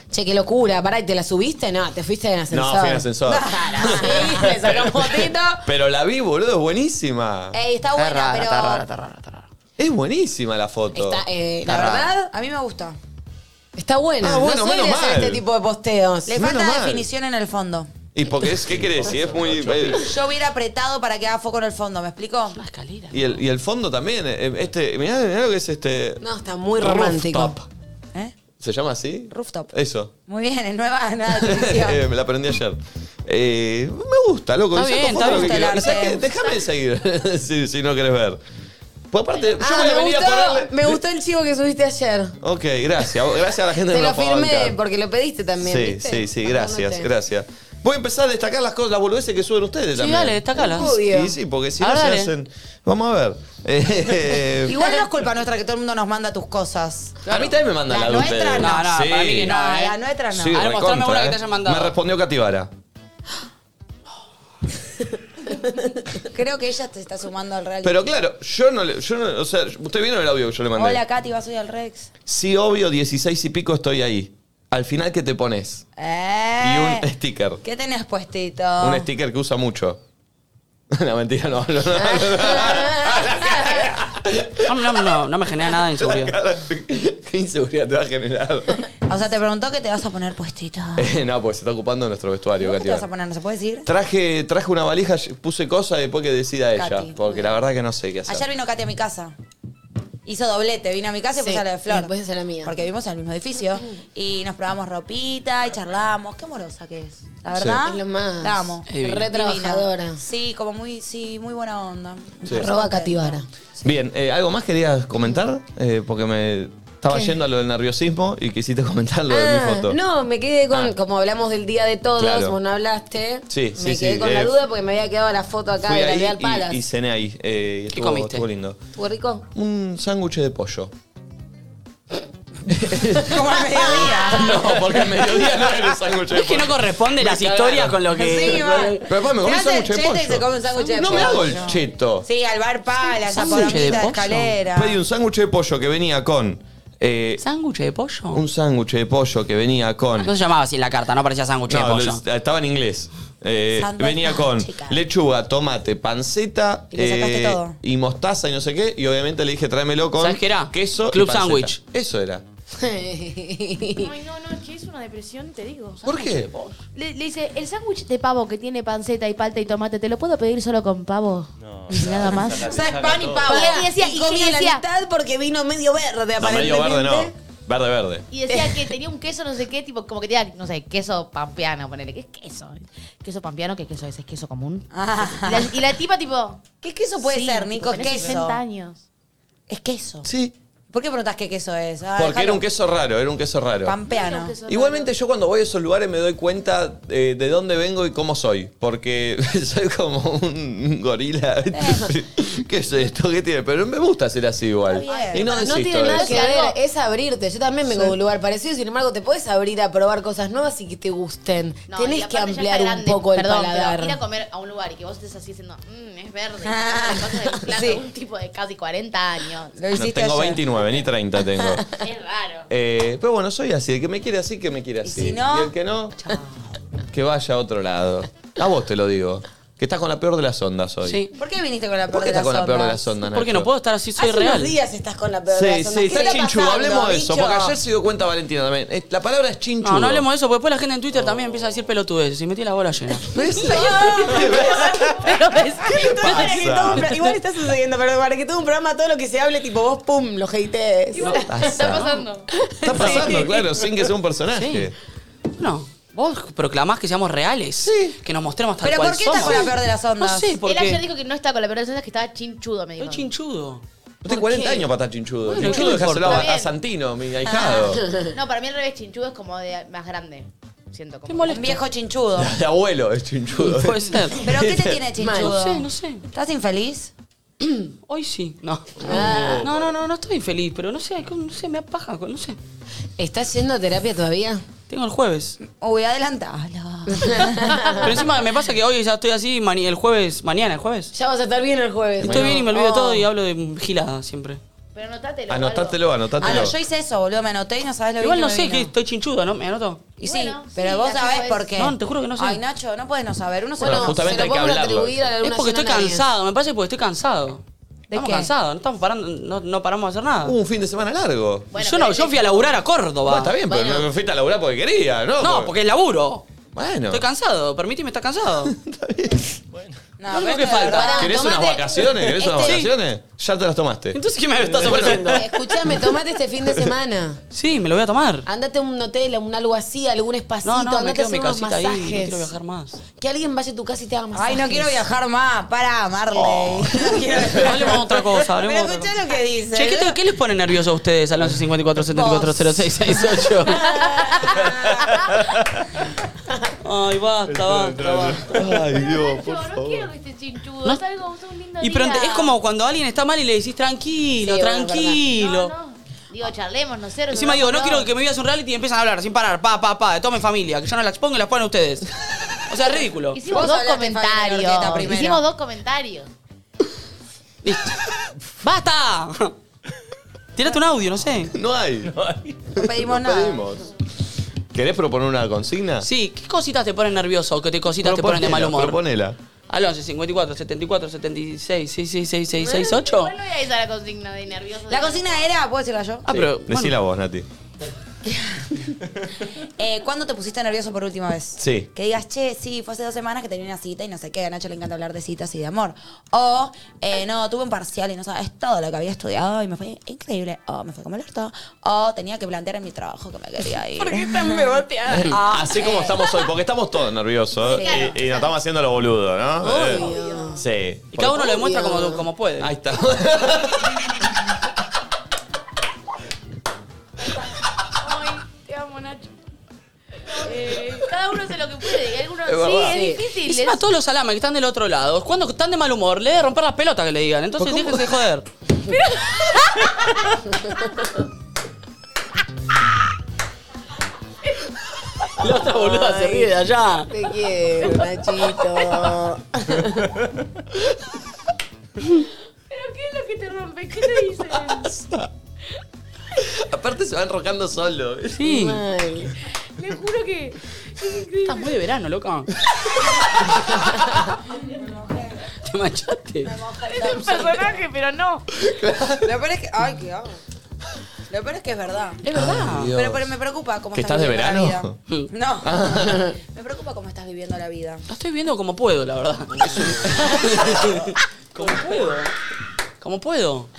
Speaker 2: Che, qué locura. Pará, ¿y te la subiste? No, te fuiste en ascensor.
Speaker 1: No, fui en ascensor.
Speaker 2: sí, me sacó un fotito.
Speaker 1: Pero la vi, boludo. Es buenísima.
Speaker 4: Ey, está buena, pero.
Speaker 1: Es buenísima la foto.
Speaker 2: Está, eh, la
Speaker 1: Está rara.
Speaker 2: verdad,
Speaker 4: a mí me gusta.
Speaker 2: Está buena.
Speaker 4: Ah, bueno,
Speaker 2: no soy de
Speaker 4: menos
Speaker 2: hacer
Speaker 1: mal.
Speaker 2: este tipo de posteos.
Speaker 4: Le falta definición en el fondo.
Speaker 1: ¿Y porque es? ¿Qué querés? Si es muy... eh,
Speaker 4: Yo hubiera apretado para que haga foco en el fondo, ¿me explico? La escalera.
Speaker 1: Y el, y el fondo también. eh, Este, mirá, mirá lo que es este...
Speaker 4: No,
Speaker 2: está muy
Speaker 4: romántico.
Speaker 1: Rooftop.
Speaker 4: ¿Eh?
Speaker 1: ¿Se llama así?
Speaker 4: Rooftop.
Speaker 1: Eso.
Speaker 4: Muy bien, es nueva nada de televisión.
Speaker 1: Eh, me la aprendí ayer. Eh, me gusta, loco.
Speaker 4: Está
Speaker 1: y saco
Speaker 4: bien,
Speaker 1: fotos
Speaker 4: está
Speaker 1: que
Speaker 4: bien.
Speaker 1: quiero. ¿Y sabés qué?
Speaker 4: Arte.
Speaker 1: Déjame de seguir si, si no querés ver. Pues aparte, yo
Speaker 2: Ah,
Speaker 1: voy a
Speaker 2: me
Speaker 1: venir
Speaker 2: gustó,
Speaker 1: a ponerle.
Speaker 2: me gustó el chivo que subiste ayer.
Speaker 1: Ok, gracias. Gracias a la gente
Speaker 2: Te
Speaker 1: que
Speaker 2: lo
Speaker 1: nos
Speaker 2: firmé
Speaker 1: banca.
Speaker 2: porque lo pediste también.
Speaker 1: Sí,
Speaker 2: ¿viste?
Speaker 1: sí, sí, gracias,
Speaker 2: Acordate.
Speaker 1: gracias. Voy a empezar a destacar las cosas, las boludeces que suben ustedes también.
Speaker 4: dale, destacalas. Obvio.
Speaker 1: Y sí, porque si
Speaker 4: Ah,
Speaker 1: no se
Speaker 4: dale.
Speaker 1: hacen. Vamos a ver. Eh,
Speaker 4: Igual no es culpa nuestra que todo el mundo nos manda tus cosas.
Speaker 1: A mí también me mandan la,
Speaker 4: La
Speaker 1: adultez.
Speaker 4: nuestra no. No, no,
Speaker 1: Sí.
Speaker 4: para mí que no, No, ¿eh? la nuestra no.
Speaker 1: Sí,
Speaker 4: A ver, mostrame
Speaker 1: recontra,
Speaker 4: una que
Speaker 1: ¿eh?
Speaker 4: te hayan mandado.
Speaker 1: Me respondió Cativara.
Speaker 4: Creo que ella te está sumando al reality.
Speaker 1: Pero claro, yo no le. Yo no, o sea, ¿usted vieron el audio que yo le mandé?
Speaker 4: Hola, Katy, vas hoy al Rex.
Speaker 1: Sí, obvio, 16 y pico estoy ahí. Al final, ¿qué te pones?
Speaker 4: Eh.
Speaker 1: Y un sticker.
Speaker 4: ¿Qué tenés puestito?
Speaker 3: Ah.
Speaker 1: Un sticker que usa mucho. no, mentira, no, no, no,
Speaker 3: No, no, no, no me genera nada de inseguridad.
Speaker 1: ¿Qué inseguridad te va a generar?
Speaker 4: O sea, te preguntó qué te vas a poner puestito.
Speaker 1: Eh, no, pues se está ocupando de nuestro vestuario,
Speaker 4: ¿Qué te vas a
Speaker 1: Katy.
Speaker 4: poner? ¿No se puede decir?
Speaker 1: Traje, traje una valija, puse cosas y después que decida ella.
Speaker 4: Katy.
Speaker 1: Porque la verdad que no sé qué hacer.
Speaker 4: Ayer vino Katy a mi casa. Hizo doblete, vino a mi casa y
Speaker 2: Sí,
Speaker 4: puso a la de Flor.
Speaker 2: y después hizo la mía.
Speaker 4: Porque vivimos en el mismo edificio. Y nos probamos ropita y charlamos. Qué amorosa que es. La
Speaker 2: Sí.
Speaker 4: verdad.
Speaker 2: Es lo más.
Speaker 4: La amo.
Speaker 2: Es divina. Re trabajadora.
Speaker 4: Sí, como muy, sí, muy buena onda.
Speaker 1: Sí.
Speaker 2: Arroba Cativara.
Speaker 1: Bien, eh, ¿algo más querías comentar? Eh, porque me estaba
Speaker 2: ¿Qué?
Speaker 1: yendo a lo del nerviosismo y quisiste comentar lo de mi
Speaker 2: Ah,
Speaker 1: foto.
Speaker 2: No, me quedé con,
Speaker 1: Ah.
Speaker 2: como hablamos del día de todos,
Speaker 1: Claro.
Speaker 2: vos no hablaste.
Speaker 1: Sí, sí,
Speaker 2: me quedé
Speaker 1: sí,
Speaker 2: con
Speaker 1: eh,
Speaker 2: la duda porque me había quedado la foto acá
Speaker 1: Fui
Speaker 2: de la
Speaker 1: ahí
Speaker 2: Real
Speaker 1: y-
Speaker 2: Palas.
Speaker 1: y, cené ahí. eh, y estuvo,
Speaker 3: comiste?
Speaker 1: estuvo lindo.
Speaker 2: ¿Estuvo rico?
Speaker 1: Un sándwich de pollo.
Speaker 4: Como al mediodía.
Speaker 1: No, porque al mediodía no era un sándwich de pollo.
Speaker 3: Es que no corresponde las historias con lo que.
Speaker 4: Sí, va.
Speaker 1: Pero después me comí un
Speaker 4: Se hace
Speaker 1: sándwich
Speaker 4: el
Speaker 1: de
Speaker 4: chete y se
Speaker 1: pollo.
Speaker 4: come un sándwich de
Speaker 1: No me
Speaker 4: pollo.
Speaker 1: hago el cheto.
Speaker 4: Sí, al bar pala, esa
Speaker 1: ¿Sándwich de
Speaker 4: poromita de
Speaker 1: pollo?
Speaker 4: escalera.
Speaker 1: Pedí un sándwich de pollo que venía con. eh,
Speaker 3: ¿Sándwich de pollo?
Speaker 1: Un sándwich de pollo que venía con.
Speaker 3: No se llamaba así en la carta, no parecía sándwich de
Speaker 1: No,
Speaker 3: pollo.
Speaker 1: lo- estaba en inglés. Eh,
Speaker 3: Sándwich
Speaker 1: venía con lechuga, tomate, panceta eh,
Speaker 3: Y le sacaste todo.
Speaker 1: y mostaza y no sé qué. Y obviamente le dije tráemelo con
Speaker 3: ¿Sabes qué era?
Speaker 1: queso. y
Speaker 3: Club
Speaker 1: panceta.
Speaker 3: sándwich.
Speaker 1: Eso era.
Speaker 9: Ay, no, no, es que es una depresión, te digo.
Speaker 1: ¿Por qué?
Speaker 9: Le, le dice, el sándwich de pavo que tiene panceta y palta y tomate, ¿te lo puedo pedir solo con pavo? No. Y nada más.
Speaker 1: saca-
Speaker 2: O sea, es pan y pavo.
Speaker 9: Pará, y decía-
Speaker 2: y
Speaker 9: y
Speaker 2: comí
Speaker 9: que
Speaker 2: la
Speaker 9: decía-
Speaker 2: mitad porque vino medio verde,
Speaker 1: No,
Speaker 2: aparentemente.
Speaker 1: medio verde no. Verde, verde.
Speaker 9: Y decía que tenía un queso, no sé qué, tipo, como que tenía, no sé, queso pampeano, ponele. ¿Qué es queso? ¿Queso pampeano? ¿Qué queso es? ¿Es queso común? Y la, y la tipa, tipo.
Speaker 4: Ah. ¿Qué queso puede ser, Nico?
Speaker 9: tenés
Speaker 4: Queso.
Speaker 9: 60 años.
Speaker 4: Es queso.
Speaker 1: Sí.
Speaker 4: ¿Por qué preguntás qué queso es? Ah,
Speaker 1: Porque era
Speaker 4: déjalo.
Speaker 1: un queso raro, era un queso raro.
Speaker 4: Pampeano.
Speaker 1: Igualmente yo cuando voy a esos lugares me doy cuenta eh, de dónde vengo y cómo soy, porque soy como un gorila. ¿Qué es esto? ¿Qué tiene? Pero me gusta ser así igual. Y no
Speaker 2: no
Speaker 1: desisto
Speaker 2: tiene
Speaker 1: de
Speaker 2: nada
Speaker 1: eso.
Speaker 2: que ver, es abrirte. Yo también vengo de un lugar parecido, sin embargo, te puedes abrir a probar cosas nuevas y que te gusten.
Speaker 9: No, y
Speaker 2: Tenés
Speaker 9: aparte
Speaker 2: que
Speaker 9: ya
Speaker 2: ampliar
Speaker 9: está
Speaker 2: un
Speaker 9: grande,
Speaker 2: poco el
Speaker 9: perdón,
Speaker 2: paladar.
Speaker 9: pero Ir a comer a un lugar y que vos estés así diciendo, mmm, es verde. Cosas de plato, un tipo de casi 40 años.
Speaker 4: Lo
Speaker 1: No, tengo 29, ni 30 tengo.
Speaker 9: Es raro.
Speaker 1: Eh, pero bueno, soy así. El que me quiere así, que me quiere así.
Speaker 9: si no?
Speaker 1: Y el que no, que vaya a otro lado. A vos te lo digo. Que estás con la peor de las ondas hoy.
Speaker 3: Sí.
Speaker 2: ¿Por qué viniste con la
Speaker 1: ¿Por
Speaker 2: peor
Speaker 1: qué
Speaker 2: de
Speaker 1: estás
Speaker 2: las
Speaker 1: con la peor de
Speaker 2: ondas?
Speaker 1: las ondas,
Speaker 3: ¿Por qué no
Speaker 1: Nacho?
Speaker 3: puedo estar así? Soy
Speaker 2: Hace
Speaker 3: real.
Speaker 2: unos días estás con la peor de
Speaker 1: Sí,
Speaker 2: las ondas.
Speaker 1: sí,
Speaker 2: ¿Qué
Speaker 1: está chinchudo.
Speaker 2: pasando,
Speaker 1: Hablemos de eso,
Speaker 2: bicho?
Speaker 1: porque ayer se dio cuenta Valentina también. Es- La palabra es chinchudo.
Speaker 3: No, no hablemos de eso, porque después la gente en Twitter también empieza a decir pelotudeces y metí la bola llena.
Speaker 2: Pero es- pero para que
Speaker 3: pasa?
Speaker 2: todo un pro- Igual está sucediendo, pero para que todo un programa, todo lo que se hable, tipo vos, pum, lo hatees.
Speaker 1: Está
Speaker 9: pasando.
Speaker 1: Está pasando, claro, sin que sea un personaje.
Speaker 3: No. Vos proclamás que seamos reales. Sí. Que nos mostremos tal
Speaker 4: Pero
Speaker 3: cual
Speaker 4: ¿por qué estás
Speaker 3: somos.
Speaker 4: con la peor de las ondas?
Speaker 3: No sé,
Speaker 9: Él ayer
Speaker 3: porque...
Speaker 9: dijo que no estaba con la peor de las ondas, que estaba chinchudo, me dijo. Ah.
Speaker 3: Estoy chinchudo.
Speaker 1: No tengo 40 años para estar chinchudo.
Speaker 3: Bueno,
Speaker 1: chinchudo
Speaker 3: ¿qué
Speaker 1: dejáselo
Speaker 9: importa?
Speaker 1: a,
Speaker 9: Está
Speaker 1: a
Speaker 9: bien.
Speaker 1: Santino, mi ahijado.
Speaker 9: No, para mí el revés chinchudo es como de más grande. Siento como.
Speaker 4: Un viejo chinchudo.
Speaker 1: De abuelo es chinchudo.
Speaker 3: Ah. Puede ser.
Speaker 4: ¿Pero qué te tiene
Speaker 3: No
Speaker 4: chinchudo?
Speaker 3: sé, no sé.
Speaker 4: ¿Estás infeliz?
Speaker 3: Hoy sí. No.
Speaker 4: Ah.
Speaker 3: No, no, no, no estoy infeliz, pero no sé, no sé, me apaja, no sé.
Speaker 2: ¿Estás yendo a terapia todavía?
Speaker 3: Tengo el jueves.
Speaker 4: Uy, adelantala.
Speaker 3: Pero encima me pasa que hoy ya estoy así, mani- el jueves, mañana, el jueves.
Speaker 2: Ya vas a estar bien el jueves.
Speaker 3: Estoy bien y me olvido de
Speaker 2: Oh.
Speaker 3: todo y hablo de gilada siempre.
Speaker 9: Pero anotátelo.
Speaker 1: Anotátelo,
Speaker 4: Ah,
Speaker 1: anotátelo.
Speaker 4: no, yo hice eso, boludo, me anoté y no sabes lo
Speaker 3: Igual
Speaker 4: bien
Speaker 3: no
Speaker 4: que me
Speaker 3: sé,
Speaker 4: vino.
Speaker 3: que estoy chinchudo, ¿no? Me anoto.
Speaker 4: Y
Speaker 9: Bueno,
Speaker 4: sí, pero
Speaker 9: sí,
Speaker 4: vos
Speaker 9: la
Speaker 4: sabés
Speaker 9: chica
Speaker 4: por
Speaker 9: es-
Speaker 4: qué.
Speaker 3: No, te juro que no sé.
Speaker 4: Ay, Nacho, no puedes no saber. Uno
Speaker 1: Bueno,
Speaker 4: sabe.
Speaker 1: justamente hay que hablarlo.
Speaker 3: Es porque estoy cansado, me parece porque estoy cansado. Estamos
Speaker 4: qué?
Speaker 3: cansados, no estamos parando, no, no paramos de hacer nada.
Speaker 1: Hubo un fin de semana largo.
Speaker 3: yo no, yo fui a laburar a Córdoba.
Speaker 1: Bueno, está bien, pero no me fuiste a laburar porque quería, ¿no?
Speaker 3: No, porque es laburo.
Speaker 1: Bueno.
Speaker 3: Estoy cansado, permíteme estar cansado.
Speaker 4: No,
Speaker 3: lo único
Speaker 4: pero
Speaker 3: que falta.
Speaker 4: pará,
Speaker 1: ¿Querés unas
Speaker 4: tomate-
Speaker 1: vacaciones? ¿Querés unas
Speaker 4: Este-
Speaker 1: vacaciones? Ya te las tomaste.
Speaker 3: Entonces, ¿qué me estás ofreciendo?
Speaker 2: Oh. Escuchame, tomate este fin de semana.
Speaker 3: Sí, me lo voy a tomar.
Speaker 2: Andate a un hotel, a un algo así, a algún espacito,
Speaker 3: No, no, me
Speaker 2: andate a
Speaker 3: quedo en
Speaker 2: hacer
Speaker 3: mi
Speaker 2: unos
Speaker 3: casita ahí, no
Speaker 2: masajes.
Speaker 3: quiero viajar más.
Speaker 2: que alguien vaya a tu casa y te haga masajes.
Speaker 4: Ay, no quiero viajar más. "Ah, Pará, Marley.
Speaker 3: Oh,
Speaker 4: No quiero viajar.
Speaker 3: Hablemos de otra cosa, hablemos de
Speaker 4: Pero
Speaker 3: otra cosa.
Speaker 4: escuchá lo que dice.
Speaker 3: Che, ¿qué, te- qué les pone nervioso a ustedes al 11 54 74 06 68? Ay, basta, basta, basta.
Speaker 1: Ay, Dios, por
Speaker 9: No, no quiero que estés Este chinchudo.
Speaker 3: No.
Speaker 9: Es algo, es un lindo
Speaker 3: Y pero
Speaker 9: día.
Speaker 3: es como cuando alguien está mal y le decís tranquilo,
Speaker 2: Sí, bueno, es
Speaker 9: No,
Speaker 3: tranquilo.
Speaker 9: no. Digo, charlemos, no sé.
Speaker 3: Encima digo, no
Speaker 9: resolvamos
Speaker 3: quiero
Speaker 9: todo.
Speaker 3: que me veas un reality y empiezan a hablar sin parar, pa, pa, pa, de toda mi familia, que yo no la expongo y la exponen ustedes. O sea, es ridículo.
Speaker 9: Hicimos
Speaker 4: Vos
Speaker 9: dos
Speaker 4: hablaste, Fabián Ortieta,
Speaker 9: comentarios.
Speaker 4: primero.
Speaker 9: Hicimos dos comentarios.
Speaker 3: Listo. ¡Basta! Tírate un audio, no sé.
Speaker 1: No hay.
Speaker 4: No pedimos
Speaker 1: No
Speaker 4: nada.
Speaker 1: pedimos. ¿Querés proponer una consigna?
Speaker 3: Sí, ¿qué cositas te ponen nervioso o qué te cositas te ponen de mal humor?
Speaker 1: Proponela.
Speaker 3: Al 11 54 74 76 666 668.
Speaker 9: Igual no voy a ir a la consigna de nervioso.
Speaker 4: La consigna era, ¿puedo decirla yo?
Speaker 3: Ah, pero. bueno.
Speaker 1: Decila vos, Nati.
Speaker 4: Eh, ¿Cuándo te pusiste nervioso por última vez?
Speaker 1: Sí.
Speaker 4: Que digas, che, sí, fue hace dos semanas que tenía una cita y no sé qué, a Nacho le encanta hablar de citas y de amor. O, eh, no, tuve un parcial y no sabes todo lo que había estudiado y me fue increíble. O, me fue como el orto. O, tenía que plantear en mi trabajo que me quería ir.
Speaker 2: tan beboteada.
Speaker 1: Así como estamos hoy, porque estamos todos nerviosos ¿eh? y, y nos estamos haciendo lo boludo, ¿no? Eh, sí.
Speaker 3: Y cada uno
Speaker 1: Porque-
Speaker 3: lo demuestra como, como puede.
Speaker 1: Ahí está.
Speaker 9: Ay, te amo, Nacho. Eh, cada uno hace lo que puede. Y algunos,
Speaker 1: Es verdad.
Speaker 9: sí, es
Speaker 3: Y
Speaker 9: difícil.
Speaker 3: Encima
Speaker 9: es-
Speaker 3: todos los salames que están del otro lado, cuando están de mal humor, le de romper las pelotas que le digan. Entonces déjense de joder. La otra boluda se ríe de allá.
Speaker 2: Te quiero, Nachito.
Speaker 9: ¿Pero qué es lo que te rompe? ¿Qué te dice?
Speaker 1: Aparte se va enrocando solo.
Speaker 3: Sí.
Speaker 2: Ay.
Speaker 9: Le juro que.
Speaker 3: Estás muy de verano, loca. Te manchaste.
Speaker 9: Es un personaje, pero no.
Speaker 4: Lo peor es que. Ay, qué hago. Lo peor es que es verdad.
Speaker 3: Es verdad.
Speaker 4: Pero, pero me preocupa cómo
Speaker 1: ¿Que
Speaker 4: estás,
Speaker 1: estás de
Speaker 4: viviendo
Speaker 1: verano?
Speaker 4: la vida. No. me preocupa cómo estás viviendo la vida.
Speaker 3: La estoy viviendo como puedo, la verdad. como puedo. Como puedo.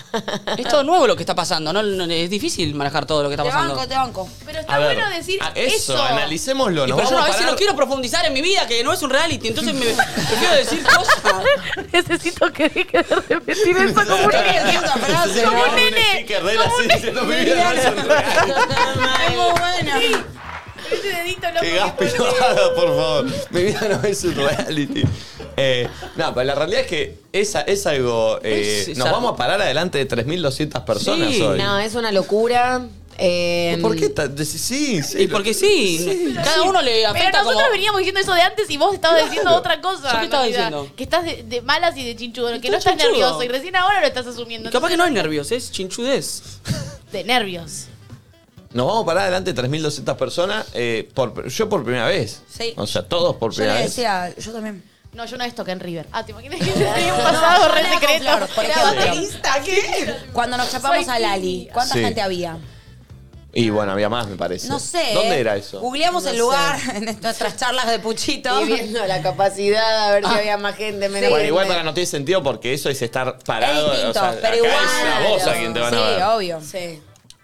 Speaker 3: Es todo nuevo lo que está pasando, ¿no? No- Es difícil manejar todo lo que está
Speaker 4: Te
Speaker 3: pasando.
Speaker 4: banco, te banco.
Speaker 9: Pero está
Speaker 1: A ver,
Speaker 9: bueno decir
Speaker 1: a-
Speaker 9: eso.
Speaker 1: analicémoslo.
Speaker 3: Y
Speaker 1: Nos
Speaker 3: pero yo
Speaker 1: vamos
Speaker 3: a
Speaker 1: a
Speaker 3: veces
Speaker 1: parar-
Speaker 3: no quiero profundizar en mi vida, que no es un reality, entonces me prefiero decir cosas.
Speaker 9: Necesito que deje de repetir eso como un
Speaker 4: Es una frase,
Speaker 9: Como
Speaker 4: ¿no?
Speaker 9: un nene.
Speaker 1: sticker de él así diciendo, mi vida no es un regalo.
Speaker 4: Es muy buena.
Speaker 9: Ese dedito loco
Speaker 1: Qué
Speaker 9: que
Speaker 1: gaspi,
Speaker 9: pone.
Speaker 1: no, por favor. Mi vida no es un reality. Eh, no, pero la realidad es que esa, es algo. eh,
Speaker 3: Es- es
Speaker 1: nos
Speaker 3: algo.
Speaker 1: vamos a parar adelante de 3.200 personas
Speaker 3: Sí,
Speaker 1: hoy.
Speaker 2: No, es una locura.
Speaker 4: em.
Speaker 2: Eh,
Speaker 1: ¿Por qué? ta- de- Sí, sí.
Speaker 3: Y porque sí, cada uno le
Speaker 9: Pero
Speaker 3: afecta
Speaker 9: nosotros
Speaker 3: como...
Speaker 9: veníamos diciendo eso de antes y vos estabas diciendo otra cosa.
Speaker 3: ¿Yo qué estaba
Speaker 9: en realidad.
Speaker 3: diciendo?
Speaker 9: Que estás de, de malas y de chinchudo, que
Speaker 3: Estoy
Speaker 9: no estás
Speaker 3: chinchudo.
Speaker 9: nervioso y recién ahora lo estás asumiendo.
Speaker 3: Y capaz que no
Speaker 9: Entonces,
Speaker 3: es nervios, es chinchudez.
Speaker 9: De nervios.
Speaker 1: Nos vamos a parar adelante de 3.200 personas. eh, por, yo por primera vez.
Speaker 4: Sí.
Speaker 1: O sea, todos por
Speaker 4: Yo
Speaker 1: primera
Speaker 4: le
Speaker 1: vez.
Speaker 4: decía, yo también.
Speaker 9: No, yo una vez toqué en River. Ah, ¿te imaginas que tenía un pasado re secreto?
Speaker 4: por
Speaker 9: Era
Speaker 4: ejemplo.
Speaker 9: baterista, ¿qué?
Speaker 4: Cuando nos chapamos
Speaker 9: Soy
Speaker 4: a Lali, ¿cuánta
Speaker 1: Sí.
Speaker 4: gente había?
Speaker 1: Y bueno, había más, me parece.
Speaker 4: No sé.
Speaker 1: ¿Dónde
Speaker 4: eh.
Speaker 1: era eso?
Speaker 4: Googleamos
Speaker 2: No
Speaker 4: el
Speaker 2: sé.
Speaker 4: lugar en nuestras charlas de Puchito. Ah.
Speaker 2: Y viendo la capacidad, a ver si había más gente, menos
Speaker 1: Bueno, igual
Speaker 2: gente.
Speaker 1: para no tiene sentido porque eso es estar parado.
Speaker 4: Es distinto,
Speaker 1: o sea,
Speaker 4: pero
Speaker 1: acá
Speaker 4: igual.
Speaker 1: es a vos a quien te van
Speaker 4: sí,
Speaker 1: a ver.
Speaker 4: obvio.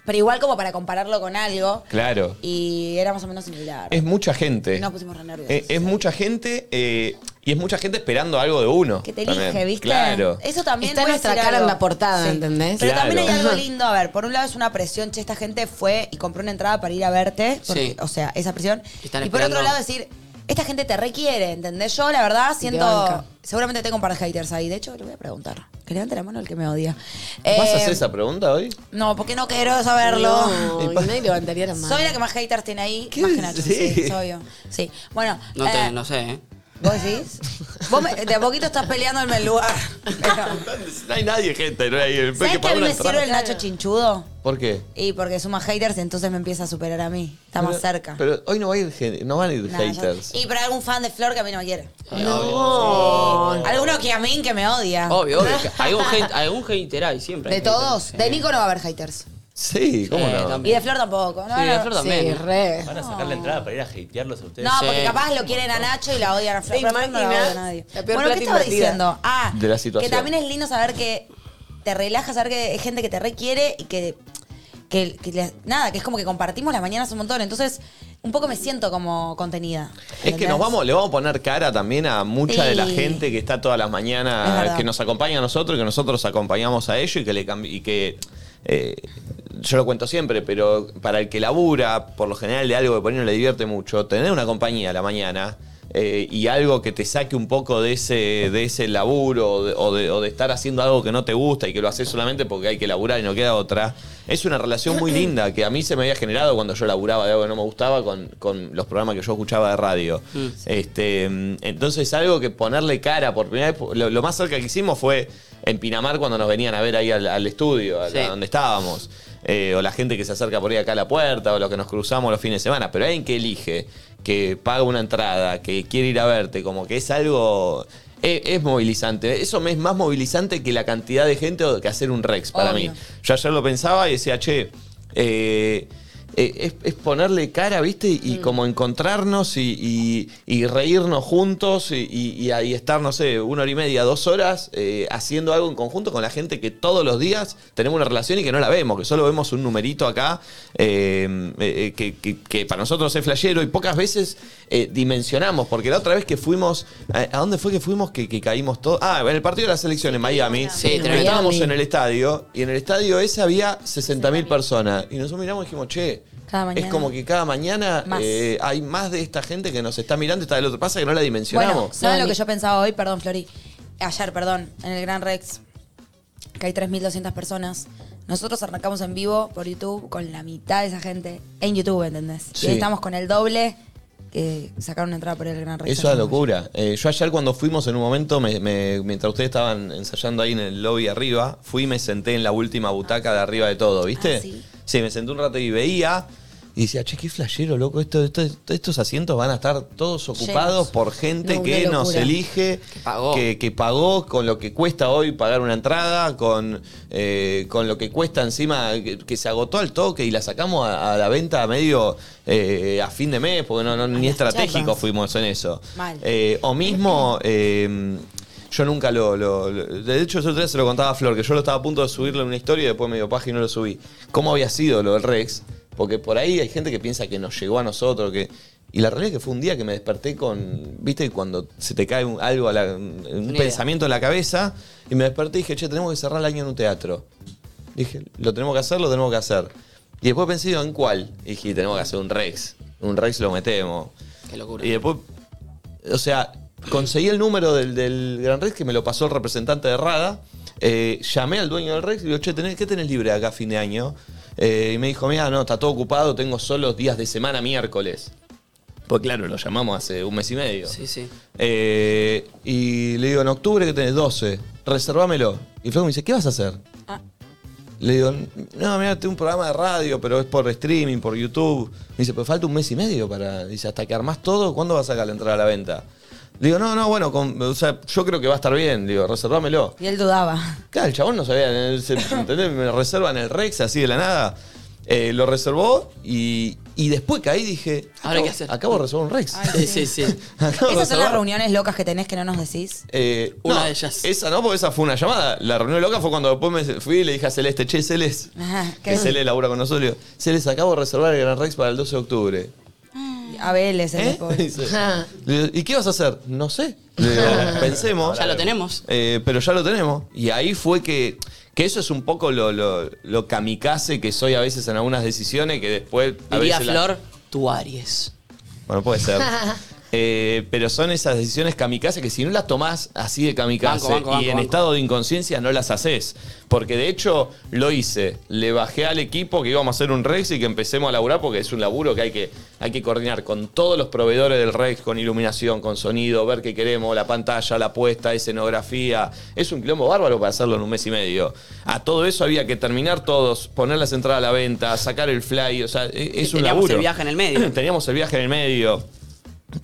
Speaker 4: Pero igual como para compararlo con algo.
Speaker 1: Claro.
Speaker 4: Y era más o menos similar.
Speaker 1: Es mucha gente.
Speaker 4: Y nos pusimos re nerviosos.
Speaker 1: Eh, es mucha gente eh, y es mucha gente esperando algo de uno.
Speaker 4: Que te elige,
Speaker 1: también.
Speaker 4: ¿viste?
Speaker 1: Claro.
Speaker 4: Eso también
Speaker 2: Está
Speaker 4: puede
Speaker 2: nuestra
Speaker 4: decir
Speaker 2: cara
Speaker 4: algo.
Speaker 2: en la portada, ¿entendés?
Speaker 4: Pero también hay
Speaker 2: Claro.
Speaker 4: algo
Speaker 2: Ajá.
Speaker 4: lindo. A ver, por un lado es una presión, che, esta gente fue y compró una entrada para ir a verte. porque,
Speaker 3: Sí.
Speaker 4: O sea, esa presión.
Speaker 3: Están
Speaker 4: y por otro
Speaker 3: esperando.
Speaker 4: lado decir, esta gente te requiere, ¿entendés? Yo, la verdad, siento.
Speaker 2: banca.
Speaker 4: Seguramente tengo un par de haters ahí. De hecho, le voy a preguntar. Que levante la mano el que me odia.
Speaker 1: ¿Vas a
Speaker 4: Eh,
Speaker 1: hacer esa pregunta hoy?
Speaker 4: No, porque no quiero saberlo.
Speaker 2: No, y nadie levantaría la mano.
Speaker 4: Soy la que más haters tiene ahí. Más que Nacho, sí, es obvio. Sí. Bueno,
Speaker 3: No, te,
Speaker 4: eh,
Speaker 3: no sé, ¿eh?
Speaker 4: ¿vos decís? Vos me- de a poquito estás peleándome el lugar.
Speaker 1: No hay nadie, gente. No hay, hay
Speaker 4: ¿Sabes que a
Speaker 1: pagar
Speaker 4: mí
Speaker 1: una
Speaker 4: me sirve
Speaker 1: entrada.
Speaker 4: el Nacho Chinchudo?
Speaker 1: ¿Por qué?
Speaker 4: Y porque suma haters, entonces me empieza a superar a mí. Está más
Speaker 1: Pero-
Speaker 4: cerca.
Speaker 1: Pero hoy no, va a ir gente- no van a ir
Speaker 4: Nada, ya-
Speaker 1: haters.
Speaker 4: Y pero algún fan de Flor que a mí no me quiere.
Speaker 3: No.
Speaker 4: Alguno que a mí que me odia.
Speaker 3: Obvio, obvio. que Algún, hate, algún hater hay siempre. hay
Speaker 4: De
Speaker 3: hater.
Speaker 4: todos. De Nico no va a haber haters.
Speaker 1: Sí,
Speaker 3: ¿cómo no?
Speaker 4: Y de Flor tampoco. No,
Speaker 3: Sí, de
Speaker 4: no.
Speaker 3: Flor también. Sí,
Speaker 2: re.
Speaker 7: Van a sacar la entrada para ir a hatearlos a ustedes.
Speaker 4: No, porque capaz lo quieren a Nacho y la odian a Flor.
Speaker 2: ¿Te
Speaker 4: pero a Flor no la
Speaker 2: imaginas?
Speaker 4: odia a nadie.
Speaker 2: La peor
Speaker 4: Bueno,
Speaker 2: plata
Speaker 4: ¿qué estaba
Speaker 2: invertida.
Speaker 4: diciendo? Ah,
Speaker 1: De la situación.
Speaker 4: Que también es lindo saber que te relaja, saber que es gente que te requiere y que. que- que le- nada, que es como que compartimos las mañanas un montón. Entonces, un poco me siento como contenida.
Speaker 1: Es que nos
Speaker 4: ¿entendés?
Speaker 1: vamos, le vamos a poner cara también a mucha de la
Speaker 4: Sí.
Speaker 1: gente que está todas las
Speaker 4: Es
Speaker 1: mañanas,
Speaker 4: verdad.
Speaker 1: que nos acompaña a nosotros, que nosotros acompañamos a ellos y que le cambi- y que eh, yo lo cuento siempre, pero para el que labura, por lo general de algo que por ahí no le divierte mucho, tener una compañía a la mañana. eh, y algo que te saque un poco de ese, de ese laburo o de, o de- o de estar haciendo algo que no te gusta y que lo haces solamente porque hay que laburar y no queda otra, es una relación muy linda que a mí se me había generado cuando yo laburaba de algo que no me gustaba con, con los programas que yo escuchaba de radio. Este, mm, entonces algo que ponerle cara por primera vez, lo, lo más cerca que hicimos fue en Pinamar cuando nos venían a ver ahí al, al estudio, a la-
Speaker 3: Sí.
Speaker 1: donde estábamos. Eh, o la gente que se acerca por ahí acá a la puerta, o los que nos cruzamos los fines de semana. Pero alguien que elige, que paga una entrada, que quiere ir a verte, como que es algo... Es, es movilizante. Eso me es más movilizante que la cantidad de gente o que hacer un Rex para
Speaker 4: Obvio.
Speaker 1: mí. Yo ayer lo pensaba y decía, che, eh, eh, es, es ponerle cara, ¿viste? Y como encontrarnos y, y- y reírnos juntos y, y- y ahí estar, no sé, una hora y media, dos horas eh, haciendo algo en conjunto con la gente que todos los días tenemos una relación y que no la vemos, que solo vemos un numerito acá eh, eh, eh, que, que- que para nosotros es flashero y pocas veces eh, dimensionamos, porque la otra vez que fuimos, eh, ¿a, a dónde fue que fuimos que, que caímos todos? Ah, en el partido de la selección en Miami.
Speaker 3: Sí, tremendo.
Speaker 1: Estábamos
Speaker 3: Miami.
Speaker 1: en el estadio y en el estadio ese había 60.000 personas. Y nosotros miramos y dijimos, che,
Speaker 4: Cada mañana.
Speaker 1: es como que cada mañana
Speaker 4: Más.
Speaker 1: eh, hay más de esta gente que nos está mirando y está del otro. Pasa que no la
Speaker 4: Bueno,
Speaker 1: dimensionamos.
Speaker 4: ¿saben lo que yo pensaba hoy? Perdón, Flori. Ayer, perdón, en el Gran Rex, que hay 3.200 personas. Nosotros arrancamos en vivo por YouTube con la mitad de esa gente en YouTube, ¿entendés?
Speaker 1: Sí.
Speaker 4: Y estamos con el doble que sacaron una entrada por el Gran Rex.
Speaker 1: Eso es locura. Eh, yo ayer cuando fuimos en un momento, me- me- mientras ustedes estaban ensayando ahí en el lobby arriba, fui y me senté en la última butaca de arriba de todo,
Speaker 4: Ah,
Speaker 1: ¿viste? sí. me senté un rato y veía y decía, che, qué flashero, loco, esto, esto- estos asientos van a estar todos ocupados
Speaker 3: Llenos.
Speaker 1: por gente
Speaker 3: No,
Speaker 1: que
Speaker 3: una
Speaker 1: nos
Speaker 3: locura.
Speaker 1: elige,
Speaker 3: pagó.
Speaker 1: Que, que pagó con lo que cuesta hoy pagar una entrada, con, eh, con lo que cuesta encima, que, que se agotó al toque y la sacamos a, a la venta a medio eh, a fin de mes, porque no, no- ni estratégico
Speaker 4: chapas.
Speaker 1: fuimos en eso.
Speaker 4: Mal.
Speaker 1: Eh, o mismo, eh, yo nunca lo, lo- lo- De hecho, yo se lo contaba a Flor, que yo lo estaba a punto de subirle en una historia y después me dio paja y no lo subí. ¿Cómo había sido lo del Rex? Porque por ahí hay gente que piensa que nos llegó a nosotros, que. Y la realidad es que fue un día que me desperté con. ¿Viste? Cuando se te cae un- algo, a la- un
Speaker 3: idea.
Speaker 1: pensamiento en la cabeza, y me desperté y dije, che, tenemos que cerrar el año en un teatro. Dije, lo tenemos que hacer, lo tenemos que hacer. Y después pensé, ¿en cuál? Y dije, tenemos que hacer un Rex. Un Rex lo metemos.
Speaker 3: Qué locura.
Speaker 1: Y después, o sea, conseguí el número del, del Gran Rex que me lo pasó el representante de Rada. Eh, llamé al dueño del Rex y le digo, che, tenés- ¿qué tenés libre acá a fin de año? Eh, y me dijo, mira, no, está todo ocupado, tengo solo días de semana miércoles. Pues claro, lo llamamos hace un mes y medio.
Speaker 3: Sí, sí.
Speaker 1: Eh, y le digo, en octubre que tenés 12, reservámelo. Y Flaco me dice, ¿qué vas a hacer?
Speaker 3: Ah.
Speaker 1: Le digo, no, mira, tengo un programa de radio, pero es por streaming, por YouTube. Me dice, pero falta un mes y medio para. Dice, hasta que armás todo, ¿cuándo vas a sacar la entrada a la venta? Digo, no, no, bueno, con- o sea, yo creo que va a estar bien, digo, reservámelo.
Speaker 4: Y él dudaba.
Speaker 1: Claro, el chabón no sabía, eh, se- ¿entendés? Me reservan el Rex así de la nada. Eh, lo reservó y, y después caí y dije,
Speaker 3: Ahora, ¿qué
Speaker 1: acabo-
Speaker 3: hacer?
Speaker 1: Acabo de reservar un Rex.
Speaker 3: Sí, sí, sí.
Speaker 1: Acabo de
Speaker 4: Esas son las
Speaker 1: reservar.
Speaker 4: reuniones locas que tenés que no nos decís.
Speaker 1: Eh, una de ellas. Esa no, porque esa fue una llamada. La reunión loca fue cuando después me fui y le dije a Celeste, che, Celeste,
Speaker 4: Ajá,
Speaker 1: que Celeste labura con nosotros. le digo, Celeste, acabo de reservar el Gran Rex para el 12 de octubre.
Speaker 4: A Vélez, el
Speaker 1: ¿Eh?
Speaker 4: de pobre.
Speaker 1: Dice. Le digo, ¿Y qué vas a hacer? No sé. Le digo, pensemos.
Speaker 3: Ya lo tenemos.
Speaker 1: Eh, pero ya lo tenemos. Y ahí fue que. Que eso es un poco lo, lo, lo kamikaze que soy a veces en algunas decisiones que después. A
Speaker 3: Diría
Speaker 1: veces la-
Speaker 3: Flor, tu Aries.
Speaker 1: Bueno, puede ser. Eh, pero son esas decisiones kamikaze que si no las tomás así de kamikaze
Speaker 3: Banco, banco,
Speaker 1: y
Speaker 3: banco,
Speaker 1: en
Speaker 3: banco.
Speaker 1: estado de inconsciencia no las haces. Porque de hecho lo hice. Le bajé al equipo que íbamos a hacer un Rex y que empecemos a laburar porque es un laburo que hay que, hay que coordinar con todos los proveedores del Rex, con iluminación, con sonido, ver qué queremos, la pantalla, la puesta, escenografía. Es un quilombo bárbaro para hacerlo en un mes y medio. A todo eso había que terminar todos, poner las entradas a la venta, sacar el fly. O sea, e- es un
Speaker 3: teníamos
Speaker 1: laburo.
Speaker 3: el viaje en el medio.
Speaker 1: teníamos el viaje en el medio.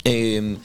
Speaker 1: Eh,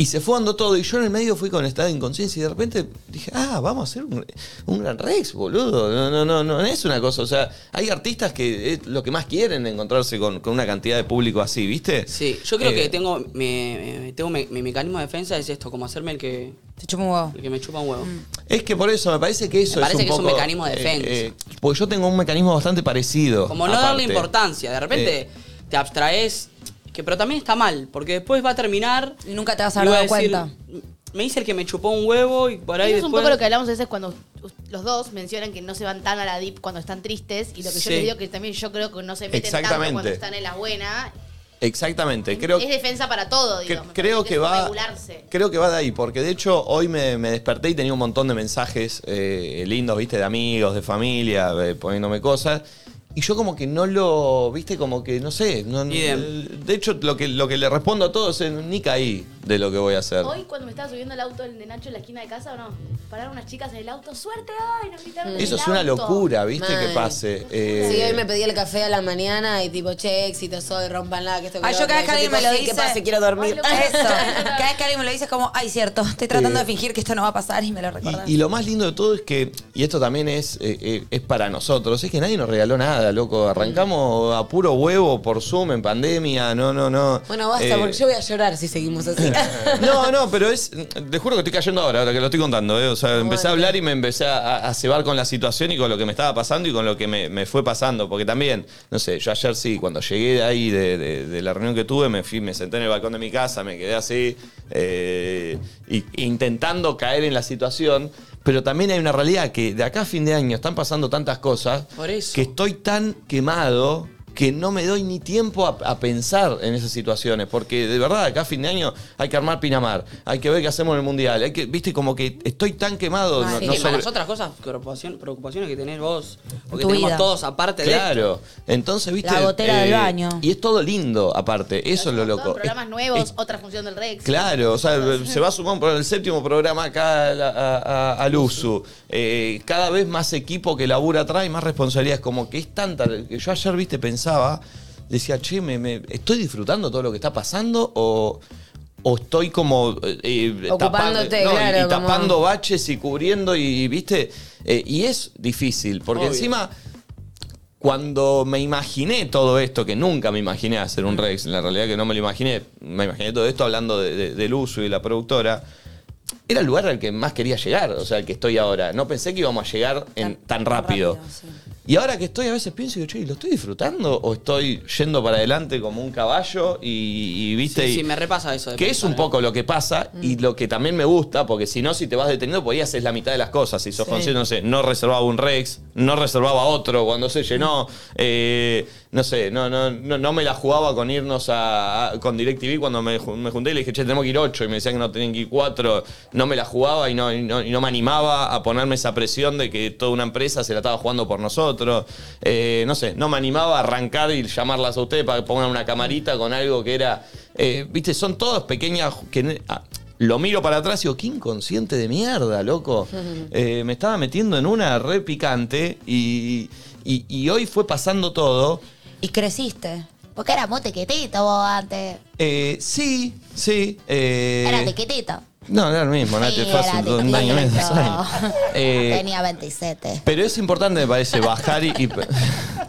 Speaker 1: y se fue dando todo. Y yo en el medio fui con estado de inconsciencia. Y de repente dije, ah, vamos a hacer un, un gran Rex, boludo. No, no, no, no es una cosa. O sea, hay artistas que es lo que más quieren encontrarse con, con una cantidad de público así, ¿viste?
Speaker 3: Sí, Yo creo
Speaker 1: Eh,
Speaker 3: que tengo, me, me- tengo me- mi mecanismo de defensa es esto, como hacerme el que.
Speaker 4: Te chupa un huevo. Mm.
Speaker 3: El que me chupa un huevo.
Speaker 1: Es que por eso me parece que eso
Speaker 3: Me
Speaker 1: es
Speaker 3: parece
Speaker 1: un
Speaker 3: que es un
Speaker 1: poco, eh,
Speaker 3: mecanismo de defensa.
Speaker 1: porque yo tengo un mecanismo bastante parecido.
Speaker 3: Como no
Speaker 1: aparte.
Speaker 3: darle importancia. De repente
Speaker 1: Eh.
Speaker 3: te abstraes. Que, pero también está mal, porque después va a terminar.
Speaker 4: Y nunca te vas
Speaker 9: a
Speaker 4: haber
Speaker 3: va a
Speaker 4: dado
Speaker 3: decir, "Mm,
Speaker 4: cuenta.
Speaker 3: Me dice el que me chupó un huevo y por ahí.
Speaker 9: Eso es un
Speaker 3: después-
Speaker 9: poco lo que hablamos a veces cuando us- los dos mencionan que no se van tan a la dip cuando están tristes y lo que
Speaker 1: Sí.
Speaker 9: yo les digo que también yo creo que no se meten tanto
Speaker 1: Exactamente.
Speaker 9: cuando están en las buenas.
Speaker 1: Exactamente. Creo,
Speaker 9: es defensa para todo,
Speaker 1: que-
Speaker 9: digo. me
Speaker 1: creo
Speaker 9: parece
Speaker 1: que
Speaker 9: es
Speaker 1: va.
Speaker 9: regularse.
Speaker 1: Creo que va de ahí, porque de hecho hoy me, me desperté y tenía un montón de mensajes eh, lindos, viste, de amigos, de familia, eh, poniéndome cosas. Y yo como que no lo, viste, como que no sé. no- de hecho, lo que, lo que le respondo a todos es ni caí de lo que voy a hacer.
Speaker 9: Hoy cuando me estaba subiendo el auto de Nacho en la esquina de casa, ¿o no? Pararon unas chicas en el auto. ¡Suerte hoy! Nos gritaron en
Speaker 1: Eso
Speaker 9: el
Speaker 1: es una
Speaker 9: auto.
Speaker 1: locura, viste, que
Speaker 2: Mal.
Speaker 1: pase. Eh,
Speaker 2: Sí, hoy me pedí el café a la mañana y tipo, che, éxito soy, rompanla, que esto que
Speaker 4: Ay,
Speaker 2: lo
Speaker 4: yo cada vez que
Speaker 2: otro. Y
Speaker 4: alguien
Speaker 2: yo
Speaker 4: me lo
Speaker 2: tipo, sí,
Speaker 4: dice.
Speaker 2: ¿Qué pasa? Quiero dormir.
Speaker 4: Eso. Cada vez que alguien me lo dice es como, ay, cierto, estoy tratando
Speaker 1: Eh.
Speaker 4: de fingir que esto no va a pasar y me lo recordás.
Speaker 1: Y lo más lindo de todo es que, y esto también es, eh, eh, es para nosotros, es que nadie nos regaló nada, loco. Arrancamos a puro huevo por Zoom en pandemia, no, no, no.
Speaker 2: Bueno, basta,
Speaker 1: Eh,
Speaker 2: porque yo voy a llorar si seguimos así.
Speaker 1: No, no, pero es. Te juro que estoy cayendo ahora, ahora que lo estoy contando. ¿eh? O sea, empecé a hablar y me empecé a, a cebar con la situación y con lo que me estaba pasando y con lo que me, me fue pasando. Porque también, no sé, yo ayer sí, cuando llegué de ahí, de, de- de la reunión que tuve, me fui, me senté en el balcón de mi casa, me quedé así, eh, y- intentando caer en la situación. Pero también hay una realidad que de acá a fin de año están pasando tantas cosas
Speaker 3: Por eso.
Speaker 1: que estoy tan quemado que no me doy ni tiempo a, a pensar en esas situaciones, porque de verdad acá a fin de año hay que armar Pinamar, hay que ver qué hacemos en el Mundial, hay que, viste, como que estoy tan quemado. no-
Speaker 3: Ah, Sí,
Speaker 1: no
Speaker 3: que
Speaker 1: sobre-
Speaker 3: las otras cosas, preocupación- preocupaciones que tenés vos, o que
Speaker 1: Tu
Speaker 3: tenemos
Speaker 1: vida.
Speaker 3: todos aparte de
Speaker 1: Claro, entonces, viste... eh,
Speaker 3: La gotera del baño.
Speaker 1: Y es todo lindo, aparte, eso es lo loco. Es-
Speaker 9: Programas nuevos, otra función del Rex.
Speaker 1: Claro, o sea, se va a sumar un pro- el séptimo programa acá a la- a- a- al USU. Eh, cada vez más equipo que labura atrás y más responsabilidades. Como que es tanta. que Yo ayer, viste, pensaba, decía, che, me, me- ¿estoy disfrutando todo lo que está pasando o.? o estoy como eh, eh,
Speaker 2: Ocupándote,
Speaker 1: tapando- no, y-
Speaker 2: claro,
Speaker 1: y
Speaker 2: como-
Speaker 1: tapando baches y cubriendo y, y, viste Eh, y es difícil porque
Speaker 2: Obvio.
Speaker 1: encima cuando me imaginé todo esto, que nunca me imaginé hacer un Rex, en la realidad que no me lo imaginé, me imaginé todo esto hablando de- de- del uso y la productora, era el lugar al que más quería llegar, o sea, al que estoy ahora. No pensé que íbamos a llegar en- tan rápido. Y ahora que estoy, a veces pienso y digo, che, ¿lo estoy disfrutando o estoy yendo para adelante como un caballo? Y, y, viste.
Speaker 3: Sí,
Speaker 1: y-
Speaker 3: sí, me Mm. repasa eso de
Speaker 1: Que es
Speaker 3: pensar,
Speaker 1: un poco lo que pasa y lo que también me gusta, porque si no, si te vas deteniendo, podías hacer la mitad de las cosas. Si sos
Speaker 3: Sí.
Speaker 1: consciente, no sé, no reservaba un Rex, no reservaba otro cuando se llenó, eh, no sé, no, no, no, no me la jugaba con irnos a, a- con DirecTV cuando me, ju- me junté y le dije, che, tenemos que ir ocho, y me decían que no tenían que ir cuatro, no me la jugaba y no, y no, y no me animaba a ponerme esa presión de que toda una empresa se la estaba jugando por nosotros, Eh, no sé, no me animaba a arrancar y llamarlas a ustedes para que pongan una camarita con algo que era, eh, viste, son todas pequeñas que... ne- ah, lo miro para atrás y digo, qué inconsciente de mierda, loco. Eh, me estaba metiendo en una re picante y, y- y hoy fue pasando todo.
Speaker 4: Y creciste.
Speaker 13: Porque era muy tiquitito vos antes.
Speaker 1: Eh, sí, sí. eh,
Speaker 13: Era tiquitito.
Speaker 1: no, era lo mismo, Nati,
Speaker 13: Sí,
Speaker 1: fue hace
Speaker 13: era
Speaker 1: un año menos, dos años.
Speaker 6: Ah,
Speaker 1: Eh,
Speaker 13: Tenía 27.
Speaker 1: Pero es importante, me parece, bajar y. y-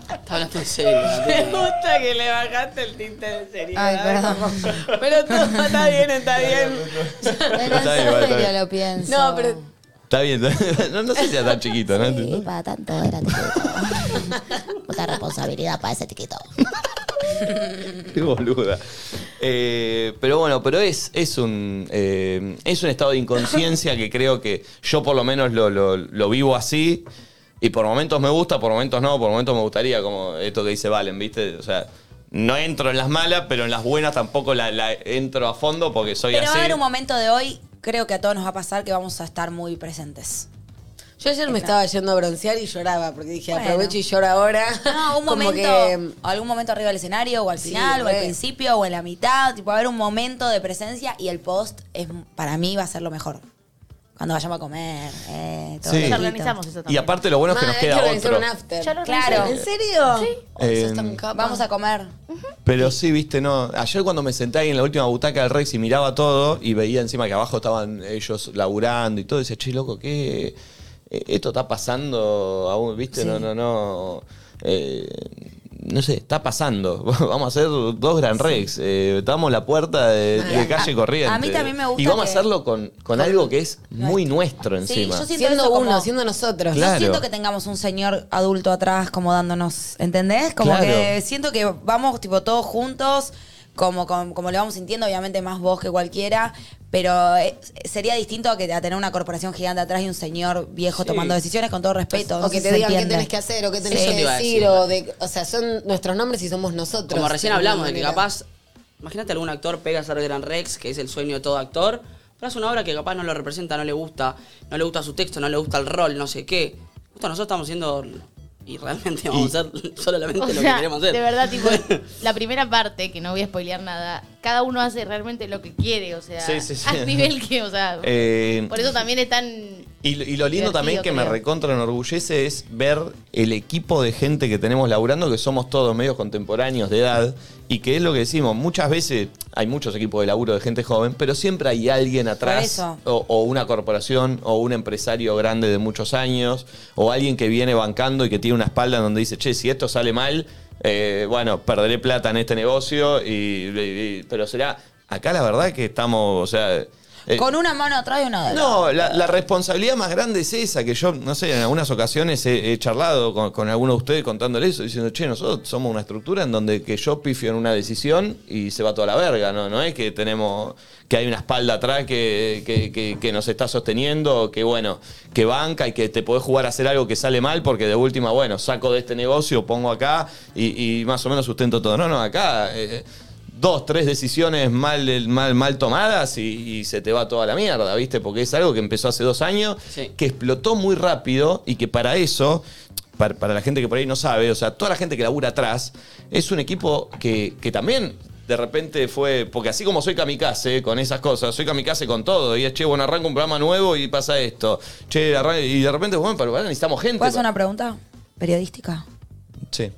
Speaker 3: Está hablando en serio.
Speaker 6: Me gusta que le bajaste el tinte de seriedad.
Speaker 13: Ay, perdón.
Speaker 6: Pero todo está bien, está bien.
Speaker 1: Está bien, va, está bien.
Speaker 13: lo pienso.
Speaker 6: No, pero
Speaker 1: Está bien, no, no sé si era tan chiquito, ¿no?
Speaker 13: Sí, para tanto era tiquito. Mucha responsabilidad para ese tiquito.
Speaker 1: Qué boluda. Eh, pero bueno, pero es, es un eh, es un estado de inconsciencia que creo que yo por lo menos lo, lo- lo vivo así. Y por momentos me gusta, por momentos no, por momentos me gustaría, como esto que dice Valen, ¿viste? O sea, no entro en las malas, pero en las buenas tampoco la, la entro a fondo porque soy
Speaker 4: Pero va
Speaker 1: así.
Speaker 4: a haber un momento de hoy, creo que a todos nos va a pasar que vamos a estar muy presentes.
Speaker 2: Yo ayer me estaba yendo a broncear y lloraba porque dije,
Speaker 4: Bueno.
Speaker 2: aprovecho y lloro ahora.
Speaker 4: No, un
Speaker 2: Como
Speaker 4: momento,
Speaker 2: que-
Speaker 4: algún momento arriba del escenario, o al
Speaker 2: Sí,
Speaker 4: final, o al
Speaker 2: re.
Speaker 4: principio, o en la mitad. Tipo, va a haber un momento de presencia y el post es para mí va a ser lo mejor. Cuando vayamos a comer, eh, todo
Speaker 1: Sí.
Speaker 4: junto.
Speaker 1: Organizamos eso también. Y aparte lo bueno es que nos queda otro.
Speaker 2: Ya lo
Speaker 4: claro.
Speaker 2: organizé. ¿En
Speaker 4: serio?
Speaker 1: Eh,
Speaker 4: Vamos a comer.
Speaker 1: Pero sí, viste, no. Ayer cuando me senté ahí en la última butaca del Rex y miraba todo y veía encima que abajo estaban ellos laburando y todo, decía, che, loco, ¿qué? Eh, Esto está pasando aún, viste,
Speaker 7: Sí.
Speaker 1: no, no, no. Eh, no sé, está pasando. Vamos a hacer dos Gran Rex. Eh, estamos en la puerta de, de
Speaker 4: Ah,
Speaker 1: calle
Speaker 4: a-
Speaker 1: corriente.
Speaker 4: a mí también me gusta
Speaker 1: Y vamos a
Speaker 4: que-
Speaker 1: hacerlo con, con algo que es muy nuestro encima.
Speaker 2: Siendo
Speaker 4: eso
Speaker 2: uno,
Speaker 4: como-
Speaker 2: siendo nosotros.
Speaker 1: Claro.
Speaker 4: Yo siento que tengamos un señor adulto atrás como dándonos, ¿entendés? Como
Speaker 1: Claro.
Speaker 4: que siento que vamos tipo todos juntos, como, como, como lo vamos sintiendo, obviamente más vos que cualquiera, pero eh, sería distinto a, que, a tener una corporación gigante atrás y un señor viejo
Speaker 2: Sí.
Speaker 4: tomando decisiones con todo respeto.
Speaker 2: O
Speaker 4: no
Speaker 2: que
Speaker 4: sé
Speaker 2: te
Speaker 4: si se
Speaker 2: digan qué
Speaker 4: entiende.
Speaker 2: tenés que hacer o qué tenés
Speaker 4: Eso
Speaker 2: que
Speaker 4: te iba a
Speaker 2: decir.
Speaker 4: decir.
Speaker 2: o, de, o sea, son nuestros nombres y somos nosotros.
Speaker 3: Como recién hablamos de que
Speaker 2: Mira.
Speaker 3: capaz. Imagínate algún actor pega a ser Gran Rex, que es el sueño de todo actor, pero hace una obra que capaz no lo representa, no le gusta, no le gusta su texto, no le gusta el rol, no sé qué. Justo nosotros estamos siendo. Y realmente vamos a hacer solamente
Speaker 9: O
Speaker 3: lo
Speaker 9: sea,
Speaker 3: que queremos hacer.
Speaker 9: De verdad, tipo, la primera parte, que no voy a spoilear nada, cada uno hace realmente lo que quiere, o sea,
Speaker 1: Sí, sí, sí.
Speaker 9: a nivel que, o sea,
Speaker 1: Eh,
Speaker 9: por eso también es tan...
Speaker 1: Y, lo- y lo lindo
Speaker 9: Divertido,
Speaker 1: también que me
Speaker 9: creo.
Speaker 1: recontra enorgullece es ver el equipo de gente que tenemos laburando, que somos todos medios contemporáneos de edad, y que es lo que decimos, muchas veces hay muchos equipos de laburo de gente joven, pero siempre hay alguien atrás,
Speaker 4: eso.
Speaker 1: o, o una corporación, o un empresario grande de muchos años, o alguien que viene bancando y que tiene una espalda en donde dice, che, si esto sale mal, eh, bueno, perderé plata en este negocio, y, y- y- pero será, acá la verdad que estamos, o sea... eh,
Speaker 4: Con una mano atrás y una de
Speaker 1: no, la, la responsabilidad más grande es esa, que yo, no sé, en algunas ocasiones he, he charlado con, con alguno de ustedes contándoles eso, diciendo, che, nosotros somos una estructura en donde que yo pifio en una decisión y se va toda la verga, ¿no? No es que tenemos, que hay una espalda atrás que, que- que- que nos está sosteniendo, que bueno, que banca y que te podés jugar a hacer algo que sale mal porque de última, bueno, saco de este negocio, pongo acá y, y más o menos sustento todo. No, no, acá... eh, dos, tres decisiones mal, mal, mal tomadas y, y se te va toda la mierda, ¿viste? Porque es algo que empezó hace dos años, que explotó muy rápido y que para eso, para, para la gente que por ahí no sabe, o sea, toda la gente que labura atrás, es un equipo que, que también de repente fue, porque así como soy kamikaze con esas cosas, soy kamikaze con todo, y es, che, bueno, arranca un programa nuevo y pasa esto, che, arran- y de repente, bueno, pero pará, necesitamos gente.
Speaker 4: ¿Puedo hacer una pregunta periodística?
Speaker 1: Sí.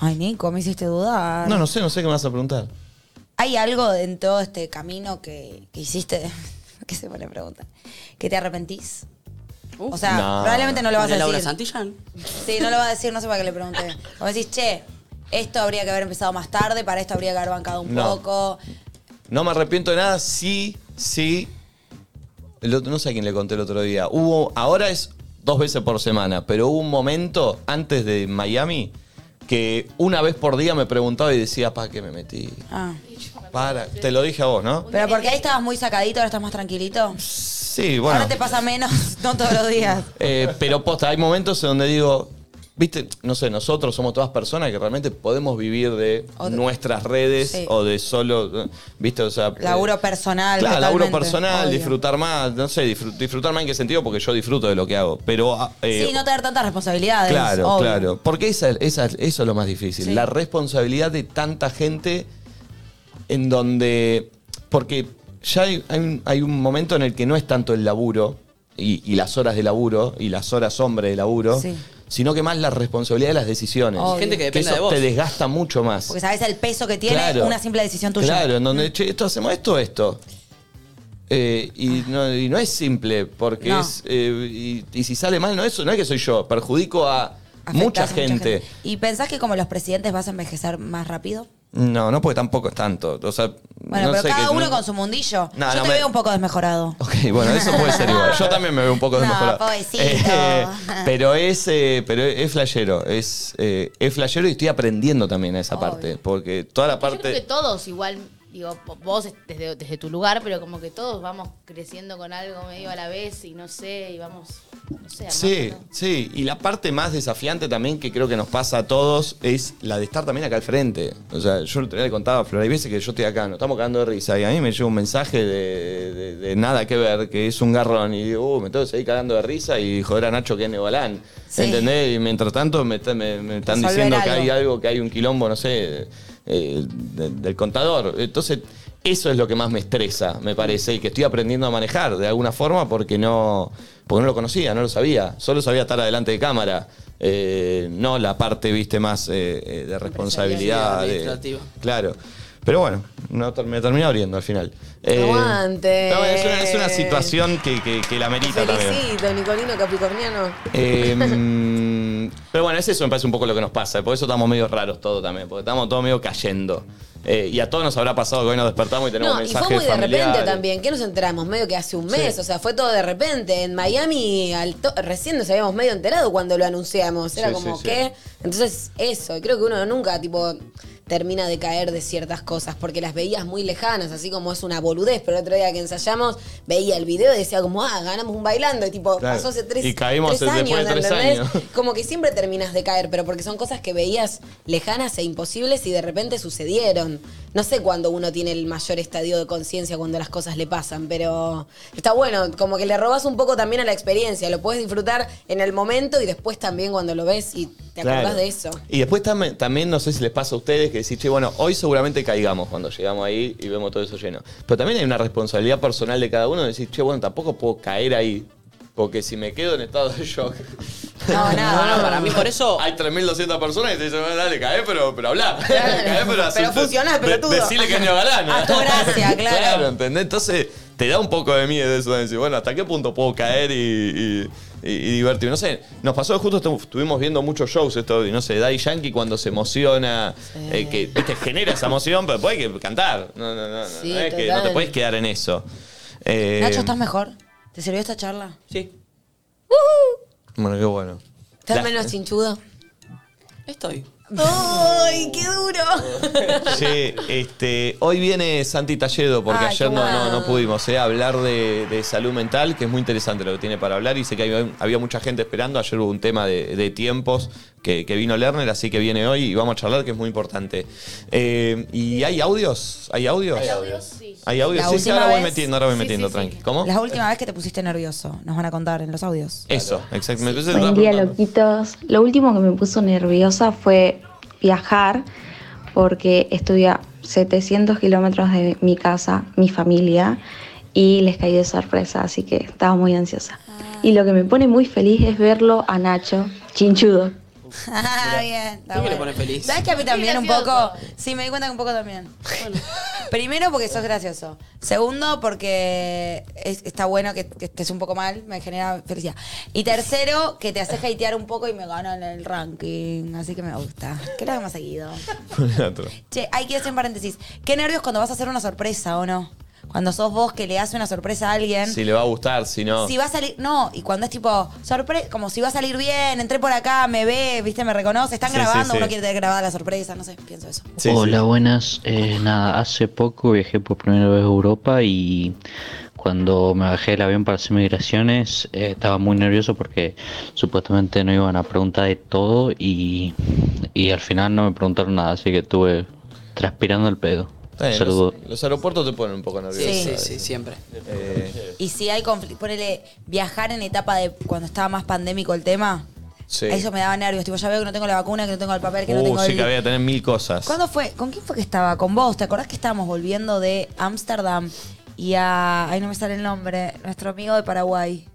Speaker 4: Ay, Nico, me hiciste dudar.
Speaker 1: No, no sé, no sé qué me vas a preguntar.
Speaker 4: ¿Hay algo en todo este camino que, que hiciste? que se pone pregunta. ¿Que te arrepentís? o sea,
Speaker 3: No.
Speaker 4: probablemente no lo vas a
Speaker 3: ¿Era
Speaker 4: decir.
Speaker 3: Laura Santillán?
Speaker 4: Sí, no lo va a decir, no sé para qué le pregunté. O decís, che, esto habría que haber empezado más tarde, para esto habría que haber bancado un
Speaker 1: No.
Speaker 4: poco.
Speaker 1: No me arrepiento de nada, sí, sí. El otro- no sé a quién le conté el otro día. Hubo, ahora es dos veces por semana, pero hubo un momento antes de Miami que una vez por día me preguntaba y decía, ¿para qué me metí?
Speaker 4: Ah.
Speaker 1: Para, te lo dije a vos, ¿no?
Speaker 4: Pero porque ahí estabas muy sacadito, ahora estás más tranquilito.
Speaker 1: Sí, bueno.
Speaker 4: Ahora te pasa menos, no todos los días.
Speaker 1: Eh, pero posta, hay momentos en donde digo, viste, no sé, nosotros somos todas personas que realmente podemos vivir de nuestras redes
Speaker 4: Sí.
Speaker 1: o de solo, eh, viste, o sea... eh,
Speaker 4: Laburo personal.
Speaker 1: Claro, laburo
Speaker 4: totalmente,
Speaker 1: personal,
Speaker 4: obvio.
Speaker 1: disfrutar más, no sé, disfrut- disfrutar más en qué sentido, porque yo disfruto de lo que hago. Pero. ah, eh,
Speaker 4: Sí, no tener tantas responsabilidades.
Speaker 1: Claro,
Speaker 4: obvio.
Speaker 1: claro. Porque esa, esa- eso es lo más difícil. La responsabilidad de tanta gente en donde. Porque ya hay, hay un, hay un momento en el que no es tanto el laburo y, y las horas de laburo y las horas hombre de laburo, sino que más la responsabilidad de las decisiones.
Speaker 4: Obvio. Gente que depende
Speaker 1: eso
Speaker 4: de vos.
Speaker 1: te desgasta mucho más.
Speaker 4: Porque sabes el peso que tiene
Speaker 1: Claro.
Speaker 4: una simple decisión tuya.
Speaker 1: Claro, en
Speaker 4: Mm.
Speaker 1: donde, che, esto hacemos esto, esto. Eh, y, no, y no es simple, porque
Speaker 4: Ah. No.
Speaker 1: es. eh, y, y si sale mal, no es, no es que soy yo, perjudico a mucha
Speaker 4: Afectás a mucha
Speaker 1: gente.
Speaker 4: ¿Y pensás que como los presidentes vas a envejecer más rápido?
Speaker 1: No, no, porque tampoco es tanto. O sea,
Speaker 4: Bueno,
Speaker 1: no
Speaker 4: pero
Speaker 1: sé
Speaker 4: cada
Speaker 1: que-
Speaker 4: uno
Speaker 1: no-
Speaker 4: con su mundillo.
Speaker 1: No,
Speaker 4: Yo
Speaker 1: no
Speaker 4: te
Speaker 1: me-
Speaker 4: veo un poco desmejorado.
Speaker 1: Ok, bueno, eso puede ser igual. Yo también me veo un poco
Speaker 4: No,
Speaker 1: desmejorado.
Speaker 4: pobrecito.
Speaker 1: Eh, pero es eh, pero es flashero, es eh, es flashero y estoy aprendiendo también a esa parte, porque toda la
Speaker 9: Yo creo que
Speaker 1: parte
Speaker 9: todos igual, digo, po- vos desde, desde tu lugar, pero como que todos vamos creciendo con algo medio a la vez y no sé, y vamos, no sé,
Speaker 1: Sí, sí, y la parte más desafiante también que creo que nos pasa a todos es la de estar también acá al frente. O sea, yo el otro día le contaba a Flor, hay veces que yo estoy acá, nos estamos cagando de risa, y a mí me llega un mensaje de, de- de nada que ver, que es un garrón, y digo, uh, me tengo que seguir cagando de risa y joder a Nacho que es Nebalán.
Speaker 14: Sí.
Speaker 1: ¿Entendés? Y mientras tanto me, está- me- me están
Speaker 14: Resolver
Speaker 1: diciendo que
Speaker 14: algo.
Speaker 1: hay algo, que hay un quilombo, no sé, eh, de- del contador. Entonces, eso es lo que más me estresa, me parece, y que estoy aprendiendo a manejar de alguna forma porque no, porque no lo conocía, no lo sabía. Solo sabía estar adelante de cámara. eh, no la parte, viste, más eh, eh, de responsabilidad. de-
Speaker 3: Administrativa.
Speaker 1: claro. Pero bueno, no, ter- me terminé abriendo al final. Eh,
Speaker 2: Aguante.
Speaker 1: no, es, una, es
Speaker 14: eh,
Speaker 1: una situación que, que, que la merita también.
Speaker 2: Felicito, Nicolino Capricorniano.
Speaker 1: Eh, mm, pero bueno, es eso, me parece un poco lo que nos pasa. Por eso estamos medio raros todos también, porque estamos todos medio cayendo. Eh, y a todos nos habrá pasado que hoy nos despertamos y tenemos
Speaker 2: No, y
Speaker 1: mensajes
Speaker 2: fue muy de repente
Speaker 1: familiares.
Speaker 2: también. ¿Qué nos enteramos? Medio que hace un mes,
Speaker 1: Sí.
Speaker 2: o sea, fue todo de repente. En Miami al to- recién nos habíamos medio enterado cuando lo anunciamos. Era
Speaker 15: Sí,
Speaker 2: como,
Speaker 15: sí, sí.
Speaker 2: ¿qué? Entonces, eso. y Creo que uno nunca, tipo, termina de caer de ciertas cosas porque las veías muy lejanas, así como es una boludez. Pero el otro día que ensayamos, veía el video y decía como, ah, ganamos un bailando. Y tipo,
Speaker 1: Claro.
Speaker 2: pasó hace tres,
Speaker 1: Y caímos
Speaker 2: tres años,
Speaker 1: después de tres
Speaker 2: ¿entendés?
Speaker 1: años.
Speaker 2: Como que siempre terminas de caer, pero porque son cosas que veías lejanas e imposibles y de repente sucedieron. No sé cuándo uno tiene el mayor estadio de conciencia cuando las cosas le pasan, pero está bueno, como que le robas un poco también a la experiencia, lo puedes disfrutar en el momento y después también cuando lo ves y te acordás
Speaker 1: Claro.
Speaker 2: de eso.
Speaker 1: Y después tam- también, no sé si les pasa a ustedes que decís, che, bueno, hoy seguramente caigamos cuando llegamos ahí y vemos todo eso lleno. Pero también hay una responsabilidad personal de cada uno de decir, che, bueno, tampoco puedo caer ahí. Porque si me quedo en estado de shock.
Speaker 3: No, nada. para mí por eso.
Speaker 1: Hay 3.200 personas que te dicen, dale, cae, pero, pero hablá. Cae, pero,
Speaker 2: Pero
Speaker 1: hacete-
Speaker 2: funcioná,
Speaker 1: de-
Speaker 2: pelotudo.
Speaker 1: Decile que es neogalán.
Speaker 2: A tu gracia, claro.
Speaker 1: ¿entendés? Entonces te da un poco de miedo eso de decir, bueno, ¿hasta qué punto puedo caer y, y- y- y divertirme? No sé, nos pasó justo, estu- estuvimos viendo muchos shows esto, y no sé, Daddy Yankee cuando se emociona, eh, que viste, genera esa emoción, pero después hay que cantar. No, no, no, no,
Speaker 4: Sí,
Speaker 1: no es que
Speaker 4: total.
Speaker 1: no te puedes quedar en eso. Eh,
Speaker 4: Nacho, ¿estás mejor? ¿Te sirvió esta charla?
Speaker 3: Sí.
Speaker 1: Bueno, qué bueno.
Speaker 2: ¿Estás
Speaker 1: La-
Speaker 2: menos chinchudo?
Speaker 3: Estoy.
Speaker 2: ¡Ay, qué duro!
Speaker 1: Sí, este, hoy viene Santi Talledo porque
Speaker 2: Ay,
Speaker 1: ayer
Speaker 2: qué
Speaker 1: no,
Speaker 2: bueno.
Speaker 1: no- no pudimos eh, hablar de, de salud mental, que es muy interesante lo que tiene para hablar y sé que había, había mucha gente esperando, ayer hubo un tema de, de tiempos que, que vino Lerner, así que viene hoy y vamos a charlar que es muy importante. Eh, ¿Y hay audios? ¿Hay audios?
Speaker 4: Hay
Speaker 1: audios,
Speaker 9: sí.
Speaker 1: ¿Hay audios?
Speaker 4: La
Speaker 1: Sí, sí,
Speaker 4: última
Speaker 1: ahora voy
Speaker 4: vez-
Speaker 1: metiendo, ahora voy
Speaker 4: Sí,
Speaker 1: metiendo,
Speaker 4: sí, sí.
Speaker 1: tranqui. ¿Cómo?
Speaker 4: La última vez que te pusiste nervioso, nos van a contar en los audios.
Speaker 1: Eso, exactamente. Entonces,
Speaker 16: Buen día, loquitos. Lo último que me puso nerviosa fue viajar porque estoy a 700 kilómetros de mi casa, mi familia, y les caí de sorpresa, así que estaba muy ansiosa.
Speaker 4: Ah.
Speaker 16: Y lo que me pone muy feliz es verlo a Nacho, chinchudo.
Speaker 4: Ah, bien.
Speaker 3: ¿Tú qué le pones feliz?
Speaker 4: ¿Sabes que a mí también un poco? Sí, me di cuenta que un poco también. Primero porque sos gracioso. Segundo porque es- está bueno que, que estés un poco mal, me genera felicidad. Y tercero, que te haces hatear un poco y me ganan el ranking, así que me gusta. Que lo haga más seguido.
Speaker 1: Ah,
Speaker 4: Che, hay que hacer un paréntesis. Qué nervios cuando vas a hacer una sorpresa, ¿o no? Cuando sos vos que le haces una sorpresa a alguien.
Speaker 1: Si le va a gustar, si no.
Speaker 4: Si va a salir, no, y cuando es tipo, sorpresa, como si va a salir bien, entré por acá, me ve, viste, me reconoce, están
Speaker 17: Sí, sí,
Speaker 4: grabando,
Speaker 17: sí.
Speaker 4: uno quiere tener grabada la sorpresa, no sé, pienso eso.
Speaker 17: Hola, buenas. Eh, nada, hace poco viajé por primera vez a Europa y cuando me bajé del avión para hacer migraciones eh, estaba muy nervioso porque supuestamente no iban a preguntar de todo y, y al final no me preguntaron nada, así que estuve transpirando el pedo.
Speaker 1: Está bien,
Speaker 17: Saludos.
Speaker 1: los, los aeropuertos te ponen un poco nervioso.
Speaker 3: Sí, sí,
Speaker 1: ¿sabes?
Speaker 3: sí, siempre.
Speaker 1: Eh,
Speaker 4: Y si hay conflicto, ponele viajar en etapa de cuando estaba más pandémico el tema,
Speaker 1: sí.
Speaker 4: eso me daba nervios, tipo, ya veo que no tengo la vacuna, que no tengo el papel, que no
Speaker 1: Uh,
Speaker 4: tengo
Speaker 1: sí,
Speaker 4: el...
Speaker 1: que había que tener mil cosas.
Speaker 4: ¿Cuándo fue? ¿Con quién fue que estaba? Con vos, ¿te acordás que estábamos volviendo de Ámsterdam y a, ahí no me sale el nombre, nuestro amigo de Paraguay?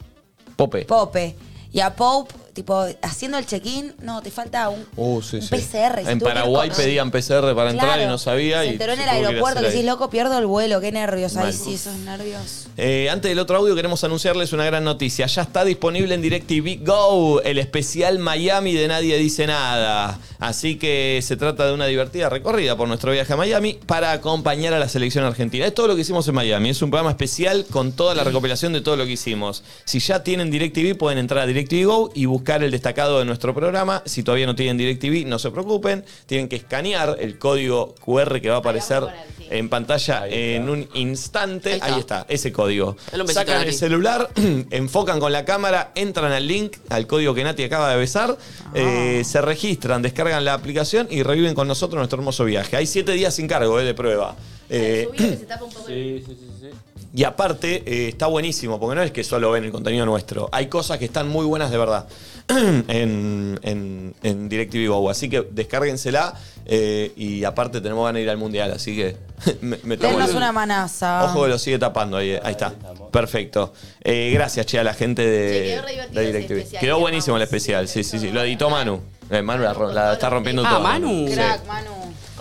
Speaker 1: Pope.
Speaker 4: Pope. Y a Pope tipo, haciendo el check-in, no, te falta un
Speaker 1: Uh, sí,
Speaker 4: Un
Speaker 1: sí.
Speaker 4: PCR, se
Speaker 1: En
Speaker 4: tuvo que
Speaker 1: Paraguay
Speaker 4: ir con-
Speaker 1: pedían PCR para entrar
Speaker 4: Claro.
Speaker 1: y no sabía.
Speaker 4: Se
Speaker 1: y
Speaker 4: enteró en
Speaker 1: se
Speaker 4: el
Speaker 1: tuvo ir a
Speaker 4: aeropuerto que
Speaker 1: hacer ahí.
Speaker 4: decís, loco, pierdo el vuelo, qué nervios. Ahí
Speaker 1: Mal.
Speaker 4: sí, esos nervios.
Speaker 1: Eh, antes del otro audio queremos anunciarles una gran noticia. Ya está disponible en DirecTV Go el especial Miami de Nadie Dice Nada. Así que se trata de una divertida recorrida por nuestro viaje a Miami para acompañar a la selección argentina. Es todo lo que hicimos en Miami. Es un programa especial con toda la recopilación de todo lo que hicimos. Si ya tienen DirecTV pueden entrar a DirecTV Go y buscar el destacado de nuestro programa. Si todavía no tienen DirecTV no se preocupen. Tienen que escanear el código QR que va a aparecer en pantalla en un instante. Ahí está, ese código.
Speaker 3: Dale un besito,
Speaker 1: Sacan
Speaker 3: Nati.
Speaker 1: el celular, enfocan con la cámara, entran al link, al código que Nati acaba de besar,
Speaker 3: Ah.
Speaker 1: eh, se registran, descargan la aplicación y reviven con nosotros nuestro hermoso viaje. Hay siete días sin cargo eh, de prueba. Eh,
Speaker 7: Sí, sí, sí, sí.
Speaker 1: y aparte, eh, está buenísimo, porque no es que solo ven el contenido nuestro. Hay cosas que están muy buenas de verdad en, en, en DirecTV Go. Así que descárguensela eh, y aparte tenemos ganas de ir al Mundial, así que me, me está
Speaker 4: Denos
Speaker 1: volviendo.
Speaker 4: una manaza.
Speaker 1: Ojo que lo sigue tapando ahí. eh. Ahí está. Perfecto. Eh, gracias, che, a la gente
Speaker 4: Sí,
Speaker 1: de,
Speaker 4: quedó re divertido
Speaker 1: de
Speaker 4: ese
Speaker 1: DirecTV.
Speaker 4: especial,
Speaker 1: Quedó buenísimo el especial. Sí, sí, sí. Lo editó Manu. Eh, Manu la, ro- la está rompiendo
Speaker 3: Ah,
Speaker 1: todo.
Speaker 3: Manu.
Speaker 1: Sí.
Speaker 4: Crack, Manu.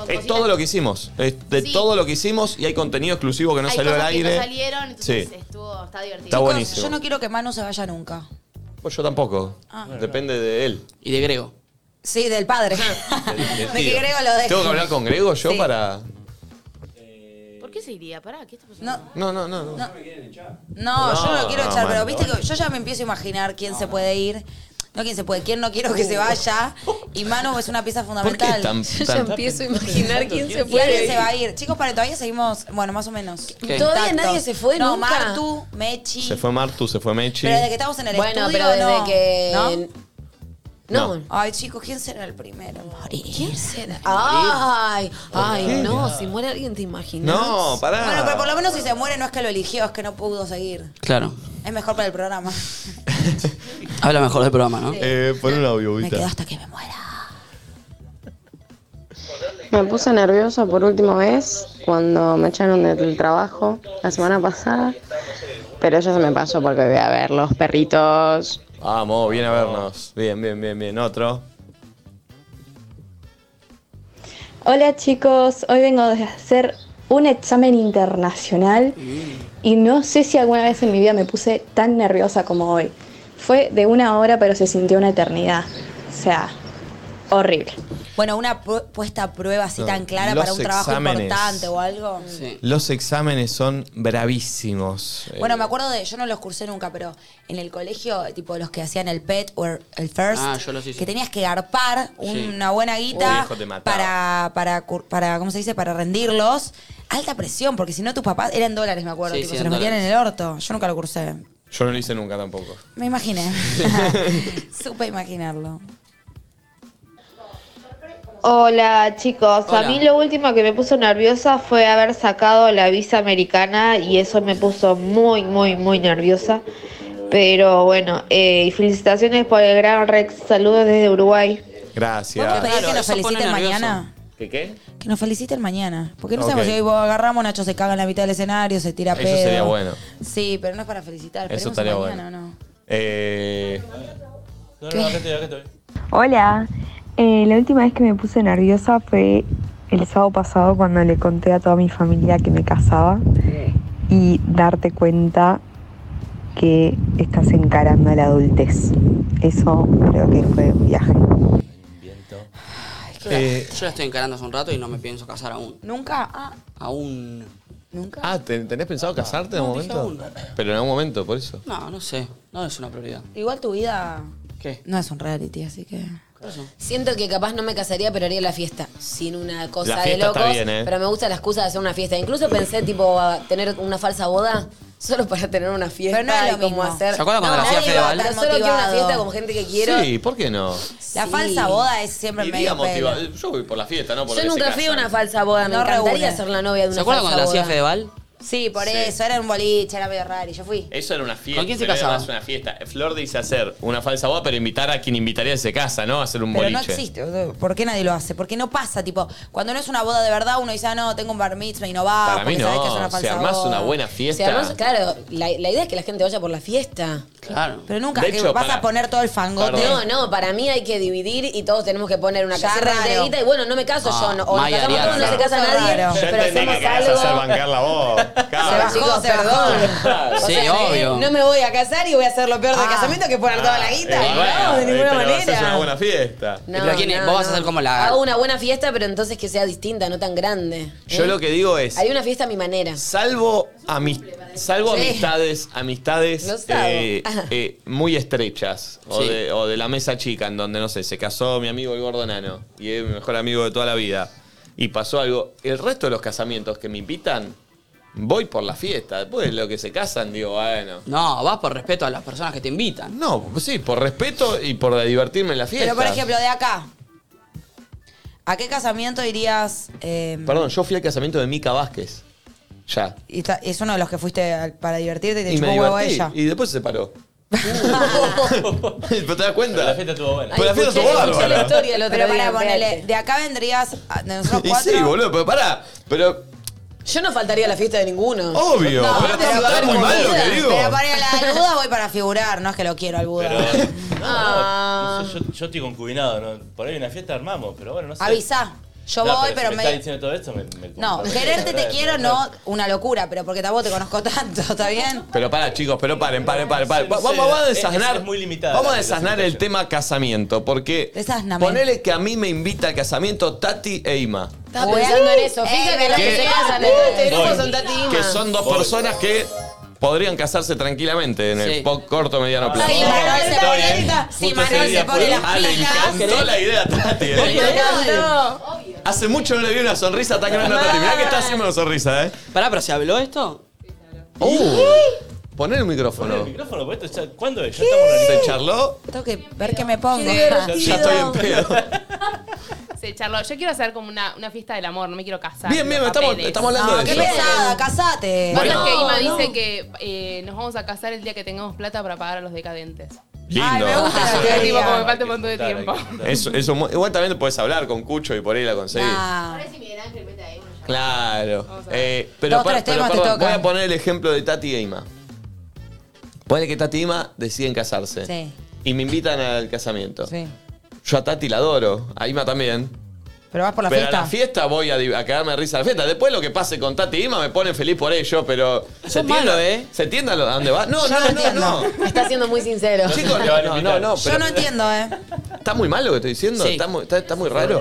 Speaker 1: Es todo lo que hicimos. Es de
Speaker 9: Sí.
Speaker 1: todo lo que hicimos y hay contenido exclusivo que no
Speaker 9: Hay
Speaker 1: salió al
Speaker 9: cosas que no
Speaker 1: aire.
Speaker 9: salieron, entonces estuvo, está divertido.
Speaker 1: Está buenísimo.
Speaker 4: Yo no quiero que Manu se vaya nunca.
Speaker 1: Pues yo tampoco.
Speaker 4: Ah.
Speaker 1: Depende de él.
Speaker 3: Y de Grego.
Speaker 4: Sí, del padre. De que Grego lo deje.
Speaker 1: ¿Tengo que hablar con Grego yo
Speaker 4: Sí.
Speaker 1: para.?
Speaker 9: ¿Por qué se iría? Pará, ¿qué está pasando?
Speaker 4: No.
Speaker 1: No, no, no.
Speaker 4: No,
Speaker 1: No,
Speaker 4: No, yo no lo quiero
Speaker 1: Ah, no,
Speaker 4: echar,
Speaker 1: Manu.
Speaker 4: pero viste que yo ya me empiezo a imaginar quién se puede ir. No quién se puede, quién no quiero que se vaya. Y Manu es una pieza fundamental.
Speaker 1: Oh. tan- Yo ya tan-
Speaker 2: empiezo a imaginar quién se
Speaker 4: Y
Speaker 2: puede
Speaker 4: alguien
Speaker 2: ir.
Speaker 4: se va a ir. Chicos, para todavía seguimos, bueno, más o menos.
Speaker 1: ¿Qué?
Speaker 2: Todavía
Speaker 4: Contacto.
Speaker 2: nadie se fue
Speaker 4: No,
Speaker 2: nunca.
Speaker 4: Martu, Mechi.
Speaker 1: Se fue Martu, se fue Mechi.
Speaker 4: Pero desde que estamos en el
Speaker 2: Bueno,
Speaker 4: estudio,
Speaker 2: pero desde
Speaker 4: no.
Speaker 2: que-
Speaker 4: ¿No?
Speaker 2: No. No.
Speaker 4: Ay, chicos, ¿quién será el primero?
Speaker 2: ¿Quién será? Ay, ay, no, si muere alguien te imaginas.
Speaker 1: No, pará.
Speaker 4: Bueno, pero por lo menos si se muere no es que lo eligió, es que no pudo seguir.
Speaker 3: Claro.
Speaker 4: Es mejor para el programa.
Speaker 3: Habla mejor del programa, ¿no?
Speaker 1: Eh, pon un audio,
Speaker 4: Me quedo hasta que me
Speaker 14: Me puse nerviosa por última vez cuando me echaron del trabajo la semana pasada, pero ya se me pasó porque voy a ver los perritos.
Speaker 1: Vamos, viene a vernos. Bien, bien, bien, bien. Otro.
Speaker 15: Hola chicos, hoy vengo de hacer un examen internacional y no sé si alguna vez en mi vida me puse tan nerviosa como hoy. Fue de una hora pero se sintió una eternidad. O sea, horrible.
Speaker 4: Bueno, una pu- puesta a prueba así
Speaker 1: No,
Speaker 4: tan clara
Speaker 1: los
Speaker 4: para un trabajo
Speaker 1: exámenes.
Speaker 4: importante o algo.
Speaker 1: Los exámenes son bravísimos. Eh,
Speaker 4: Bueno, me acuerdo de, yo no los cursé nunca, pero en el colegio, tipo los que hacían el PET o el el FIRST,
Speaker 1: Ah, yo los hice.
Speaker 4: que tenías que garpar una buena
Speaker 1: Uy,
Speaker 4: guita
Speaker 1: viejo, te mataba.
Speaker 4: para, para, cur- para, ¿cómo se dice? Para rendirlos. Alta presión, porque si no tus papás eran dólares, me acuerdo,
Speaker 1: Sí,
Speaker 4: tipo,
Speaker 1: sí,
Speaker 4: se
Speaker 1: eran
Speaker 4: los metían en el orto. Yo nunca lo cursé.
Speaker 1: Yo no lo hice nunca tampoco.
Speaker 4: Me imaginé. Supe imaginarlo.
Speaker 18: Hola chicos,
Speaker 4: Hola.
Speaker 18: a mí lo último que me puso nerviosa fue haber sacado la visa americana y eso me puso muy, muy, muy nerviosa. Pero bueno, eh, y felicitaciones por el gran Rex, saludos desde Uruguay.
Speaker 1: Gracias.
Speaker 4: ¿Puedo pedir que nos feliciten mañana?
Speaker 1: ¿Qué qué?
Speaker 4: Que nos feliciten mañana. Porque no
Speaker 1: Ok.
Speaker 4: sabemos si hoy vos agarramos, Nacho se caga en la mitad del escenario, se tira
Speaker 1: Eso
Speaker 4: pedo.
Speaker 1: sería bueno.
Speaker 4: Sí, pero no es para felicitar.
Speaker 1: Eso
Speaker 4: esperemos
Speaker 1: estaría
Speaker 4: mañana, ¿o no?
Speaker 1: Eh,
Speaker 7: No, no, acá estoy, acá estoy.
Speaker 19: Hola, Eh, la última vez que me puse nerviosa fue el sábado pasado cuando le conté a toda mi familia que me casaba y darte cuenta que estás encarando la adultez. Eso creo que fue un viaje.
Speaker 3: Yo la-
Speaker 1: Eh,
Speaker 3: yo la estoy encarando hace un rato y no me pienso casar aún.
Speaker 4: Nunca. Ah,
Speaker 3: Aún.
Speaker 4: ¿Nunca?
Speaker 1: Ah, ¿te- ¿tenés pensado casarte en
Speaker 3: No,
Speaker 1: un
Speaker 3: dije
Speaker 1: momento? Pero en algún momento, por eso.
Speaker 3: No, no sé. No es una prioridad.
Speaker 4: Igual tu vida
Speaker 3: ¿Qué?
Speaker 4: no es un reality, así que.
Speaker 2: Siento que capaz no me casaría, pero haría la fiesta. Sin una cosa
Speaker 4: La
Speaker 2: de
Speaker 4: fiesta está
Speaker 2: locos.
Speaker 4: bien, ¿eh?
Speaker 2: Pero me gusta la excusa de hacer una fiesta. Incluso pensé, tipo, a tener una falsa boda solo para tener una fiesta.
Speaker 4: Pero no es
Speaker 2: y
Speaker 4: lo
Speaker 2: como
Speaker 4: mismo.
Speaker 2: hacer.
Speaker 4: ¿Se acuerdan cuando
Speaker 2: No,
Speaker 4: la hacía
Speaker 2: nadie va a
Speaker 4: Fedeval?
Speaker 2: estar Solo quiero una
Speaker 4: motivado.
Speaker 2: fiesta con gente que quiero.
Speaker 1: Sí, ¿por qué no?
Speaker 4: La
Speaker 2: Sí.
Speaker 4: falsa boda es siempre
Speaker 1: Iría
Speaker 4: medio pelo.
Speaker 1: motivado. Yo voy por la fiesta, no por
Speaker 2: Yo
Speaker 1: lo que se
Speaker 2: nunca fui a
Speaker 1: casan.
Speaker 2: una falsa boda. Me
Speaker 4: No
Speaker 2: encantaría
Speaker 4: reúne.
Speaker 2: ser la novia de una
Speaker 3: ¿Se acuerdan
Speaker 2: falsa
Speaker 3: cuando la hacía
Speaker 2: boda.
Speaker 3: Fedeval?
Speaker 4: Sí, por eso, era un boliche, era medio raro y yo fui.
Speaker 1: Eso era una fiesta.
Speaker 4: ¿Con quién se
Speaker 1: pero
Speaker 4: casaba?
Speaker 1: además una fiesta. Flor dice hacer una falsa boda, pero invitar a quien invitaría se casa, ¿no? A hacer un
Speaker 4: Pero no
Speaker 1: boliche.
Speaker 4: existe, boludo. ¿por qué nadie lo hace? Porque no pasa, tipo, cuando no es una boda de verdad, uno dice, ah, no, tengo un bar mitzvah y no va,
Speaker 1: Para
Speaker 4: porque
Speaker 1: mí
Speaker 4: sabés que es
Speaker 1: no.
Speaker 4: una
Speaker 1: Si
Speaker 4: falsa
Speaker 1: armás
Speaker 4: boda.
Speaker 1: una buena
Speaker 2: Si
Speaker 1: fiesta.
Speaker 2: además, claro, la, la idea es que la gente vaya por la fiesta.
Speaker 1: Claro.
Speaker 4: Pero nunca
Speaker 1: De
Speaker 4: que
Speaker 1: hecho,
Speaker 4: vas
Speaker 1: pará.
Speaker 4: a poner todo el fangote.
Speaker 2: No, no, para mí hay que dividir y todos tenemos que poner una
Speaker 4: Ya
Speaker 2: casera
Speaker 4: raro.
Speaker 2: de guita y bueno, no me caso
Speaker 4: Ah,
Speaker 2: yo, no, o nos
Speaker 4: Maya
Speaker 2: casamos todos,
Speaker 4: Ariana.
Speaker 2: no se casa nadie,
Speaker 4: Raro.
Speaker 1: Ya
Speaker 2: pero
Speaker 1: entendí que
Speaker 2: hacemos
Speaker 1: querés
Speaker 2: algo.
Speaker 1: hacer bancar la voz.
Speaker 2: Se bajó, se bajó.
Speaker 1: Claro.
Speaker 2: O sea, no- No me voy a casar y voy a hacer lo
Speaker 4: Ah.
Speaker 2: peor del casamiento que es poner toda la guita.
Speaker 1: Eh, bueno,
Speaker 2: no, de
Speaker 1: eh,
Speaker 2: ninguna
Speaker 1: pero
Speaker 2: manera.
Speaker 1: haces una buena fiesta.
Speaker 2: No, Pero ¿quién es? no, Vos vas a no. hacer
Speaker 1: como
Speaker 2: Hago una buena fiesta, pero entonces que sea distinta, no tan grande. Eh,
Speaker 1: Yo lo que digo es,
Speaker 2: Hay una fiesta a mi manera.
Speaker 1: Salvo ami- salvo
Speaker 2: Sí.
Speaker 1: amistades,
Speaker 2: Lo
Speaker 1: amistades
Speaker 2: sabe.
Speaker 1: eh, eh, muy estrechas o,
Speaker 10: Sí.
Speaker 1: de, o de la mesa chica en donde, no sé, se casó mi amigo el gordo nano y es mi mejor amigo de toda la vida y pasó algo. El resto de los casamientos que me invitan, voy por la fiesta. Después de lo que se casan, digo, bueno.
Speaker 3: No, vas por respeto a las personas que te invitan.
Speaker 1: No, pues sí, por respeto y por divertirme en la fiesta.
Speaker 4: Pero por ejemplo, de acá. ¿A qué casamiento irías? eh,
Speaker 1: Perdón, yo fui al casamiento de Mica Vázquez. Ya.
Speaker 4: y está- es uno de los que fuiste al- para divertirte y te
Speaker 1: Y
Speaker 4: chupó
Speaker 1: me
Speaker 4: huevo
Speaker 1: divertí.
Speaker 4: ella.
Speaker 1: Y después se separó. ¿Pero te das cuenta? la fiesta estuvo buena. Pero la
Speaker 4: Ay,
Speaker 1: fiesta
Speaker 4: escuché-
Speaker 1: estuvo
Speaker 4: escuché la
Speaker 1: bárbara.
Speaker 2: historia el otro
Speaker 4: Pero
Speaker 2: día
Speaker 4: para
Speaker 2: en
Speaker 4: ponerle,
Speaker 2: PH.
Speaker 4: de acá vendrías a- de nosotros
Speaker 1: Y
Speaker 4: cuatro.
Speaker 1: sí, boludo, pero pará. Pero,
Speaker 2: Yo no faltaría a la fiesta de ninguno.
Speaker 1: obvio.
Speaker 4: No,
Speaker 1: pero está,
Speaker 4: pero
Speaker 1: está muy mal lo que digo.
Speaker 4: Pero para la del Buda voy para figurar, no es que lo quiero al Buda. Ah.
Speaker 7: No,
Speaker 4: Um,
Speaker 7: yo, yo estoy concubinado, ¿no? por ahí una fiesta armamos, pero bueno, no sé.
Speaker 4: Avisa. Yo
Speaker 7: No,
Speaker 4: voy,
Speaker 7: si
Speaker 4: pero
Speaker 7: me
Speaker 4: me-
Speaker 7: está diciendo todo esto, me. me-
Speaker 4: No, quererte te quiero, no una locura, pero porque tampoco te conozco tanto, ¿está bien?
Speaker 1: Pero pará, chicos, pero paren, paren, paren. paren.
Speaker 7: No
Speaker 1: Va-
Speaker 7: sé,
Speaker 1: vamos, vamos a
Speaker 7: es-
Speaker 1: desasnar.
Speaker 7: es muy limitada
Speaker 1: vamos a
Speaker 7: la- la
Speaker 1: desasnar el tema casamiento, porque.
Speaker 4: Desasname.
Speaker 1: Ponele que a mí me invita al casamiento Tati e Ima.
Speaker 2: Estaba pensando en eso. Fíjate que las que se casan en este grupo
Speaker 1: Voy.
Speaker 2: son
Speaker 4: e
Speaker 2: Tati y Ima.
Speaker 1: Que son dos personas que podrían casarse tranquilamente en el po- corto mediano plazo.
Speaker 4: Ay, Manuel se pone- si
Speaker 1: Justo
Speaker 4: Manuel
Speaker 1: ese día
Speaker 4: se pone
Speaker 1: pude-
Speaker 4: las
Speaker 1: Ah, le
Speaker 4: pilas.
Speaker 1: encantó la idea a
Speaker 3: Ah,
Speaker 1: Tati. ¿eh? Hace mucho no le vi una sonrisa tan grande a Tati. Mirá que está haciendo una sonrisa, ¿eh?
Speaker 3: Pará, pero ¿se habló esto?
Speaker 1: Uh, poné el micrófono.
Speaker 7: Micrófono, pues, esto ya- ¿Cuándo es?
Speaker 1: ¿Se charló?
Speaker 4: Tengo que ver qué me pongo.
Speaker 1: Ya estoy en pedo.
Speaker 12: Se charló. Yo quiero hacer como una, una fiesta del amor, no me quiero casar.
Speaker 1: Bien, bien,
Speaker 12: Los
Speaker 1: estamos-
Speaker 12: papeles.
Speaker 1: estamos hablando
Speaker 4: No,
Speaker 1: de
Speaker 4: qué
Speaker 1: eso.
Speaker 4: pesada, casate.
Speaker 12: Bueno,
Speaker 1: Bueno.
Speaker 12: que Ima
Speaker 4: No, no.
Speaker 12: dice que eh, nos vamos a casar el día que tengamos plata para pagar a los decadentes.
Speaker 1: Lindo.
Speaker 12: me gusta la
Speaker 1: Eso-
Speaker 12: teoría. Tipo, como me falta un montón de tiempo.
Speaker 1: Eso, eso, mu- igual también puedes hablar con Cucho y por ahí la conseguís. Claro. Eh, pero
Speaker 4: Dos,
Speaker 1: par-
Speaker 4: tres
Speaker 1: pero
Speaker 4: temas te
Speaker 1: perdón,
Speaker 4: tocan.
Speaker 1: voy a poner el ejemplo de Tati e Ima. Ponele que Tati e Ima deciden casarse.
Speaker 4: Sí,
Speaker 1: Y me invitan al casamiento.
Speaker 4: sí.
Speaker 1: Yo a Tati la adoro, a Ima también.
Speaker 4: Pero vas por la
Speaker 1: pero a
Speaker 4: fiesta.
Speaker 1: la fiesta voy a, di- a cagarme de risa a la fiesta. Después lo que pase con Tati e Ima me pone feliz por ello, pero. ¿Se entiende, eh? ¿Se entiende a lo- a dónde va? No,
Speaker 2: Yo
Speaker 1: no,
Speaker 2: no
Speaker 1: no, no.
Speaker 2: Está siendo muy sincero.
Speaker 1: Chicos, no, no, no, no, pero-
Speaker 4: Yo no entiendo, ¿eh?
Speaker 1: ¿Está muy mal lo que estoy diciendo?
Speaker 3: Sí.
Speaker 1: ¿Está, muy, está- está muy raro?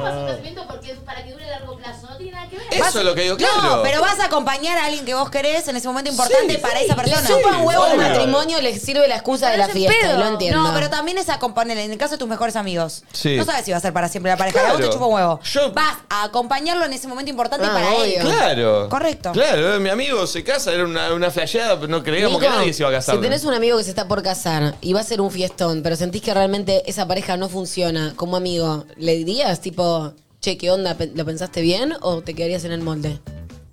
Speaker 18: porque para que dure a largo plazo no tiene nada que ver.
Speaker 1: Eso es lo que digo, claro.
Speaker 4: No, pero vas a acompañar a alguien que vos querés en ese momento importante para esa persona.
Speaker 2: Le chupa un huevo el
Speaker 4: Obvio.
Speaker 2: matrimonio, les sirve la excusa de la fiesta. Lo entiendo.
Speaker 4: No, pero también es acompañar, en el caso de tus mejores amigos.
Speaker 2: Sí.
Speaker 4: No sabes si va a ser para siempre la pareja. A vos
Speaker 1: Claro.
Speaker 4: te chupa un huevo. Vas a acompañarlo en ese momento importante
Speaker 2: Ah,
Speaker 4: para él.
Speaker 2: obvio.
Speaker 1: Claro.
Speaker 4: Correcto.
Speaker 1: Claro, eh, mi amigo se casa, era una, una flasheada, pero no creíamos que
Speaker 2: Nico,
Speaker 1: nadie se iba a casar.
Speaker 2: Si tenés un amigo que se está por casar y va a ser un fiestón, pero sentís que realmente esa pareja no funciona como amigo, ¿le dirías tipo, che, qué onda? pe- ¿Lo pensaste bien o te quedarías en el molde?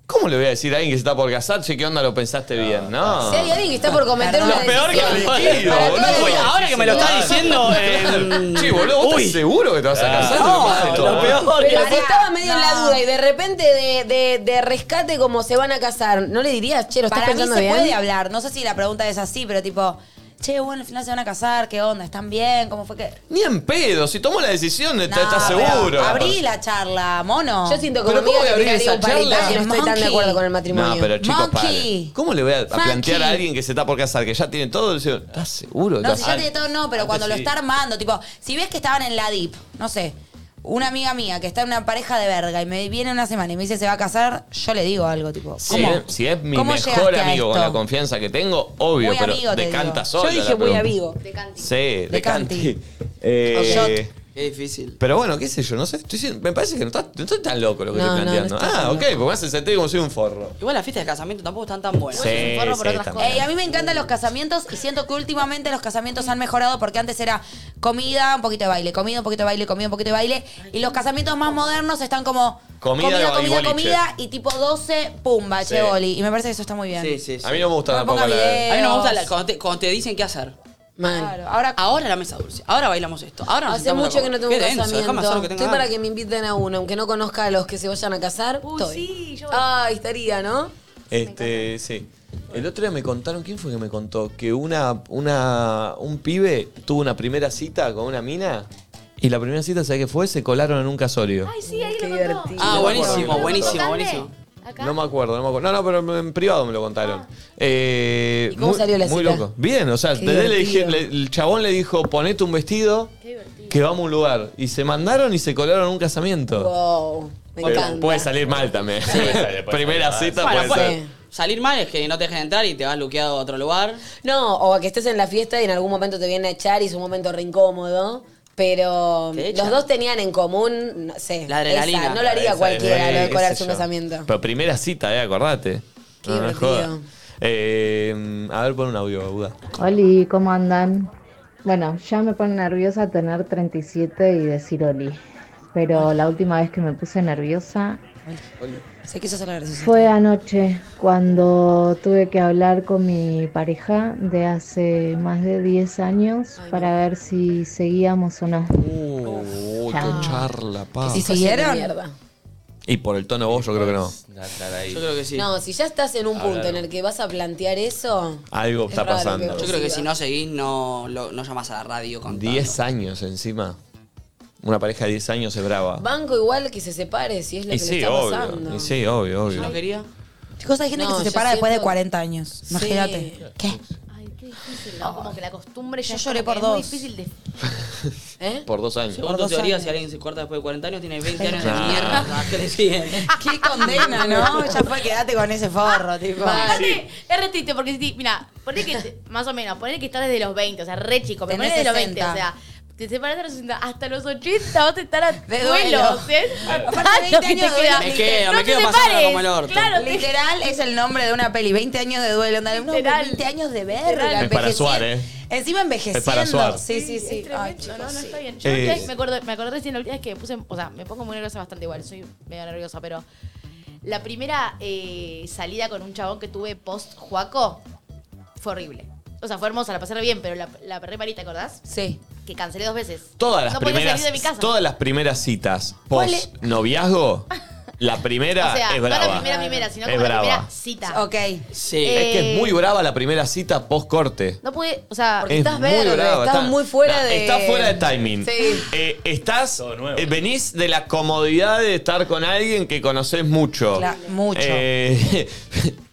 Speaker 1: ¿Cómo le voy a decir a alguien que se está por casar? Che, ¿qué onda lo pensaste
Speaker 3: Ah,
Speaker 1: bien? No.
Speaker 2: Si hay alguien que está por cometer
Speaker 1: Lo
Speaker 2: una
Speaker 1: peor que
Speaker 2: decisión-
Speaker 1: le tiro,
Speaker 2: Para toda la
Speaker 1: boludo.
Speaker 2: vida.
Speaker 3: Ahora que me lo está diciendo, eh,
Speaker 1: Che, boludo, ¿vos estás seguro que te vas a casar?
Speaker 3: No, lo peor
Speaker 2: Pero si
Speaker 3: Pará,
Speaker 2: estaba medio en la
Speaker 4: no.
Speaker 2: duda y de repente de, de- de rescate como se van a casar, ¿no le dirías, che, lo estás
Speaker 4: Para mí
Speaker 2: pensando
Speaker 4: se
Speaker 2: bien?
Speaker 4: puede hablar. No sé si la pregunta es así, pero tipo, che, bueno, al final se van a casar, ¿qué onda? ¿Están bien? ¿Cómo fue que...?
Speaker 1: Ni en pedo, si tomó la decisión, está-
Speaker 4: No,
Speaker 1: estás
Speaker 4: pero
Speaker 1: seguro.
Speaker 4: Abrí la charla, mono.
Speaker 2: Yo siento como amiga que tiraría un parito si no estoy tan de acuerdo con el matrimonio.
Speaker 1: No, pero chicos,
Speaker 4: Monkey.
Speaker 1: paren. ¿Cómo le voy a, a
Speaker 4: Monkey.
Speaker 1: plantear a alguien que se está por casar, que ya tiene todo? Decir, ¿Estás seguro? que te
Speaker 4: No,
Speaker 1: vas
Speaker 4: si
Speaker 1: a
Speaker 4: ya
Speaker 1: casar?
Speaker 4: tiene todo, no, pero
Speaker 1: Antes
Speaker 4: cuando lo
Speaker 1: sí.
Speaker 4: está armando, tipo, si ves que estaban en la DIP, no sé, una amiga mía que está en una pareja de verga y me viene una semana y me dice se va a casar, yo le digo algo, tipo,
Speaker 1: Si
Speaker 4: ¿cómo?
Speaker 1: es- Si es mi
Speaker 4: ¿Cómo
Speaker 1: mejor
Speaker 4: llegaste a
Speaker 1: amigo con
Speaker 4: esto?
Speaker 1: la confianza que tengo, obvio,
Speaker 4: Muy
Speaker 1: pero
Speaker 4: amigo, te
Speaker 1: decanta
Speaker 4: digo.
Speaker 1: solo.
Speaker 4: Yo
Speaker 1: la
Speaker 4: dije muy
Speaker 1: pregunta.
Speaker 4: amigo.
Speaker 1: Sí, decanti.
Speaker 3: Eh,
Speaker 1: Eh,
Speaker 3: Qué difícil.
Speaker 1: pero bueno, qué sé yo, no sé. estoy diciendo- me parece que no, está- no estoy tan loco lo que
Speaker 3: No,
Speaker 1: estoy
Speaker 3: no, no
Speaker 1: planteando.
Speaker 3: estás
Speaker 1: ah,
Speaker 3: tan
Speaker 1: ok, porque me hace sentir como soy un forro.
Speaker 3: Igual las fiestas de casamiento tampoco están tan buenas.
Speaker 1: Sí, Es un forro por sí, otras están cosas.
Speaker 4: Ey, a mí me encantan los casamientos y siento que últimamente los casamientos han mejorado porque antes era comida, un poquito de baile, comida, un poquito de baile, comida, un poquito de baile. Y los casamientos más modernos están como,
Speaker 1: Comida,
Speaker 4: comida,
Speaker 1: y
Speaker 4: comida,
Speaker 1: boliche.
Speaker 4: comida y tipo 12, pum, bache
Speaker 1: Sí.
Speaker 4: boli. Y me parece que eso está muy bien.
Speaker 3: Sí, sí, sí.
Speaker 1: A mí no me gusta
Speaker 4: No me
Speaker 1: tampoco
Speaker 4: ponga
Speaker 1: la
Speaker 3: A mí no me gusta la- cuando, te, cuando te dicen qué hacer.
Speaker 4: ahora,
Speaker 3: ahora la mesa dulce. Ahora bailamos esto. Ahora nos
Speaker 2: Hace
Speaker 3: sentamos a
Speaker 2: mucho que
Speaker 3: comer.
Speaker 2: no tengo un
Speaker 3: Qué denso, Déjame hacer lo
Speaker 2: casamiento.
Speaker 3: que tenga
Speaker 2: Estoy para
Speaker 3: ganas.
Speaker 2: que me inviten a uno, aunque no conozca a los que se vayan a casar. estoy. Ay, estaría, ¿no?
Speaker 1: Este, sí. El otro día me contaron, ¿quién fue que me contó? Que una, una, un pibe tuvo una primera cita con una mina y la primera cita, ¿sabes qué fue? Se colaron en un casorio.
Speaker 9: Ay, sí, ahí lo contó.
Speaker 3: Ah,
Speaker 1: No me
Speaker 3: buenísimo,
Speaker 1: acuerdo.
Speaker 3: buenísimo, buenísimo.
Speaker 2: Ah,
Speaker 1: No me acuerdo, no me acuerdo. No, no, pero en privado me lo contaron. Eh,
Speaker 2: ¿Y cómo
Speaker 1: muy,
Speaker 2: salió la
Speaker 1: Muy
Speaker 2: cita?
Speaker 1: loco. Bien, o sea,
Speaker 2: Qué
Speaker 1: desde le dije,
Speaker 2: divertido.
Speaker 1: le- el chabón le dijo, ponete un vestido que vamos a un lugar. Y se mandaron y se colaron en un casamiento.
Speaker 2: Wow, me
Speaker 1: Pero
Speaker 2: encanta. pues,
Speaker 1: puede salir mal también. Puede salir- primera cita
Speaker 3: Bueno,
Speaker 1: puede
Speaker 3: puede-
Speaker 1: ser.
Speaker 3: Salir mal es que no te dejen entrar y te vas luqueado a otro lugar.
Speaker 2: No, o a que estés en la fiesta y en algún momento te viene a echar y es un momento re incómodo. Pero
Speaker 3: Te
Speaker 2: los
Speaker 3: echan.
Speaker 2: dos tenían en común, no sé,
Speaker 3: La adrenalina.
Speaker 2: esa. no lo haría
Speaker 1: Esa
Speaker 2: cualquiera, lo de
Speaker 1: adrenalina,
Speaker 2: colarse
Speaker 1: qué
Speaker 2: un
Speaker 1: sé yo.
Speaker 2: casamiento.
Speaker 1: Pero primera cita, eh, acordate.
Speaker 2: Qué
Speaker 1: no, no es
Speaker 2: divertido.
Speaker 1: joda. Eh, a ver, pon un audio, Buda.
Speaker 20: Oli, ¿cómo andan? Bueno, ya me pone nerviosa tener 37 y decir Oli. Pero la última vez que me puse nerviosa
Speaker 2: Sé que eso es la graciosa.
Speaker 20: fue anoche, cuando tuve que hablar con mi pareja de hace más de 10 años para ver si seguíamos o no.
Speaker 1: Uh. Uy,
Speaker 20: Ya.
Speaker 1: qué charla, pa.
Speaker 2: ¿Y
Speaker 20: siguieron?
Speaker 1: Y por el tono de voz, yo creo que no.
Speaker 3: Yo creo que sí.
Speaker 2: No, si ya estás en un
Speaker 1: Hablar.
Speaker 2: punto en el que vas a plantear eso,
Speaker 1: Algo
Speaker 2: Es
Speaker 1: está
Speaker 2: raro que
Speaker 1: pasando.
Speaker 3: Yo creo que si no seguís, no, lo- no llamas a la radio con
Speaker 1: 10 años encima. Una pareja de 10 años es brava.
Speaker 2: banco igual que se separe si es lo
Speaker 1: Ah. Y
Speaker 2: que le
Speaker 1: sí,
Speaker 2: está
Speaker 1: obvio.
Speaker 2: pasando.
Speaker 1: Y sí, obvio, obvio.
Speaker 3: no quería?
Speaker 4: Chicos, hay gente
Speaker 2: No,
Speaker 4: que se
Speaker 2: yo
Speaker 4: separa después de
Speaker 2: siento-
Speaker 4: 40 años.
Speaker 2: Sí.
Speaker 4: Imagínate. ¿Qué?
Speaker 9: No, como que la costumbre ya
Speaker 4: Yo
Speaker 9: es
Speaker 4: lloré
Speaker 9: como
Speaker 4: por
Speaker 9: que es muy
Speaker 4: dos.
Speaker 9: difícil de
Speaker 1: Por dos años.
Speaker 3: Según tu teoría, si alguien se corta después de 40 años, tiene 20 años de mierda. Ah, ¿Qué le siguen?
Speaker 4: Qué condena, ¿no? Ya fue, quedate con ese forro, tipo.
Speaker 9: Aparte, es re triste porque si, mira, poné que, te- más o menos, poné que estás desde los 20, o sea, re chico, pero
Speaker 4: Tenés
Speaker 9: poné desde los 20,
Speaker 4: 60.
Speaker 9: o sea, te separas de los 60, hasta los 80 vas a estar a
Speaker 4: De duelo.
Speaker 9: duelos, ¿eh?
Speaker 2: Ah,
Speaker 4: Aparte, 20 años de duelo.
Speaker 3: Me quedo,
Speaker 9: no
Speaker 3: me
Speaker 9: te
Speaker 3: quedo
Speaker 9: separes.
Speaker 3: pasando como el orto. Ah,
Speaker 9: Claro, te-
Speaker 4: Literal es el nombre de una peli. 20 años de duelo. Andale, no, 20 años de verga.
Speaker 1: Es para
Speaker 4: envejeciendo.
Speaker 1: suar, ¿eh?
Speaker 4: Encima envejeciendo.
Speaker 1: Es para suar.
Speaker 4: Sí, sí, sí.
Speaker 9: No, no,
Speaker 4: Ay, chicos,
Speaker 9: no
Speaker 4: sí.
Speaker 9: está bien. Yo
Speaker 1: Eh,
Speaker 9: la última vez- me acuerdo, me acordé recién la última vez que puse, o sea, me pongo muy nerviosa bastante igual, soy medio nerviosa, pero la primera eh, salida con un chabón que tuve post Juaco fue horrible. O sea, fue hermosa, la pasé re bien, pero la, la re mal, ¿te acordás?
Speaker 4: Sí.
Speaker 9: Que cancelé dos veces.
Speaker 1: Todas las
Speaker 9: no podía
Speaker 1: primeras
Speaker 9: salir de mi casa.
Speaker 1: todas las primeras citas
Speaker 9: ¿Cuál
Speaker 1: post noviazgo, la primera
Speaker 9: o sea,
Speaker 1: es
Speaker 9: no
Speaker 1: brava.
Speaker 9: la primera primera, sino
Speaker 1: Es
Speaker 9: como la
Speaker 1: brava.
Speaker 9: primera cita.
Speaker 4: Ok.
Speaker 1: Sí. es que es muy brava la primera cita post corte.
Speaker 9: No pude, o sea,
Speaker 1: Es muy brava, está- nah, Estás fuera de timing.
Speaker 9: Sí.
Speaker 1: Eh, estás. eh, venís de la comodidad de estar con alguien que conoces mucho.
Speaker 4: Cla- mucho.
Speaker 1: Oh. Eh,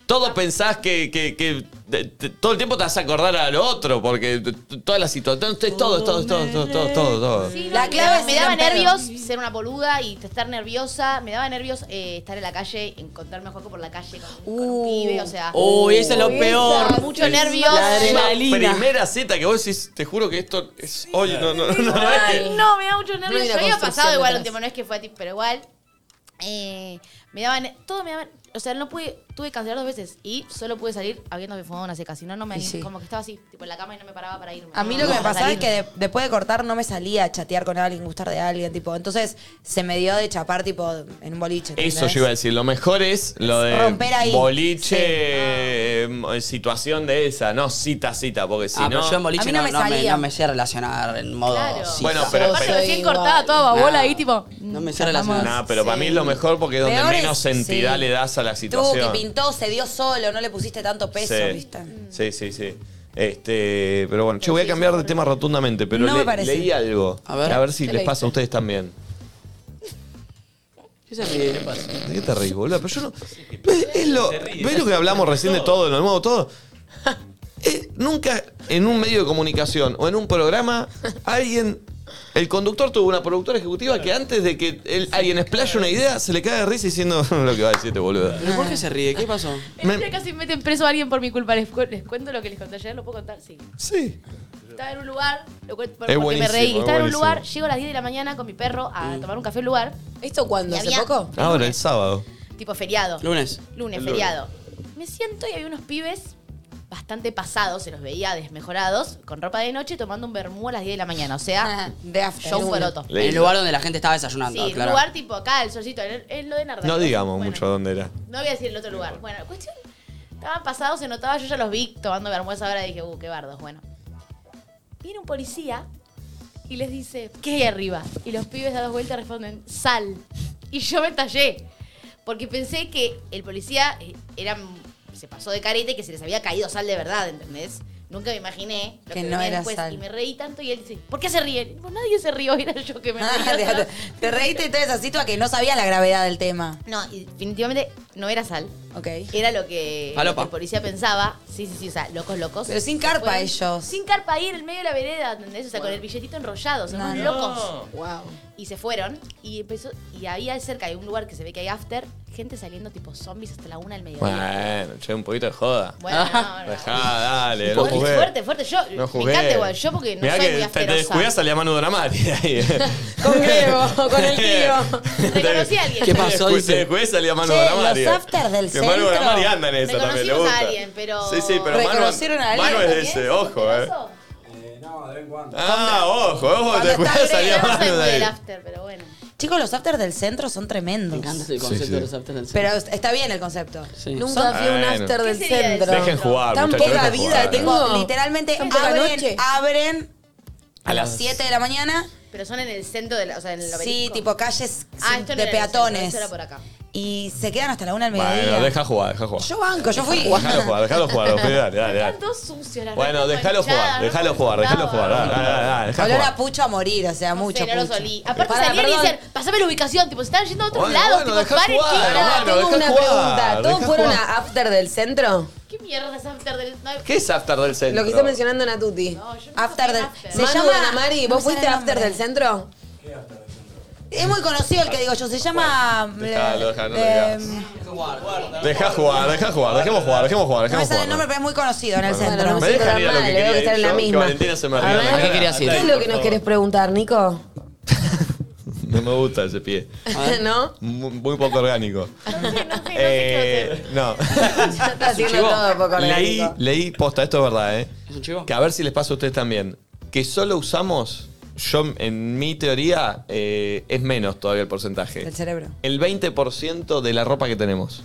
Speaker 1: todos pensás que. que- que te- te- todo el tiempo te vas a acordar al otro, porque t- t- todas las situaciones, todo, todo, todo, todo, todo, todo, todo.
Speaker 4: La clave es
Speaker 9: me
Speaker 4: ir
Speaker 9: daba
Speaker 4: en pedo.
Speaker 9: nervios ser una boluda y estar nerviosa. Me daba nervios eh, estar en la calle, encontrarme a Juaco por la calle con,
Speaker 4: Uh.
Speaker 9: con un pibe, o sea.
Speaker 3: Uy, eso es lo peor.
Speaker 9: Mucho nervios.
Speaker 1: La primera cita que vos decís, te juro que esto es hoy. No, no, no, no es que-
Speaker 9: Ay, no, me da mucho
Speaker 2: No
Speaker 9: nervios.
Speaker 2: hay
Speaker 9: Yo
Speaker 2: una
Speaker 9: había
Speaker 2: construcción
Speaker 9: pasado igual
Speaker 2: detrás.
Speaker 9: un tiempo, no es que fue a ti, pero igual. eh, me daban. Todo me daban. O sea, no pude. Tuve que cancelar dos veces y solo pude salir habiéndome fumado una seca. Si no, no me.
Speaker 4: Y sí.
Speaker 9: Como que estaba así, tipo en la cama y no me paraba para irme.
Speaker 4: A mí lo que me pasaba es que de- después de cortar no me salía a chatear con alguien, gustar de alguien, tipo. Entonces se me dio de chapar, tipo, en un boliche.
Speaker 1: Eso
Speaker 4: ¿entendés?
Speaker 1: yo iba a decir, lo mejor es lo de
Speaker 4: Romper ahí.
Speaker 1: boliche, eh, situación de esa, no cita, cita, porque si
Speaker 3: ah,
Speaker 1: no...
Speaker 3: pero yo en boliche no, no me, no me sé relacionar en modo cita.
Speaker 1: Bueno, pero-
Speaker 9: Aparte, recién cortada toda babola
Speaker 3: Nah.
Speaker 9: ahí, tipo.
Speaker 3: No me sé relacionar.
Speaker 1: Nah, pero para mí es lo mejor porque es donde
Speaker 4: Peor es-
Speaker 1: menos entidad
Speaker 4: sí.
Speaker 1: le das a la
Speaker 4: Tuvo que
Speaker 1: situación.
Speaker 4: pintó, se dio solo, no le pusiste tanto peso,
Speaker 1: Sí.
Speaker 4: ¿viste?
Speaker 1: Sí, sí, sí. Este, pero bueno, yo voy a cambiar de tema rotundamente, pero
Speaker 4: No me
Speaker 1: le-
Speaker 4: parece.
Speaker 1: leí algo. A ver, si
Speaker 3: ¿Qué
Speaker 1: les
Speaker 3: leíste?
Speaker 1: pasa a ustedes también.
Speaker 3: ¿Qué se ríe? ¿Qué pasa?
Speaker 1: ¿De qué te ríes, boludo? Pero yo no. ¿Ves, es lo, ¿ves lo que hablamos recién de todo, de lo nuevo, todo? Eh, nunca en un medio de comunicación o en un programa alguien. El conductor tuvo una productora ejecutiva que antes de que él- alguien explaya una idea se le cae de risa diciendo lo que va a decir este boludo.
Speaker 3: ¿Pero por qué se ríe? ¿Qué pasó?
Speaker 9: Este casi meten preso a alguien por mi culpa. Les, cu- les cuento lo que les conté ayer, ¿lo puedo contar? Sí.
Speaker 1: Sí.
Speaker 9: Estaba en un lugar, lo cuento por-
Speaker 1: Es
Speaker 9: porque me
Speaker 1: buenísimo,
Speaker 9: reí.
Speaker 1: es
Speaker 9: Estaba en un
Speaker 1: buenísimo. Mm.
Speaker 9: lugar, llego a las 10 de la mañana con mi perro a tomar un café al lugar.
Speaker 2: ¿Esto cuándo?
Speaker 9: Y
Speaker 2: ¿Hace
Speaker 9: había-
Speaker 2: poco?
Speaker 1: Ahora, Ah, el sábado.
Speaker 9: Tipo feriado.
Speaker 3: Lunes.
Speaker 9: Lunes,
Speaker 3: El
Speaker 9: feriado. Me siento y había unos pibes bastante pasados, se los veía desmejorados, con ropa de noche, tomando un vermú a las 10 de la mañana. O sea,
Speaker 2: de
Speaker 9: show poroto.
Speaker 3: En el lugar donde la gente estaba desayunando,
Speaker 9: Sí, en un
Speaker 3: claro.
Speaker 9: lugar tipo acá, el solcito, en, en lo de Narda.
Speaker 1: No digamos mucho dónde era.
Speaker 9: No voy a decir el otro lugar. Bueno, cuestión. Estaban pasados, se notaba, yo ya los vi tomando vergüenza ahora y dije, uh, qué bardos, bueno. Viene un policía y les dice, ¿qué hay arriba? Y los pibes a dos vueltas responden, sal. Y yo me tallé. Porque pensé que el policía eh, era, se pasó de carete y que se les había caído sal de verdad, ¿entendés? Nunca me imaginé lo que,
Speaker 4: Que no
Speaker 9: venía
Speaker 4: era
Speaker 9: después.
Speaker 4: sal.
Speaker 9: Y me reí tanto y él dice, ¿por qué se ríen? Y vos, nadie se rió, era yo que me
Speaker 4: Ah,
Speaker 9: reí.
Speaker 4: te, te reíste entonces así tú a que no sabías la gravedad del tema.
Speaker 9: No, y definitivamente no era sal. Ok. Era lo que, lo
Speaker 4: Falopa.
Speaker 9: que el policía pensaba. Sí, sí, sí, o sea, locos, locos.
Speaker 4: Pero sin carpa
Speaker 9: Fueron-
Speaker 4: ellos.
Speaker 9: Sin carpa ahí en el medio de la vereda, ¿entendés? O sea, con el billetito enrollado, o sea,
Speaker 4: No,
Speaker 9: unos
Speaker 4: no.
Speaker 9: locos. Wow. Y se fueron y empezó, y había cerca de un lugar que se ve que hay after, gente saliendo tipo zombies hasta la una del mediodía.
Speaker 1: Bueno, che, un poquito de joda.
Speaker 9: Bueno, no, no.
Speaker 1: Dejá, dale, no
Speaker 9: fuerte,
Speaker 1: jugué.
Speaker 9: fuerte, fuerte. Yo
Speaker 1: No
Speaker 9: me
Speaker 1: jugué.
Speaker 9: encanta igual, yo porque no
Speaker 1: Mirá
Speaker 9: soy muy
Speaker 1: que te, te
Speaker 9: asquerosa.
Speaker 1: descuidás, salía Manu Dramati.
Speaker 2: Con Grego, con el tío.
Speaker 9: Reconocí a alguien.
Speaker 1: Te descu- Te descuidás, salía Manu
Speaker 2: Che,
Speaker 1: Dramati.
Speaker 2: los afters del
Speaker 1: Que Manu
Speaker 2: centro.
Speaker 1: Dramati anda en eso también, le
Speaker 9: Reconocimos
Speaker 1: gusta.
Speaker 9: a alguien, pero.
Speaker 1: Sí, sí, pero Manu,
Speaker 9: ¿Reconocieron a alguien
Speaker 1: Manu es de
Speaker 9: también?
Speaker 1: ese, ojo, eh.
Speaker 11: No, de vez en cuando.
Speaker 1: Ah, ojo, ojo, te descuidás, salía
Speaker 9: Yo no soy
Speaker 1: Manu de
Speaker 9: muy
Speaker 1: ahí.
Speaker 9: del after, pero bueno.
Speaker 4: Chicos, los afters del centro son tremendos. Me encanta
Speaker 3: el concepto Sí, sí. de los afters del
Speaker 4: Pero está bien el concepto.
Speaker 2: Nunca fui a un
Speaker 1: Ah, Bueno.
Speaker 2: after del
Speaker 4: ¿Qué sería
Speaker 2: centro.
Speaker 4: eso? Dejen
Speaker 1: jugar,
Speaker 2: Tan
Speaker 1: Ah, muchachos,
Speaker 2: poca
Speaker 1: dejen
Speaker 2: vida
Speaker 1: jugar. ¿eh?
Speaker 2: tengo.
Speaker 4: Literalmente
Speaker 2: Son poca
Speaker 4: abren,
Speaker 2: noche.
Speaker 4: abren
Speaker 1: A
Speaker 4: a las
Speaker 1: las
Speaker 4: 7 de la mañana.
Speaker 9: Pero son en el centro de la. O sea, en el
Speaker 4: Sí,
Speaker 9: obelisco.
Speaker 4: tipo calles
Speaker 9: Ah,
Speaker 4: sin-
Speaker 9: esto no era
Speaker 4: de
Speaker 9: en el centro,
Speaker 4: peatones.
Speaker 9: esto era por acá.
Speaker 4: Y se quedan hasta la una del mediodía.
Speaker 1: Bueno, deja jugar, deja jugar.
Speaker 4: Yo banco, yo fui.
Speaker 1: Dejalo jugar, dejalo jugar, los pibes, dale, dale, dale.
Speaker 9: Están todos sucios las
Speaker 1: Bueno,
Speaker 9: redes
Speaker 1: dejalo jugar,
Speaker 9: manchadas, no
Speaker 1: dejalo jugar, dejalo jugar, dale, dale, dale, dale, dejá
Speaker 4: Olor
Speaker 1: jugar.
Speaker 4: a pucho a morir, o sea,
Speaker 9: sé,
Speaker 4: mucho.
Speaker 9: no los
Speaker 4: pucho.
Speaker 9: olí. Aparte
Speaker 4: Pará,
Speaker 9: salían
Speaker 4: perdón.
Speaker 9: y decían, pasame la ubicación, tipo, se estaban yendo a otros
Speaker 4: Bueno,
Speaker 9: lados,
Speaker 4: bueno,
Speaker 9: tipo,
Speaker 4: dejá
Speaker 9: bares
Speaker 4: jugar,
Speaker 9: chicos.
Speaker 1: hermano,
Speaker 2: Ah, Tengo
Speaker 1: dejá
Speaker 2: una
Speaker 1: jugar,
Speaker 2: pregunta. ¿Todos
Speaker 1: dejá
Speaker 2: fueron
Speaker 1: jugar.
Speaker 2: a after del centro?
Speaker 9: ¿Qué mierda es after del.? No,
Speaker 1: ¿Qué es after del centro?
Speaker 2: Lo que está mencionando Natuti. after del Se
Speaker 4: Manu
Speaker 2: llama
Speaker 4: Danamari,
Speaker 2: Mari,
Speaker 4: ¿vos
Speaker 2: ¿vos
Speaker 4: fuiste
Speaker 2: fuiste after del centro?
Speaker 4: Es muy conocido el que digo yo, se llama.
Speaker 1: Dejalo, dejalo, no
Speaker 4: eh,
Speaker 1: digas. Dejá jugar, dejá jugar, dejemos jugar, dejemos
Speaker 4: no me
Speaker 1: jugar, dejemos
Speaker 4: sale
Speaker 1: jugar.
Speaker 4: el nombre, pero es muy conocido en el
Speaker 1: Bueno,
Speaker 4: centro.
Speaker 1: no me Me dejan ir a lo que quería ir yo, que Valentina se me ría en la cara.
Speaker 2: ¿Qué es lo que nos querés preguntar, Nico?
Speaker 1: No me gusta ese pie.
Speaker 2: ¿No?
Speaker 1: Muy, muy poco orgánico. Eh, no.
Speaker 2: Está haciendo todo poco
Speaker 1: Leí,
Speaker 2: orgánico.
Speaker 1: leí, posta, esto es verdad, ¿eh?
Speaker 3: ¿Es un chivo?
Speaker 1: Que a ver si les pasa a ustedes también. Que solo usamos, yo en mi teoría, eh, es menos todavía el porcentaje.
Speaker 4: El cerebro.
Speaker 1: El 20% de la ropa que tenemos.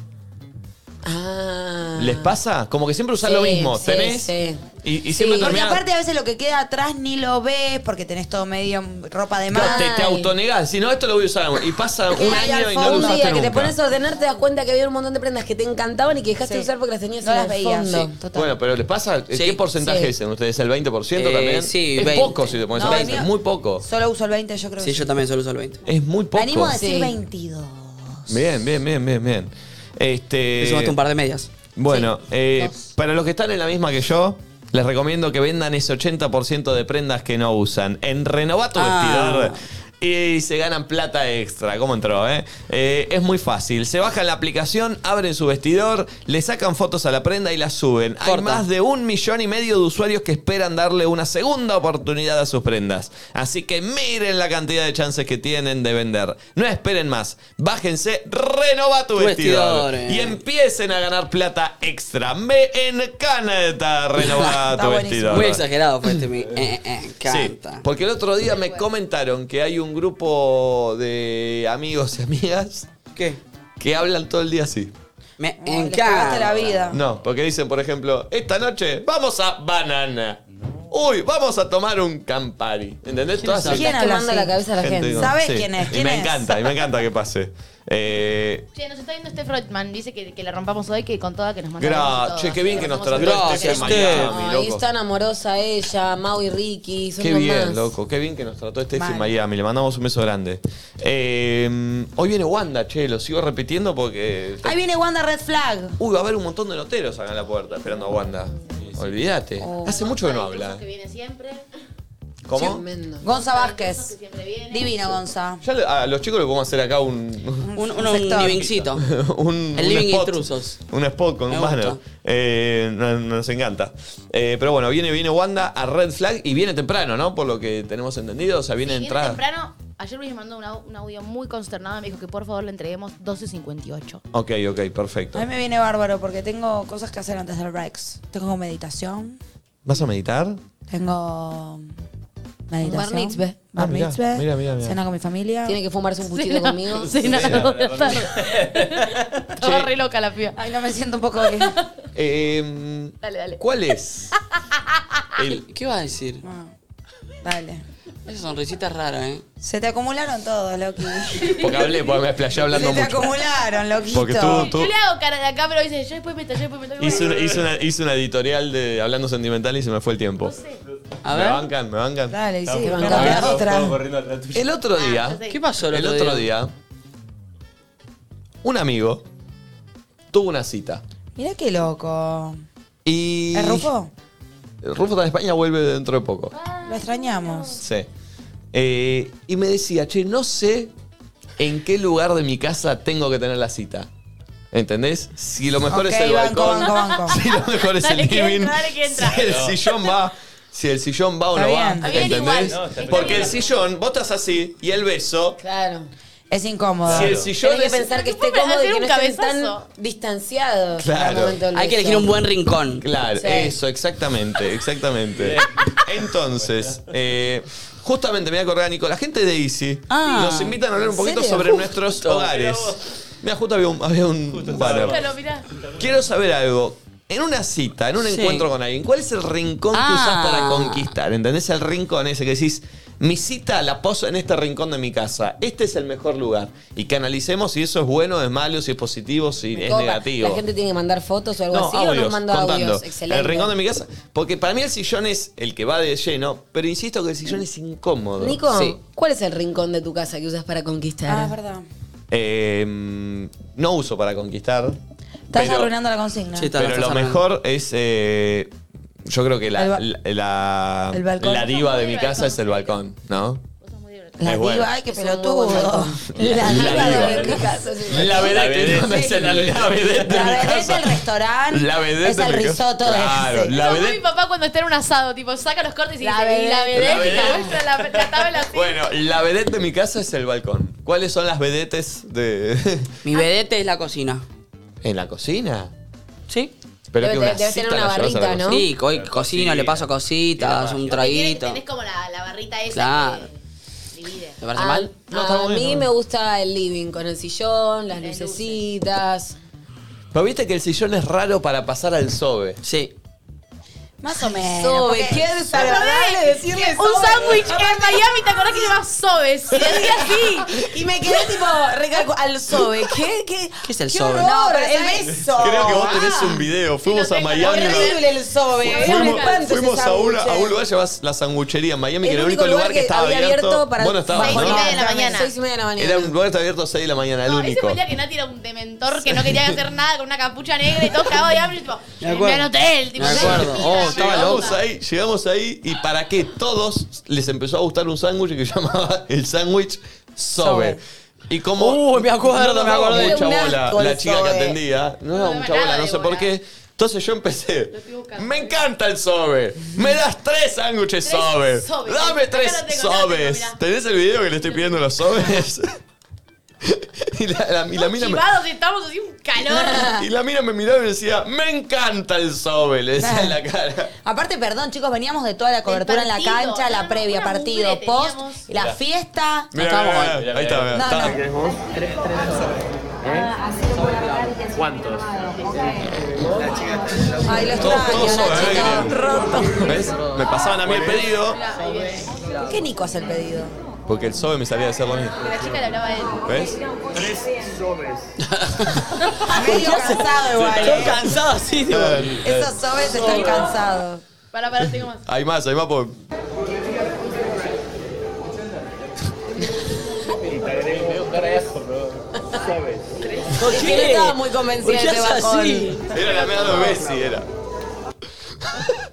Speaker 1: ¿Les pasa? Como que siempre usás lo
Speaker 4: Ah. Sí,
Speaker 1: mismo.
Speaker 4: sí,
Speaker 1: Tenés
Speaker 4: sí.
Speaker 1: y, y
Speaker 4: Sí,
Speaker 1: siempre
Speaker 4: porque
Speaker 1: terminás-
Speaker 4: aparte a veces lo que queda atrás ni lo ves porque tenés todo medio ropa de
Speaker 1: Claro,
Speaker 4: más.
Speaker 1: te, te autonegás. Si no, esto lo voy a usar. Y pasa un
Speaker 2: Ay,
Speaker 1: año y
Speaker 2: Alfa,
Speaker 1: no lo
Speaker 2: un
Speaker 1: usaste
Speaker 2: día que te
Speaker 1: nunca.
Speaker 2: pones a ordenar te das cuenta que había un montón de prendas que te encantaban y que dejaste de usar porque las tenías
Speaker 4: No
Speaker 2: en
Speaker 4: las
Speaker 2: el
Speaker 4: veías.
Speaker 2: fondo.
Speaker 4: Sí.
Speaker 1: Bueno, pero ¿les pasa? ¿Qué porcentaje
Speaker 2: Sí.
Speaker 1: es en ustedes? ¿El 20%
Speaker 3: Eh,
Speaker 1: también?
Speaker 3: sí,
Speaker 1: es
Speaker 3: 20.
Speaker 1: poco si te pones a
Speaker 4: No,
Speaker 1: pensar,
Speaker 4: el
Speaker 1: es
Speaker 4: mío-
Speaker 1: muy poco.
Speaker 4: Solo uso el 20, yo creo.
Speaker 3: Sí, yo también solo uso el 20.
Speaker 1: Es muy
Speaker 4: Me
Speaker 1: poco.
Speaker 4: animo a decir
Speaker 3: Sí.
Speaker 4: 22.
Speaker 1: Bien, bien, bien, bien, bien. Este,
Speaker 3: Te sumaste un par de medias.
Speaker 1: Bueno, eh, para los que están en la misma que yo, les recomiendo que vendan ese 80% de prendas que no usan. En Renovato
Speaker 3: Ah.
Speaker 1: Vestidor. Y se ganan plata extra. ¿Cómo entró, eh? Eh, es muy fácil. Se bajan la aplicación, abren su vestidor, le sacan fotos a la prenda y la suben. Hay más de un millón y medio de usuarios que esperan darle una segunda oportunidad a sus prendas. Así que miren la cantidad de chances que tienen de vender. No esperen más. Bájense, renova tu,
Speaker 3: Tu
Speaker 1: vestidor.
Speaker 3: vestidor, eh.
Speaker 1: Y empiecen a ganar plata extra. Me encanta renovar tu vestidor.
Speaker 3: Muy exagerado fue este mi. Eh, eh, canta.
Speaker 1: Sí, porque el otro día me comentaron que hay un grupo de amigos y amigas
Speaker 3: ¿Qué?
Speaker 1: que hablan todo el día así.
Speaker 3: Me
Speaker 4: cagaste la vida.
Speaker 1: No, porque dicen, por ejemplo, esta noche vamos a banana. Uy, vamos a tomar un Campari. ¿Entendés? Todas
Speaker 2: ¿Quién
Speaker 1: esas-
Speaker 2: habla quemando así? la cabeza a la gente.
Speaker 1: con-
Speaker 2: ¿Sabés quién es?
Speaker 1: y
Speaker 2: ¿Quién
Speaker 1: me
Speaker 2: es?
Speaker 1: encanta, y me encanta que pase. Eh,
Speaker 9: Che, nos está viendo Steph Rotman, dice que, que la rompamos hoy, que con toda que nos mandaron.
Speaker 1: gra- che, qué bien que nos trató este
Speaker 3: Gracias,
Speaker 1: tema en Miami,
Speaker 2: Ay,
Speaker 1: loco.
Speaker 2: es tan amorosa ella, Mau y Ricky. Son
Speaker 1: Qué
Speaker 2: los
Speaker 1: bien,
Speaker 2: más.
Speaker 1: loco. Qué bien que nos trató este
Speaker 2: Mal.
Speaker 1: en Miami. Le mandamos un beso grande. Eh, hoy viene Wanda, che. Lo sigo repitiendo porque...
Speaker 4: Ahí viene Wanda Red Flag.
Speaker 1: Uy, va a haber un montón de noteros acá en la puerta esperando a Wanda. Olvídate. Hace mucho que no habla.
Speaker 9: Que viene siempre.
Speaker 1: ¿Cómo?
Speaker 4: Gonza Vázquez. Divino Gonza.
Speaker 1: Ya le- a los chicos le podemos hacer acá un...
Speaker 3: Un, un,
Speaker 4: Un sector.
Speaker 3: un livingcito.
Speaker 1: un-
Speaker 3: El
Speaker 1: un
Speaker 3: living
Speaker 1: spot.
Speaker 3: intrusos.
Speaker 1: Un spot con
Speaker 3: Me
Speaker 1: un
Speaker 3: gusta.
Speaker 1: banner. Eh, no- nos encanta. Eh, pero bueno, viene, viene Wanda a Red Flag y viene temprano, ¿no? Por lo que tenemos entendido. O sea, viene
Speaker 9: Viene
Speaker 1: entrada.
Speaker 9: temprano Ayer Luis me mandó un, au- un audio muy consternado y me dijo que por favor le entreguemos 12.58.
Speaker 1: Ok, ok, perfecto.
Speaker 4: A mí me viene bárbaro porque tengo cosas que hacer antes del breaks. Tengo meditación,
Speaker 1: ¿Vas a meditar?
Speaker 4: tengo meditación.
Speaker 2: Bar mitzvah.
Speaker 4: Bar
Speaker 1: Ah, mirá,
Speaker 4: mitzvah,
Speaker 1: mirá, mirá, mirá.
Speaker 4: Cena con mi familia.
Speaker 2: Tiene que fumarse un puchito
Speaker 4: Cena-
Speaker 2: conmigo.
Speaker 4: cena
Speaker 1: Sí.
Speaker 4: ahora tarde.
Speaker 9: Estaba re loca la piba.
Speaker 4: Ay, no me siento un poco bien.
Speaker 1: Eh,
Speaker 9: Dale, dale.
Speaker 1: ¿Cuál es? el-
Speaker 3: ¿Qué va a decir?
Speaker 4: Ah, Dale.
Speaker 3: Esa sonrisita es rara, ¿eh?
Speaker 4: Se te acumularon todos, Loki.
Speaker 1: Porque hablé, porque me explayé hablando
Speaker 4: Se te
Speaker 1: mucho.
Speaker 4: acumularon, Loquito.
Speaker 1: Porque tú- tú-
Speaker 9: Yo le hago cara de acá, pero dice, yo después me yo después me toco.
Speaker 1: Hice una, hice una- hice una editorial de hablando sentimental y se me fue el tiempo.
Speaker 3: A
Speaker 1: ¿Me
Speaker 3: ver.
Speaker 1: bancan? ¿Me bancan?
Speaker 4: Dale,
Speaker 3: sí,
Speaker 1: Estamos
Speaker 3: bancame la
Speaker 1: corriendo,
Speaker 3: otra.
Speaker 1: todos corriendo atrás tuyo. El otro
Speaker 7: Ah,
Speaker 1: día.
Speaker 3: ¿Qué pasó el, otro,
Speaker 1: día? Un amigo tuvo una cita.
Speaker 4: Mirá qué loco.
Speaker 1: Y.
Speaker 4: ¿Es Rufo?
Speaker 1: Rufo está en España, vuelve dentro de poco.
Speaker 4: Lo extrañamos.
Speaker 1: Sí. Eh, y me decía, che, no sé en qué lugar de mi casa tengo que tener la cita. ¿Entendés? Si lo mejor
Speaker 4: Ok,
Speaker 1: es el
Speaker 4: banco,
Speaker 1: balcón.
Speaker 4: banco, banco.
Speaker 1: Si lo mejor es
Speaker 4: Dale
Speaker 1: el
Speaker 4: que entra,
Speaker 1: living.
Speaker 4: dale que entra.
Speaker 1: Si el sillón va. Si el sillón va o
Speaker 4: Está
Speaker 1: no va.
Speaker 4: bien. Está bien igual.
Speaker 1: ¿Entendés?
Speaker 4: No, está bien.
Speaker 1: Porque el sillón, vos estás así y el beso.
Speaker 2: Claro.
Speaker 4: Es incómodo.
Speaker 1: Si el sillón
Speaker 2: Tenés
Speaker 1: es-
Speaker 2: que pensar que esté
Speaker 9: puede
Speaker 2: cómodo y
Speaker 9: hacer
Speaker 2: que no
Speaker 9: un
Speaker 2: estén tan
Speaker 9: cabezazo.
Speaker 2: distanciados. al
Speaker 1: Claro.
Speaker 2: momento del beso.
Speaker 1: rincón. Claro,
Speaker 2: Sí.
Speaker 1: eso, exactamente, exactamente. Entonces, eh, justamente me voy a acordar, Nico, la gente de Easy
Speaker 4: Ah,
Speaker 1: nos invitan a hablar un
Speaker 4: ¿en
Speaker 1: poquito
Speaker 4: serio?
Speaker 1: sobre
Speaker 4: Justo.
Speaker 1: nuestros hogares. Mira, justo había un, había un banner.
Speaker 9: Míralo, mirá.
Speaker 1: Quiero saber algo. En una cita, en un
Speaker 9: Sí.
Speaker 1: encuentro con alguien, ¿cuál es el rincón que
Speaker 4: Ah.
Speaker 1: usás para conquistar? ¿Entendés? El rincón ese que decís, mi cita la poso en este rincón de mi casa. Este es el mejor lugar. Y que analicemos si eso es bueno, es malo, si es positivo, si es
Speaker 2: Copa.
Speaker 1: negativo.
Speaker 2: La gente tiene que mandar fotos o algo así o nos manda
Speaker 1: contando.
Speaker 2: audios. Excelente.
Speaker 1: El rincón de mi casa. Porque para mí el sillón es el que va de lleno, pero insisto que el sillón es incómodo.
Speaker 2: Nico,
Speaker 1: Sí.
Speaker 2: ¿cuál es el rincón de tu casa que usas para conquistar? Ah, verdad.
Speaker 1: Eh, no uso para conquistar.
Speaker 4: Estás
Speaker 1: pero-
Speaker 4: arruinando la consigna.
Speaker 1: pero lo mejor es. eh, yo creo que la,
Speaker 4: El
Speaker 1: la, la-
Speaker 4: El balcón.
Speaker 1: la diva de mi casa es el balcón, ¿no?
Speaker 4: La
Speaker 1: Es bueno.
Speaker 4: diva, ay, qué pelotudo. La diva de mi casa.
Speaker 1: La vedette, ¿dónde es el- la
Speaker 4: La
Speaker 1: vedette de mi
Speaker 4: vedette
Speaker 1: casa?
Speaker 4: del restaurante
Speaker 1: La vedette
Speaker 4: es
Speaker 1: de
Speaker 4: el
Speaker 1: mi casa.
Speaker 4: risotto de
Speaker 1: Claro,
Speaker 4: ese.
Speaker 1: la
Speaker 9: Como
Speaker 1: vedette
Speaker 9: mi papá cuando está en un asado, tipo, saca los cortes y
Speaker 4: La
Speaker 9: dice, y la
Speaker 4: vedette.
Speaker 9: vedette, y
Speaker 1: La
Speaker 9: te muestra la, la tabla así.
Speaker 1: Bueno, la vedette de mi casa es el balcón. ¿Cuáles son las vedettes de.
Speaker 3: Mi vedette es la cocina.
Speaker 1: ¿En la cocina?
Speaker 3: Sí.
Speaker 1: Pero
Speaker 3: Debe-
Speaker 1: que una
Speaker 3: debe tener
Speaker 1: cita
Speaker 3: una
Speaker 1: la llevas a la
Speaker 3: barrita, ¿no?
Speaker 1: cocina.
Speaker 3: Sí, co- Claro, cocino, cocina, le paso cositas, un traguito.
Speaker 9: Tenés como la, la barrita esa Ah,
Speaker 3: Claro.
Speaker 9: que divide.
Speaker 3: ¿Te parece
Speaker 2: a,
Speaker 3: mal?
Speaker 2: a mí me gusta el living con el sillón, las lucecitas.
Speaker 1: Pero viste que el sillón es raro para pasar al sobe.
Speaker 3: Sí.
Speaker 4: Más o menos.
Speaker 2: Sobe,
Speaker 4: porque-
Speaker 2: qué desagradable decirle
Speaker 9: Un
Speaker 2: sobe.
Speaker 9: sándwich en Miami, ¿te acordás que llevas sobes? Y decía así.
Speaker 2: Y me quedé tipo recalco al sobe. ¿Qué? ¿Qué?
Speaker 3: ¿Qué es el
Speaker 2: qué
Speaker 3: sobre?
Speaker 2: horror,
Speaker 4: No, pero
Speaker 2: el
Speaker 4: ¿sabes?
Speaker 2: beso.
Speaker 1: Creo que vos tenés un video. Fuimos a Miami.
Speaker 2: Ah, Horrible el sobe. Era un
Speaker 1: Fuimos,
Speaker 2: espanto ese
Speaker 1: fuimos a, una, a
Speaker 2: sándwich.
Speaker 1: un lugar llamás La Sanguchería en Miami, que
Speaker 2: El
Speaker 1: era el único lugar que, estaba
Speaker 2: había
Speaker 1: abierto.
Speaker 2: para
Speaker 1: Vos no estabas,
Speaker 2: seis
Speaker 1: ¿no?
Speaker 2: y media
Speaker 9: de la mañana.
Speaker 2: Seis y media de la mañana.
Speaker 1: Era un lugar que estaba abierto a 6 de la mañana, el
Speaker 9: No, ese
Speaker 1: único.
Speaker 9: fue el día que Nati era un dementor que no quería hacer nada con una capucha negra y todo cagado de hambre. y Tipo,
Speaker 1: Me
Speaker 9: me,
Speaker 1: acuerdo.
Speaker 9: anoté el tipo.
Speaker 1: Me acuerdo. Oh,
Speaker 9: estaba
Speaker 1: llegamos
Speaker 9: loca.
Speaker 1: ahí, llegamos ahí y para qué todos les empezó a gustar un sándwich que llamaba el sándwich sobe. Y como
Speaker 3: Uh, me acuerdo,
Speaker 1: no nos
Speaker 3: me
Speaker 1: daba
Speaker 3: acordé.
Speaker 1: mucha
Speaker 3: Un
Speaker 1: bola,
Speaker 3: asco el
Speaker 1: la chica que
Speaker 3: sobe.
Speaker 1: atendía, no daba
Speaker 3: No
Speaker 1: mucha
Speaker 3: daba
Speaker 1: bola,
Speaker 3: nada
Speaker 1: no
Speaker 3: de
Speaker 1: sé por
Speaker 3: bola.
Speaker 1: qué. Entonces yo empecé. Me encanta el sobe. Me das tres sándwiches
Speaker 9: Tres
Speaker 1: sobe.
Speaker 9: sobes.
Speaker 1: Dame
Speaker 9: Acá
Speaker 1: tres
Speaker 9: lo tengo, acá lo tengo,
Speaker 1: sobes.
Speaker 9: mirá.
Speaker 1: ¿Tenés el video que le estoy pidiendo los sobes? y la, la- y la mina me,
Speaker 9: Chivados, estamos así un calor.
Speaker 1: y la mina me miraba y me decía, me encanta el sobe, le decía en la cara.
Speaker 4: Aparte, perdón, chicos, veníamos de toda la cobertura en la
Speaker 9: partido,
Speaker 4: cancha,
Speaker 9: no,
Speaker 4: la
Speaker 9: no,
Speaker 4: previa,
Speaker 9: una
Speaker 4: partido,
Speaker 9: mugre
Speaker 4: post,
Speaker 9: teníamos.
Speaker 4: la
Speaker 1: Mirá.
Speaker 4: fiesta.
Speaker 1: Mira, mira, mira, ahí está, mira.
Speaker 4: No,
Speaker 1: Está.
Speaker 4: no.
Speaker 6: ¿Cuántos?
Speaker 4: Ay, lo
Speaker 1: Todos,
Speaker 4: extraño,
Speaker 1: todos sobes, ¿ves?
Speaker 4: Nachito.
Speaker 1: ¿eh? ¿Ves? Me pasaban a mí el pedido.
Speaker 4: ¿Por qué Nico hace el pedido?
Speaker 1: Porque el sobe me salía de hacerlo a mí.
Speaker 9: La chica le hablaba a él.
Speaker 1: ¿Ves?
Speaker 6: Tres sobres.
Speaker 4: Medio cansado igual.
Speaker 3: Estoy
Speaker 4: eh.
Speaker 3: cansado, sí. tipo.
Speaker 4: Esos sobes están cansados.
Speaker 9: Para, para, tengo más.
Speaker 1: Hay más, hay más por.
Speaker 2: Es que no estaba muy convencida de
Speaker 3: ¿Por qué
Speaker 2: este
Speaker 3: haces
Speaker 2: bajón.
Speaker 3: así?
Speaker 1: Era la meada de Messi, era.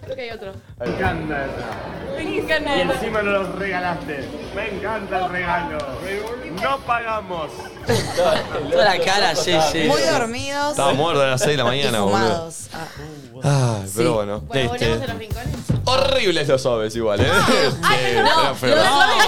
Speaker 9: Creo que hay otro.
Speaker 21: Me encanta eso. Y encima nos los regalaste. Me encanta el regalo. No pagamos.
Speaker 3: Toda la cara, sí, sí.
Speaker 1: Muy
Speaker 4: dormidos.
Speaker 1: Estaba muerto a las 6 de la mañana, boludo.
Speaker 4: Fumados.
Speaker 1: Ah, pero bueno. este, Horribles los sobes igual, ¿eh? Sí, era feo.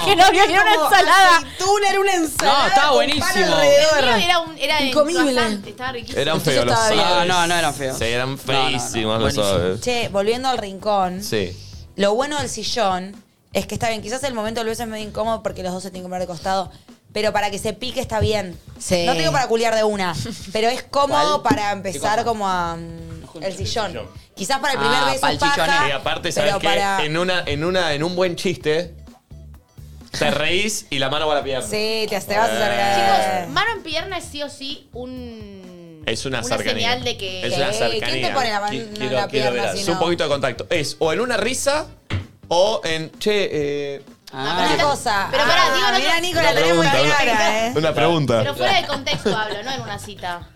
Speaker 2: que no había era una ensalada. Tú era una ensalada.
Speaker 3: No, estaba buenísimo.
Speaker 9: El mío era un era
Speaker 2: Incomible.
Speaker 9: croissant, estaba riquísimo.
Speaker 1: Eran feos los
Speaker 3: estaba bien.
Speaker 1: sobes.
Speaker 3: Ah, No, no, no eran feos.
Speaker 1: Sí, eran feísimos los sobes.
Speaker 4: Che, volviendo al rincón,
Speaker 1: Sí.
Speaker 4: lo bueno del sillón es que está bien. Quizás el momento lo es medio incómodo porque los dos se tienen que poner de costado. Pero para que se pique está bien.
Speaker 2: Sí.
Speaker 4: No tengo para culiar de una. Pero es cómodo
Speaker 2: ¿Cuál?
Speaker 4: para empezar como a. mm, el sillón. Quizás para el primer
Speaker 1: Ah,
Speaker 4: beso
Speaker 1: pa'l
Speaker 4: paja,
Speaker 1: chichoneo. Y aparte, sabes
Speaker 4: pero
Speaker 1: que
Speaker 4: para-
Speaker 1: en, una, en, una, en un buen chiste, te reís y la mano va a la pierna. Eh,
Speaker 4: Sí, te, te vas a acercar.
Speaker 9: Chicos, mano en pierna es sí o sí un.
Speaker 1: Es una,
Speaker 9: Una
Speaker 1: cercanía.
Speaker 9: señal de que-
Speaker 1: Es una
Speaker 9: Sí, ¿quién
Speaker 1: cercanía.
Speaker 9: te pone la mano
Speaker 1: Qui-
Speaker 9: en
Speaker 1: quiero,
Speaker 9: la
Speaker 1: quiero
Speaker 9: pierna
Speaker 1: ver
Speaker 9: si
Speaker 1: Es
Speaker 9: no?
Speaker 1: un poquito de contacto. Es o en una risa o en. Che, eh.
Speaker 4: Una cosa.
Speaker 2: Ah,
Speaker 9: Pero pará, digo, no
Speaker 4: mira,
Speaker 9: te-
Speaker 4: Nico, la tenés muy clara, ¿eh?
Speaker 1: Una pregunta.
Speaker 9: Pero fuera de contexto hablo, no en una cita.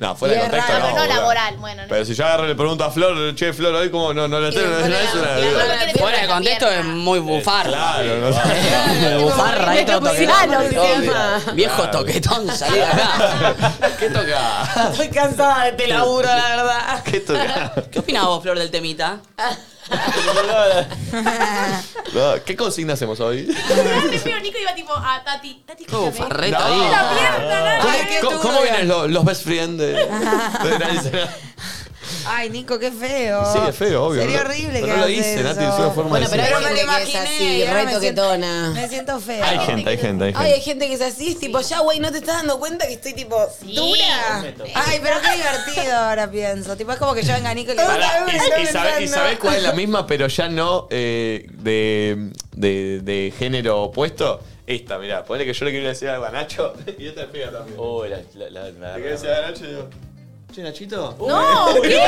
Speaker 1: No, fuera de
Speaker 9: Y es
Speaker 1: contexto.
Speaker 9: raro,
Speaker 1: no,
Speaker 9: pero no
Speaker 1: boludo.
Speaker 9: laboral, bueno, no
Speaker 1: Pero si yo agarro y le pregunto a Flor, che, Flor, hoy como no, no le tengo, no, no es una duda.
Speaker 3: Fuera de contexto es muy bufar.
Speaker 1: Claro, no
Speaker 3: Bufarra, ahí todo
Speaker 2: Claro,
Speaker 3: toquetón.
Speaker 2: se llama.
Speaker 1: Ah,
Speaker 3: Viejo toquetón, salí de acá. ¿Qué toca?
Speaker 2: Estoy cansada de este laburo, la verdad.
Speaker 1: ¿Qué toca?
Speaker 3: ¿Qué opinás vos, Flor, del temita?
Speaker 1: No, ¿Qué consigna hacemos hoy?
Speaker 9: Pero Nico iba tipo a Tati. Tati,
Speaker 1: Oh,
Speaker 9: escúchame.
Speaker 1: farreta
Speaker 9: No,
Speaker 1: ahí.
Speaker 9: la pierna, no, no,
Speaker 1: Ah. ¿Cómo-
Speaker 9: no.
Speaker 1: ¿Cómo, cómo vienen los, los best friends de, de Nadie Sabe?
Speaker 4: Ay, Nico, qué feo.
Speaker 1: Sí, es feo, obvio.
Speaker 4: Sería
Speaker 1: ¿no?
Speaker 4: horrible
Speaker 1: Pero
Speaker 4: que
Speaker 1: no lo
Speaker 4: hagas
Speaker 1: hice,
Speaker 4: eso.
Speaker 1: Nati, es una forma
Speaker 4: Bueno,
Speaker 1: de
Speaker 4: pero
Speaker 1: decir.
Speaker 4: ahora me lo
Speaker 2: que es
Speaker 4: imaginé,
Speaker 2: así,
Speaker 4: y ahora
Speaker 2: re
Speaker 4: me siento-
Speaker 2: toquetona.
Speaker 4: Me siento fea.
Speaker 1: Hay gente, hay gente, hay
Speaker 2: Ay,
Speaker 1: gente.
Speaker 2: hay gente que es así, es tipo, ya, güey, ¿no te estás dando cuenta que estoy tipo dura?
Speaker 4: Ay, pero qué divertido ahora pienso. Tipo, es como que yo venga a Nico y le
Speaker 1: Pará,
Speaker 4: Ay,
Speaker 1: y,
Speaker 4: me
Speaker 1: y
Speaker 4: está
Speaker 1: sabés, y
Speaker 4: pensando.
Speaker 1: sabés cuál es la misma, pero ya no eh, de, de, de género opuesto. Esta, mirá, ponele que yo le quiero decir algo a Nacho y esta es fea también.
Speaker 7: Uy, la. la, la, la-
Speaker 1: Le quiero decir algo a Nacho y digo, che, Nachito.
Speaker 4: No, ¿qué?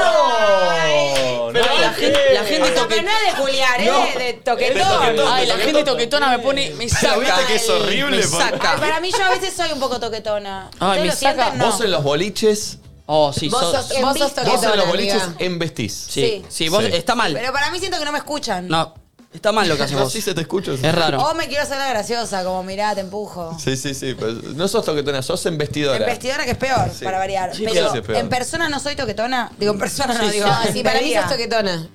Speaker 7: No,
Speaker 3: Pero la gente, la gente
Speaker 4: O sea, pero
Speaker 3: toquetona.
Speaker 4: no es de culiar, ¿eh?
Speaker 3: No.
Speaker 4: De toquetón.
Speaker 3: Ay, la gente toquetona me pone. Me saca.
Speaker 1: ¿Viste que es horrible?
Speaker 3: Me
Speaker 1: Por-
Speaker 4: Ay,
Speaker 3: saca.
Speaker 4: para mí yo a veces soy un poco toquetona. ¿Ustedes
Speaker 3: Ay, me
Speaker 4: lo
Speaker 3: saca.
Speaker 4: sienten? No.
Speaker 1: Vos en los boliches.
Speaker 3: Oh, sí,
Speaker 4: Vos
Speaker 3: sos-
Speaker 4: sos- vos sos
Speaker 1: Vos en
Speaker 4: toquetona,
Speaker 1: los boliches
Speaker 4: amiga.
Speaker 1: embestís.
Speaker 3: Sí, sí, vos está mal.
Speaker 4: Pero para mí siento que no me escuchan.
Speaker 3: No, está mal lo que haces
Speaker 1: No,
Speaker 3: vos.
Speaker 1: Ah, sí se te escucha.
Speaker 3: Es raro.
Speaker 4: O me quiero hacer la graciosa, como mirá, te empujo.
Speaker 1: Sí, sí, sí. pero no sos toquetona, sos embestidora.
Speaker 4: En vestidora que es peor,
Speaker 1: Sí.
Speaker 4: para variar.
Speaker 1: Sí,
Speaker 4: pero
Speaker 1: sí, es peor.
Speaker 4: en persona no soy toquetona. Digo, en persona no
Speaker 2: Sí,
Speaker 4: digo.
Speaker 2: sí. No, sí, para mí
Speaker 4: debería.
Speaker 2: sos toquetona.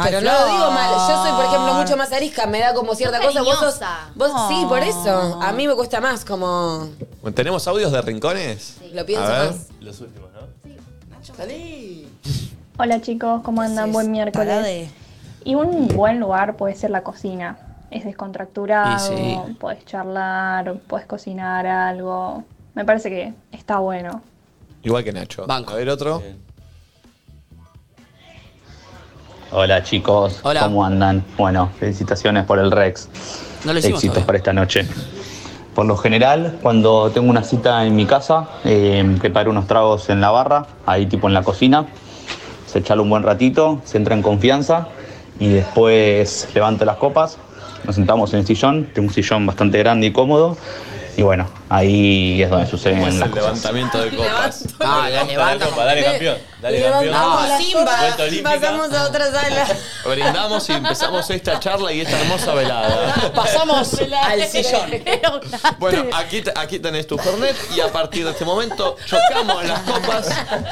Speaker 4: Ay,
Speaker 2: Pero no lo
Speaker 4: Flor.
Speaker 2: digo mal. Yo soy, por ejemplo, mucho más arisca. Me da como cierta
Speaker 9: Sos
Speaker 2: cosa. Vos sos.
Speaker 9: cariñosa.
Speaker 2: Vos, Sí, por eso. A mí me cuesta más, como.
Speaker 1: Bueno, ¿Tenemos audios de rincones?
Speaker 2: Lo pienso
Speaker 1: A ver.
Speaker 2: más.
Speaker 7: Los últimos, ¿no?
Speaker 22: Hola chicos, ¿cómo andan? Buen miércoles.
Speaker 4: de-
Speaker 22: Y un buen lugar puede ser la cocina. Es descontracturado,
Speaker 3: Y sí.
Speaker 22: puedes charlar, puedes cocinar algo. Me parece que está bueno.
Speaker 1: Igual que Nacho. A ver otro.
Speaker 23: Hola chicos, ¿cómo andan? Bueno, felicitaciones por el Rex.
Speaker 3: No lo hicimos
Speaker 23: Éxitos
Speaker 3: todavía.
Speaker 23: para esta noche. Por lo general, cuando tengo una cita en mi casa, eh, preparo unos tragos en la barra, ahí tipo en la cocina, se charla un buen ratito, se entra en confianza y después levanto las copas, nos sentamos en el sillón, tengo un sillón bastante grande y cómodo y bueno, ahí es donde suceden
Speaker 1: ¿Cómo es
Speaker 23: las
Speaker 1: el
Speaker 23: cosas.
Speaker 1: levantamiento de copas?
Speaker 3: Ah, la
Speaker 7: Dale,
Speaker 3: levanta.
Speaker 7: copa, dale campeón. Dale campeón.
Speaker 4: Levantamos la
Speaker 3: Ah, Simba.
Speaker 7: Vuelta
Speaker 4: Y
Speaker 7: olímpica.
Speaker 4: pasamos a otra sala.
Speaker 1: Brindamos y empezamos esta charla y esta hermosa velada.
Speaker 3: Pasamos al sillón.
Speaker 1: Bueno, aquí, te- aquí tenés tu Fernet y a partir de este momento chocamos las copas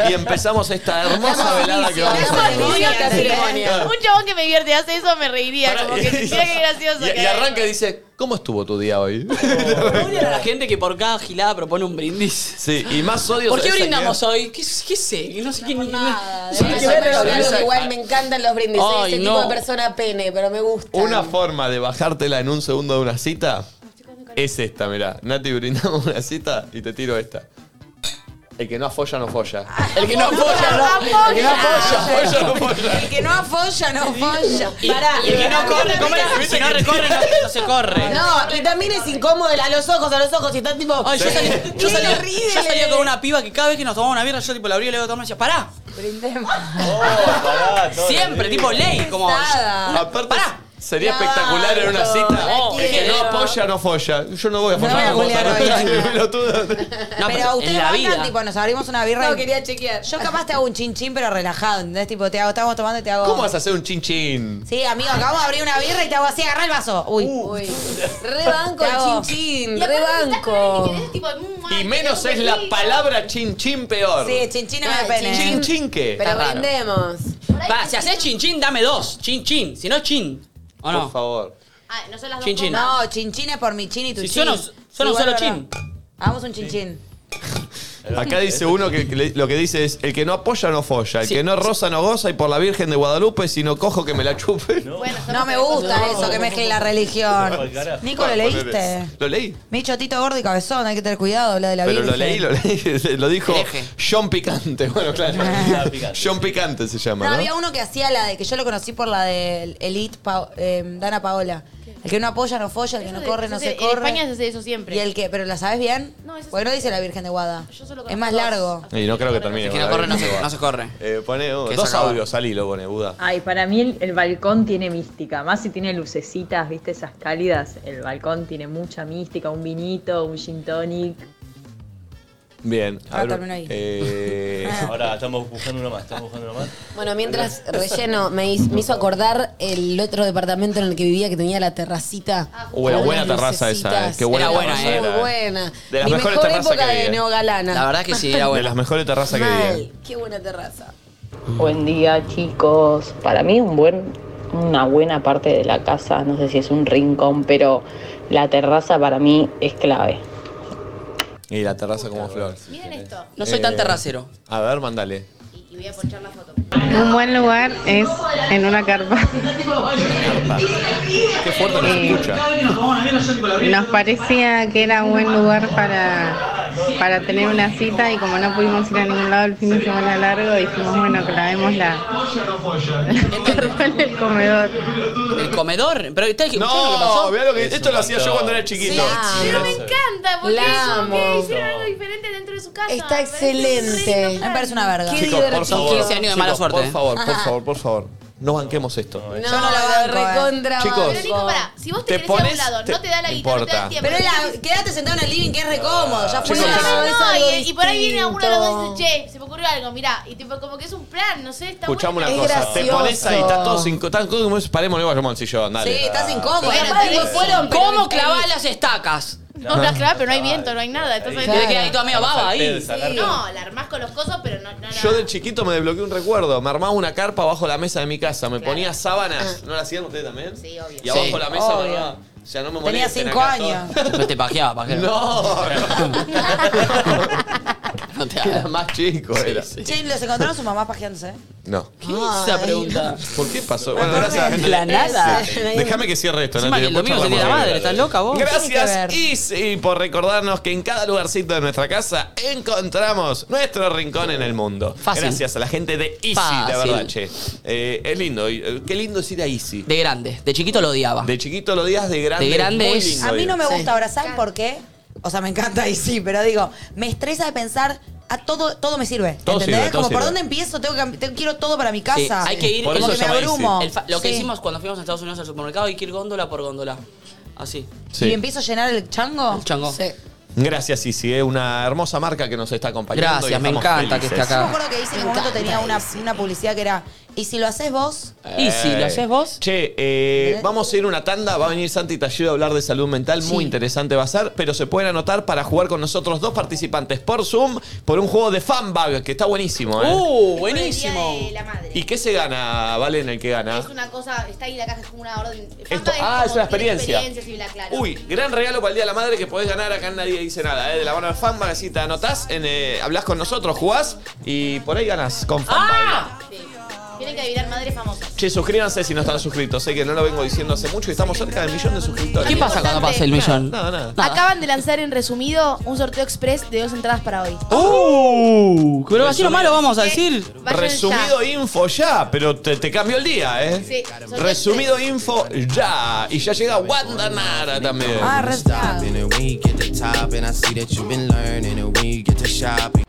Speaker 1: y empezamos esta hermosa velada que vamos a
Speaker 9: Damos inicio a la ceremonia.
Speaker 1: Claro.
Speaker 9: Un chabón que me divierte hace eso me reiría, como que quisiera que gracioso.
Speaker 1: Y,
Speaker 9: que
Speaker 1: y
Speaker 9: era.
Speaker 1: arranca y dice, ¿cómo estuvo tu día hoy?
Speaker 3: La gente que por cada gilada propone un brindis.
Speaker 1: Sí, y más odio
Speaker 3: ¿Por qué
Speaker 1: esa que-
Speaker 3: brindamos hoy? ¿Qué, qué sé? No sé qué ni.
Speaker 2: Sí,
Speaker 3: Esa-
Speaker 2: que ver
Speaker 3: esa-
Speaker 2: los
Speaker 3: esa-
Speaker 2: brazos, Igual me encantan los brindis. Soy
Speaker 1: Ay,
Speaker 2: ese
Speaker 1: no.
Speaker 2: tipo de persona pene, pero me gusta.
Speaker 1: Una forma de bajártela en un segundo de una cita es esta, mirá. Nati, brindamos una cita y te tiro esta. El que no afolla, no folla.
Speaker 3: El que no apoya, no. El que no apoya, apoya, no apoya.
Speaker 4: El que no afolla, no afolla.
Speaker 3: Y, y el que no corre, ¿cómo era? Si no recorre, no, no se corre.
Speaker 2: No, y también es incómodo el- a los ojos, a los ojos. Y estás tipo.
Speaker 3: Ay, yo salí, yo, salí,
Speaker 2: horrible.
Speaker 3: yo salía con una piba que cada vez que nos tomaba una birra, yo tipo la abría y le digo a tomar y decía, pará.
Speaker 4: Brindemos.
Speaker 7: Pará, todo
Speaker 3: Siempre,
Speaker 7: bien.
Speaker 3: tipo ley, como.
Speaker 4: Pesada.
Speaker 3: Una- Pará,
Speaker 1: Sería espectacular en una cita.
Speaker 2: la
Speaker 1: Es que no
Speaker 2: quiero.
Speaker 1: apoya, no folla. Yo no voy a
Speaker 2: No voy
Speaker 1: follar.
Speaker 2: a
Speaker 1: no
Speaker 2: culiar
Speaker 1: folla,
Speaker 2: hoy.
Speaker 1: no, pelotudo.
Speaker 2: No,
Speaker 4: pero ustedes
Speaker 2: en la
Speaker 4: bancan,
Speaker 2: vida.
Speaker 4: tipo, nos abrimos una birra.
Speaker 2: No,
Speaker 4: y-
Speaker 2: quería chequear.
Speaker 4: Yo capaz te hago un chin chin, pero relajado, ¿entendés? Tipo, te hago, estamos tomando y te hago.
Speaker 1: ¿Cómo vas a hacer un chin chin?
Speaker 4: Sí, amigo, acabamos de abrir una birra y te hago así, agarrá el vaso. Uy.
Speaker 2: Rebanco
Speaker 4: Te hago-
Speaker 2: el chin chin, rebanco.
Speaker 1: Y menos es la palabra chin chin peor.
Speaker 2: Sí, chin chin no me
Speaker 1: Chin
Speaker 2: pene.
Speaker 1: chin, chin qué.
Speaker 2: Pero
Speaker 1: Está raro.
Speaker 2: rendemos.
Speaker 3: Va, si haces chin chin, dame dos. Chin chin. Si no, chin. ¿O no?
Speaker 1: Por favor.
Speaker 9: no son las
Speaker 3: Chin chin.
Speaker 4: No, chin chin es por mi chin y tu
Speaker 3: Si
Speaker 4: chin.
Speaker 3: sueno- sueno
Speaker 4: bueno,
Speaker 3: solo
Speaker 4: es verdad.
Speaker 3: chin.
Speaker 4: Hagamos un chin chin.
Speaker 1: Acá dice uno que, que le- lo que dice es: el que no apoya no folla, el
Speaker 4: Sí.
Speaker 1: que no roza no goza, y por la Virgen de Guadalupe, si no cojo que me la chupe.
Speaker 4: No me gusta eso que mezcle la religión. Nico, ¿lo
Speaker 1: Ah, ponele.
Speaker 4: leíste?
Speaker 1: Lo leí.
Speaker 4: Micho, Tito Gordo y Cabezón, hay que tener cuidado, habla de la
Speaker 1: Pero
Speaker 4: Virgen.
Speaker 1: lo leí, lo leí. Lo dijo John Picante. Bueno, claro. John Picante se
Speaker 4: Ah. No,
Speaker 1: llama,
Speaker 4: había
Speaker 1: ¿no?
Speaker 4: uno que hacía la de que yo lo conocí por la de Elite Pa- eh, Dana Paola. El que no apoya no folla, el que no
Speaker 9: Eso
Speaker 4: corre
Speaker 9: se-
Speaker 4: no
Speaker 9: se-
Speaker 4: se
Speaker 9: en
Speaker 4: corre.
Speaker 9: España se hace eso siempre.
Speaker 4: ¿Y el que? ¿Pero la sabes bien?
Speaker 9: No, eso
Speaker 4: Porque no dice la Virgen de Guada. Es más largo.
Speaker 1: Y no creo que termine.
Speaker 3: El
Speaker 1: con
Speaker 3: que no
Speaker 1: la
Speaker 3: corre, no
Speaker 1: Virgen
Speaker 3: se-
Speaker 1: de
Speaker 3: no se
Speaker 1: Guadalupe. Eh, pone oh,
Speaker 3: Que se
Speaker 1: dos
Speaker 3: acaba.
Speaker 1: audios, salí, lo pone, Buda.
Speaker 5: Ay, para mí el, el balcón tiene mística, más si tiene lucecitas, viste, esas cálidas. El balcón tiene mucha mística, un vinito, un gin tonic.
Speaker 1: Bien.
Speaker 5: Ah,
Speaker 1: abro-
Speaker 5: termino ahí.
Speaker 1: eh,
Speaker 7: Ahora estamos buscando uno más, estamos buscando uno más.
Speaker 2: Bueno, mientras relleno, me, hiz- me hizo acordar el otro departamento en el que vivía que tenía la terracita.
Speaker 1: Uy, era
Speaker 2: Con
Speaker 1: buena
Speaker 2: unas
Speaker 1: terraza esa, eh.
Speaker 2: lucecitas.
Speaker 1: Qué buena
Speaker 2: Era
Speaker 1: terraza
Speaker 2: muy
Speaker 1: era, eh.
Speaker 2: buena.
Speaker 1: De las
Speaker 2: Mi
Speaker 1: mejores
Speaker 2: mejor
Speaker 1: terrazas
Speaker 2: época
Speaker 1: que
Speaker 2: de
Speaker 1: vi, eh.
Speaker 2: neogalana.
Speaker 1: De las mejores terrazas que vi. eh.
Speaker 2: Mal, Qué buena terraza.
Speaker 24: Buen día, chicos. Para mí un buen una buena parte de la casa, no sé si es un rincón, pero la terraza para mí es clave.
Speaker 1: Y la terraza como flor. Eh,
Speaker 9: Miren esto.
Speaker 3: No soy tan terracero.
Speaker 1: A ver, mandale.
Speaker 9: Y voy a ponchar la foto.
Speaker 5: Un buen lugar es en una carpa.
Speaker 1: Qué fuerte nos
Speaker 5: Eh,
Speaker 1: escucha.
Speaker 5: Nos parecía que era un buen lugar para, para tener una cita y como no pudimos ir a ningún lado el fin de semana largo, dijimos, bueno, clavemos la carpa en el comedor.
Speaker 3: El comedor. Pero está
Speaker 1: No,
Speaker 3: ¿escucharon lo que pasó?
Speaker 1: mirá lo que- esto lo hacía yo cuando era chiquito.
Speaker 9: Pero me encanta, porque
Speaker 2: La
Speaker 9: es como que
Speaker 2: amo.
Speaker 9: hicieron algo diferente dentro de su casa.
Speaker 2: Está excelente.
Speaker 4: Me parece una verga.
Speaker 1: Chicos, por favor.
Speaker 3: 15 años de mala
Speaker 1: Chicos,
Speaker 3: suerte,
Speaker 1: Por
Speaker 3: eh.
Speaker 1: favor, por
Speaker 3: Ajá.
Speaker 1: favor, por favor. No banquemos esto.
Speaker 2: No, la recontra
Speaker 1: Chicos,
Speaker 2: banco.
Speaker 9: Nico, pará, si ¿eh? vos te,
Speaker 1: te
Speaker 9: querés ir a un
Speaker 1: pones-
Speaker 9: lado,
Speaker 1: te-
Speaker 9: no te da la
Speaker 1: no
Speaker 9: guita, no te da
Speaker 1: importa.
Speaker 9: el tiempo.
Speaker 4: Pero la, quédate sentado en el living que es re cómodo. Ya fue.
Speaker 1: Chicos,
Speaker 9: No, no,
Speaker 4: Es algo
Speaker 9: no, y, y por ahí viene alguno de los dos y
Speaker 4: distinto.
Speaker 9: dice, che, se me ocurrió algo, mirá. Y tipo, como que es un plan, no sé, está
Speaker 1: Escuchame una
Speaker 9: bueno.
Speaker 1: cosa. Te pones ahí, estás todo sin. Estás todo como es paremos luego llamamos al sillón, dale.
Speaker 9: Sí, estás
Speaker 1: Ah.
Speaker 9: incómodo.
Speaker 3: Bueno,
Speaker 9: Capaz
Speaker 3: tipo,
Speaker 9: que sí.
Speaker 3: fueron, pero
Speaker 9: ¿Cómo
Speaker 3: ¿Cómo clavás
Speaker 9: clavás
Speaker 3: las estacas?
Speaker 9: No, las clavas, pero no hay viento, no hay nada. Entonces
Speaker 3: Claro. Tiene que ir
Speaker 1: Ah,
Speaker 3: ahí toda medio baba ahí.
Speaker 1: Tensa, la
Speaker 9: Sí. No, la armás con los cosos, pero no, no
Speaker 1: Yo de chiquito me desbloqueé un recuerdo. Me armaba una carpa bajo la mesa de mi casa. Me ponía sábanas. ¿No la hacían ustedes también? Sí, obvio. Y abajo
Speaker 3: Sí.
Speaker 1: la mesa me
Speaker 3: Obvio.
Speaker 1: armaba. O sea, no me
Speaker 4: Tenía
Speaker 1: molesten
Speaker 4: cinco
Speaker 1: acá todo.
Speaker 4: años.
Speaker 3: Pero te pajeaba, pajeaba.
Speaker 1: No, Era más chico, era.
Speaker 4: Che, los encontraron sus mamás pajeándose. ¿eh?
Speaker 1: No.
Speaker 4: ¿Qué esa pregunta?
Speaker 1: ¿Por qué pasó? Bueno, gracias a la gente.
Speaker 4: De la nada.
Speaker 1: Sí. Déjame que cierre esto,
Speaker 3: Encima
Speaker 1: Nati,
Speaker 3: que el
Speaker 1: después
Speaker 3: domingo es el día de la
Speaker 1: charlamos
Speaker 3: madre,
Speaker 1: de-
Speaker 3: ¿estás loca vos?
Speaker 1: Gracias Is, y por recordarnos que en cada lugarcito de nuestra casa encontramos nuestro rincón en el mundo.
Speaker 3: Fácil.
Speaker 1: Gracias a la gente de Easy,
Speaker 3: Fácil.
Speaker 1: la verdad, che. Eh, es lindo, y, eh, qué lindo es ir a Easy.
Speaker 3: De grande. De chiquito lo odiaba.
Speaker 1: De chiquito lo odias, de grande.
Speaker 3: De grande
Speaker 1: muy
Speaker 3: es-
Speaker 1: lindo
Speaker 4: A mí
Speaker 1: ir.
Speaker 4: no me gusta ahora, ¿saben por qué? O sea, me encanta y sí, pero digo, me estresa de pensar, a todo, todo me sirve.
Speaker 1: Todo
Speaker 4: ¿Entendés?
Speaker 1: sirve, todo
Speaker 4: Como por
Speaker 1: sirve.
Speaker 4: dónde empiezo, tengo que, tengo- quiero todo para mi
Speaker 3: Sí,
Speaker 4: casa.
Speaker 3: hay que ir.
Speaker 4: Como que me abrumo.
Speaker 3: El fa- Lo que
Speaker 4: Sí.
Speaker 3: hicimos cuando fuimos a Estados Unidos al supermercado, hay que ir góndola por góndola. Así.
Speaker 4: ¿Y empiezo a llenar el chango? El
Speaker 3: chango.
Speaker 4: Sí.
Speaker 1: Gracias Easy, eh, una hermosa marca que nos está acompañando.
Speaker 3: Gracias,
Speaker 1: y
Speaker 3: me
Speaker 1: estamos
Speaker 3: encanta que
Speaker 1: felices.
Speaker 3: esté acá.
Speaker 4: Yo me acuerdo que hice en un momento tenía una, una publicidad que era, ¿y si lo haces vos?
Speaker 1: Eh, vos? Che, eh, vamos a ir una tanda. Va a venir Santi Tallido a hablar de salud mental. Muy interesante va a ser. Pero se pueden anotar para jugar con nosotros dos participantes por Zoom por un juego de fanbag que está buenísimo. ¿eh?
Speaker 3: ¡Uh! Buenísimo.
Speaker 1: ¿Y qué se gana, Valen, el que gana?
Speaker 9: Es una cosa, está ahí la caja, es como una orden.
Speaker 1: Esto-
Speaker 9: Fanta
Speaker 1: ah, es
Speaker 9: como
Speaker 1: una experiencia.
Speaker 9: tiene experiencias y bla, claro.
Speaker 1: Uy, gran regalo para el Día de la Madre que podés ganar. Acá nadie dice nada. ¿eh? De la mano del fanbag, así te anotás, en, eh, hablás con nosotros, jugás y por ahí ganás con fanbag.
Speaker 9: Ah, Tienen que adivinar madres famosas.
Speaker 1: Che, suscríbanse si no están suscritos. Sé que no lo vengo diciendo hace mucho y estamos cerca del millón de suscriptores.
Speaker 3: ¿Qué pasa cuando pase el millón?
Speaker 1: Nada, nada.
Speaker 9: Acaban de lanzar en resumido un sorteo express de dos entradas para hoy.
Speaker 1: ¡Uh!
Speaker 3: Pero así nomás lo vamos a decir.
Speaker 9: Eh, Vayan
Speaker 1: Resumido info ya, pero te, te cambió el día, ¿eh?
Speaker 9: Sí.
Speaker 1: Resumido info ya. Y ya llega Wanda Nara también.
Speaker 25: Stop and then when you get to top and I see that you've been learning and when you get to shopping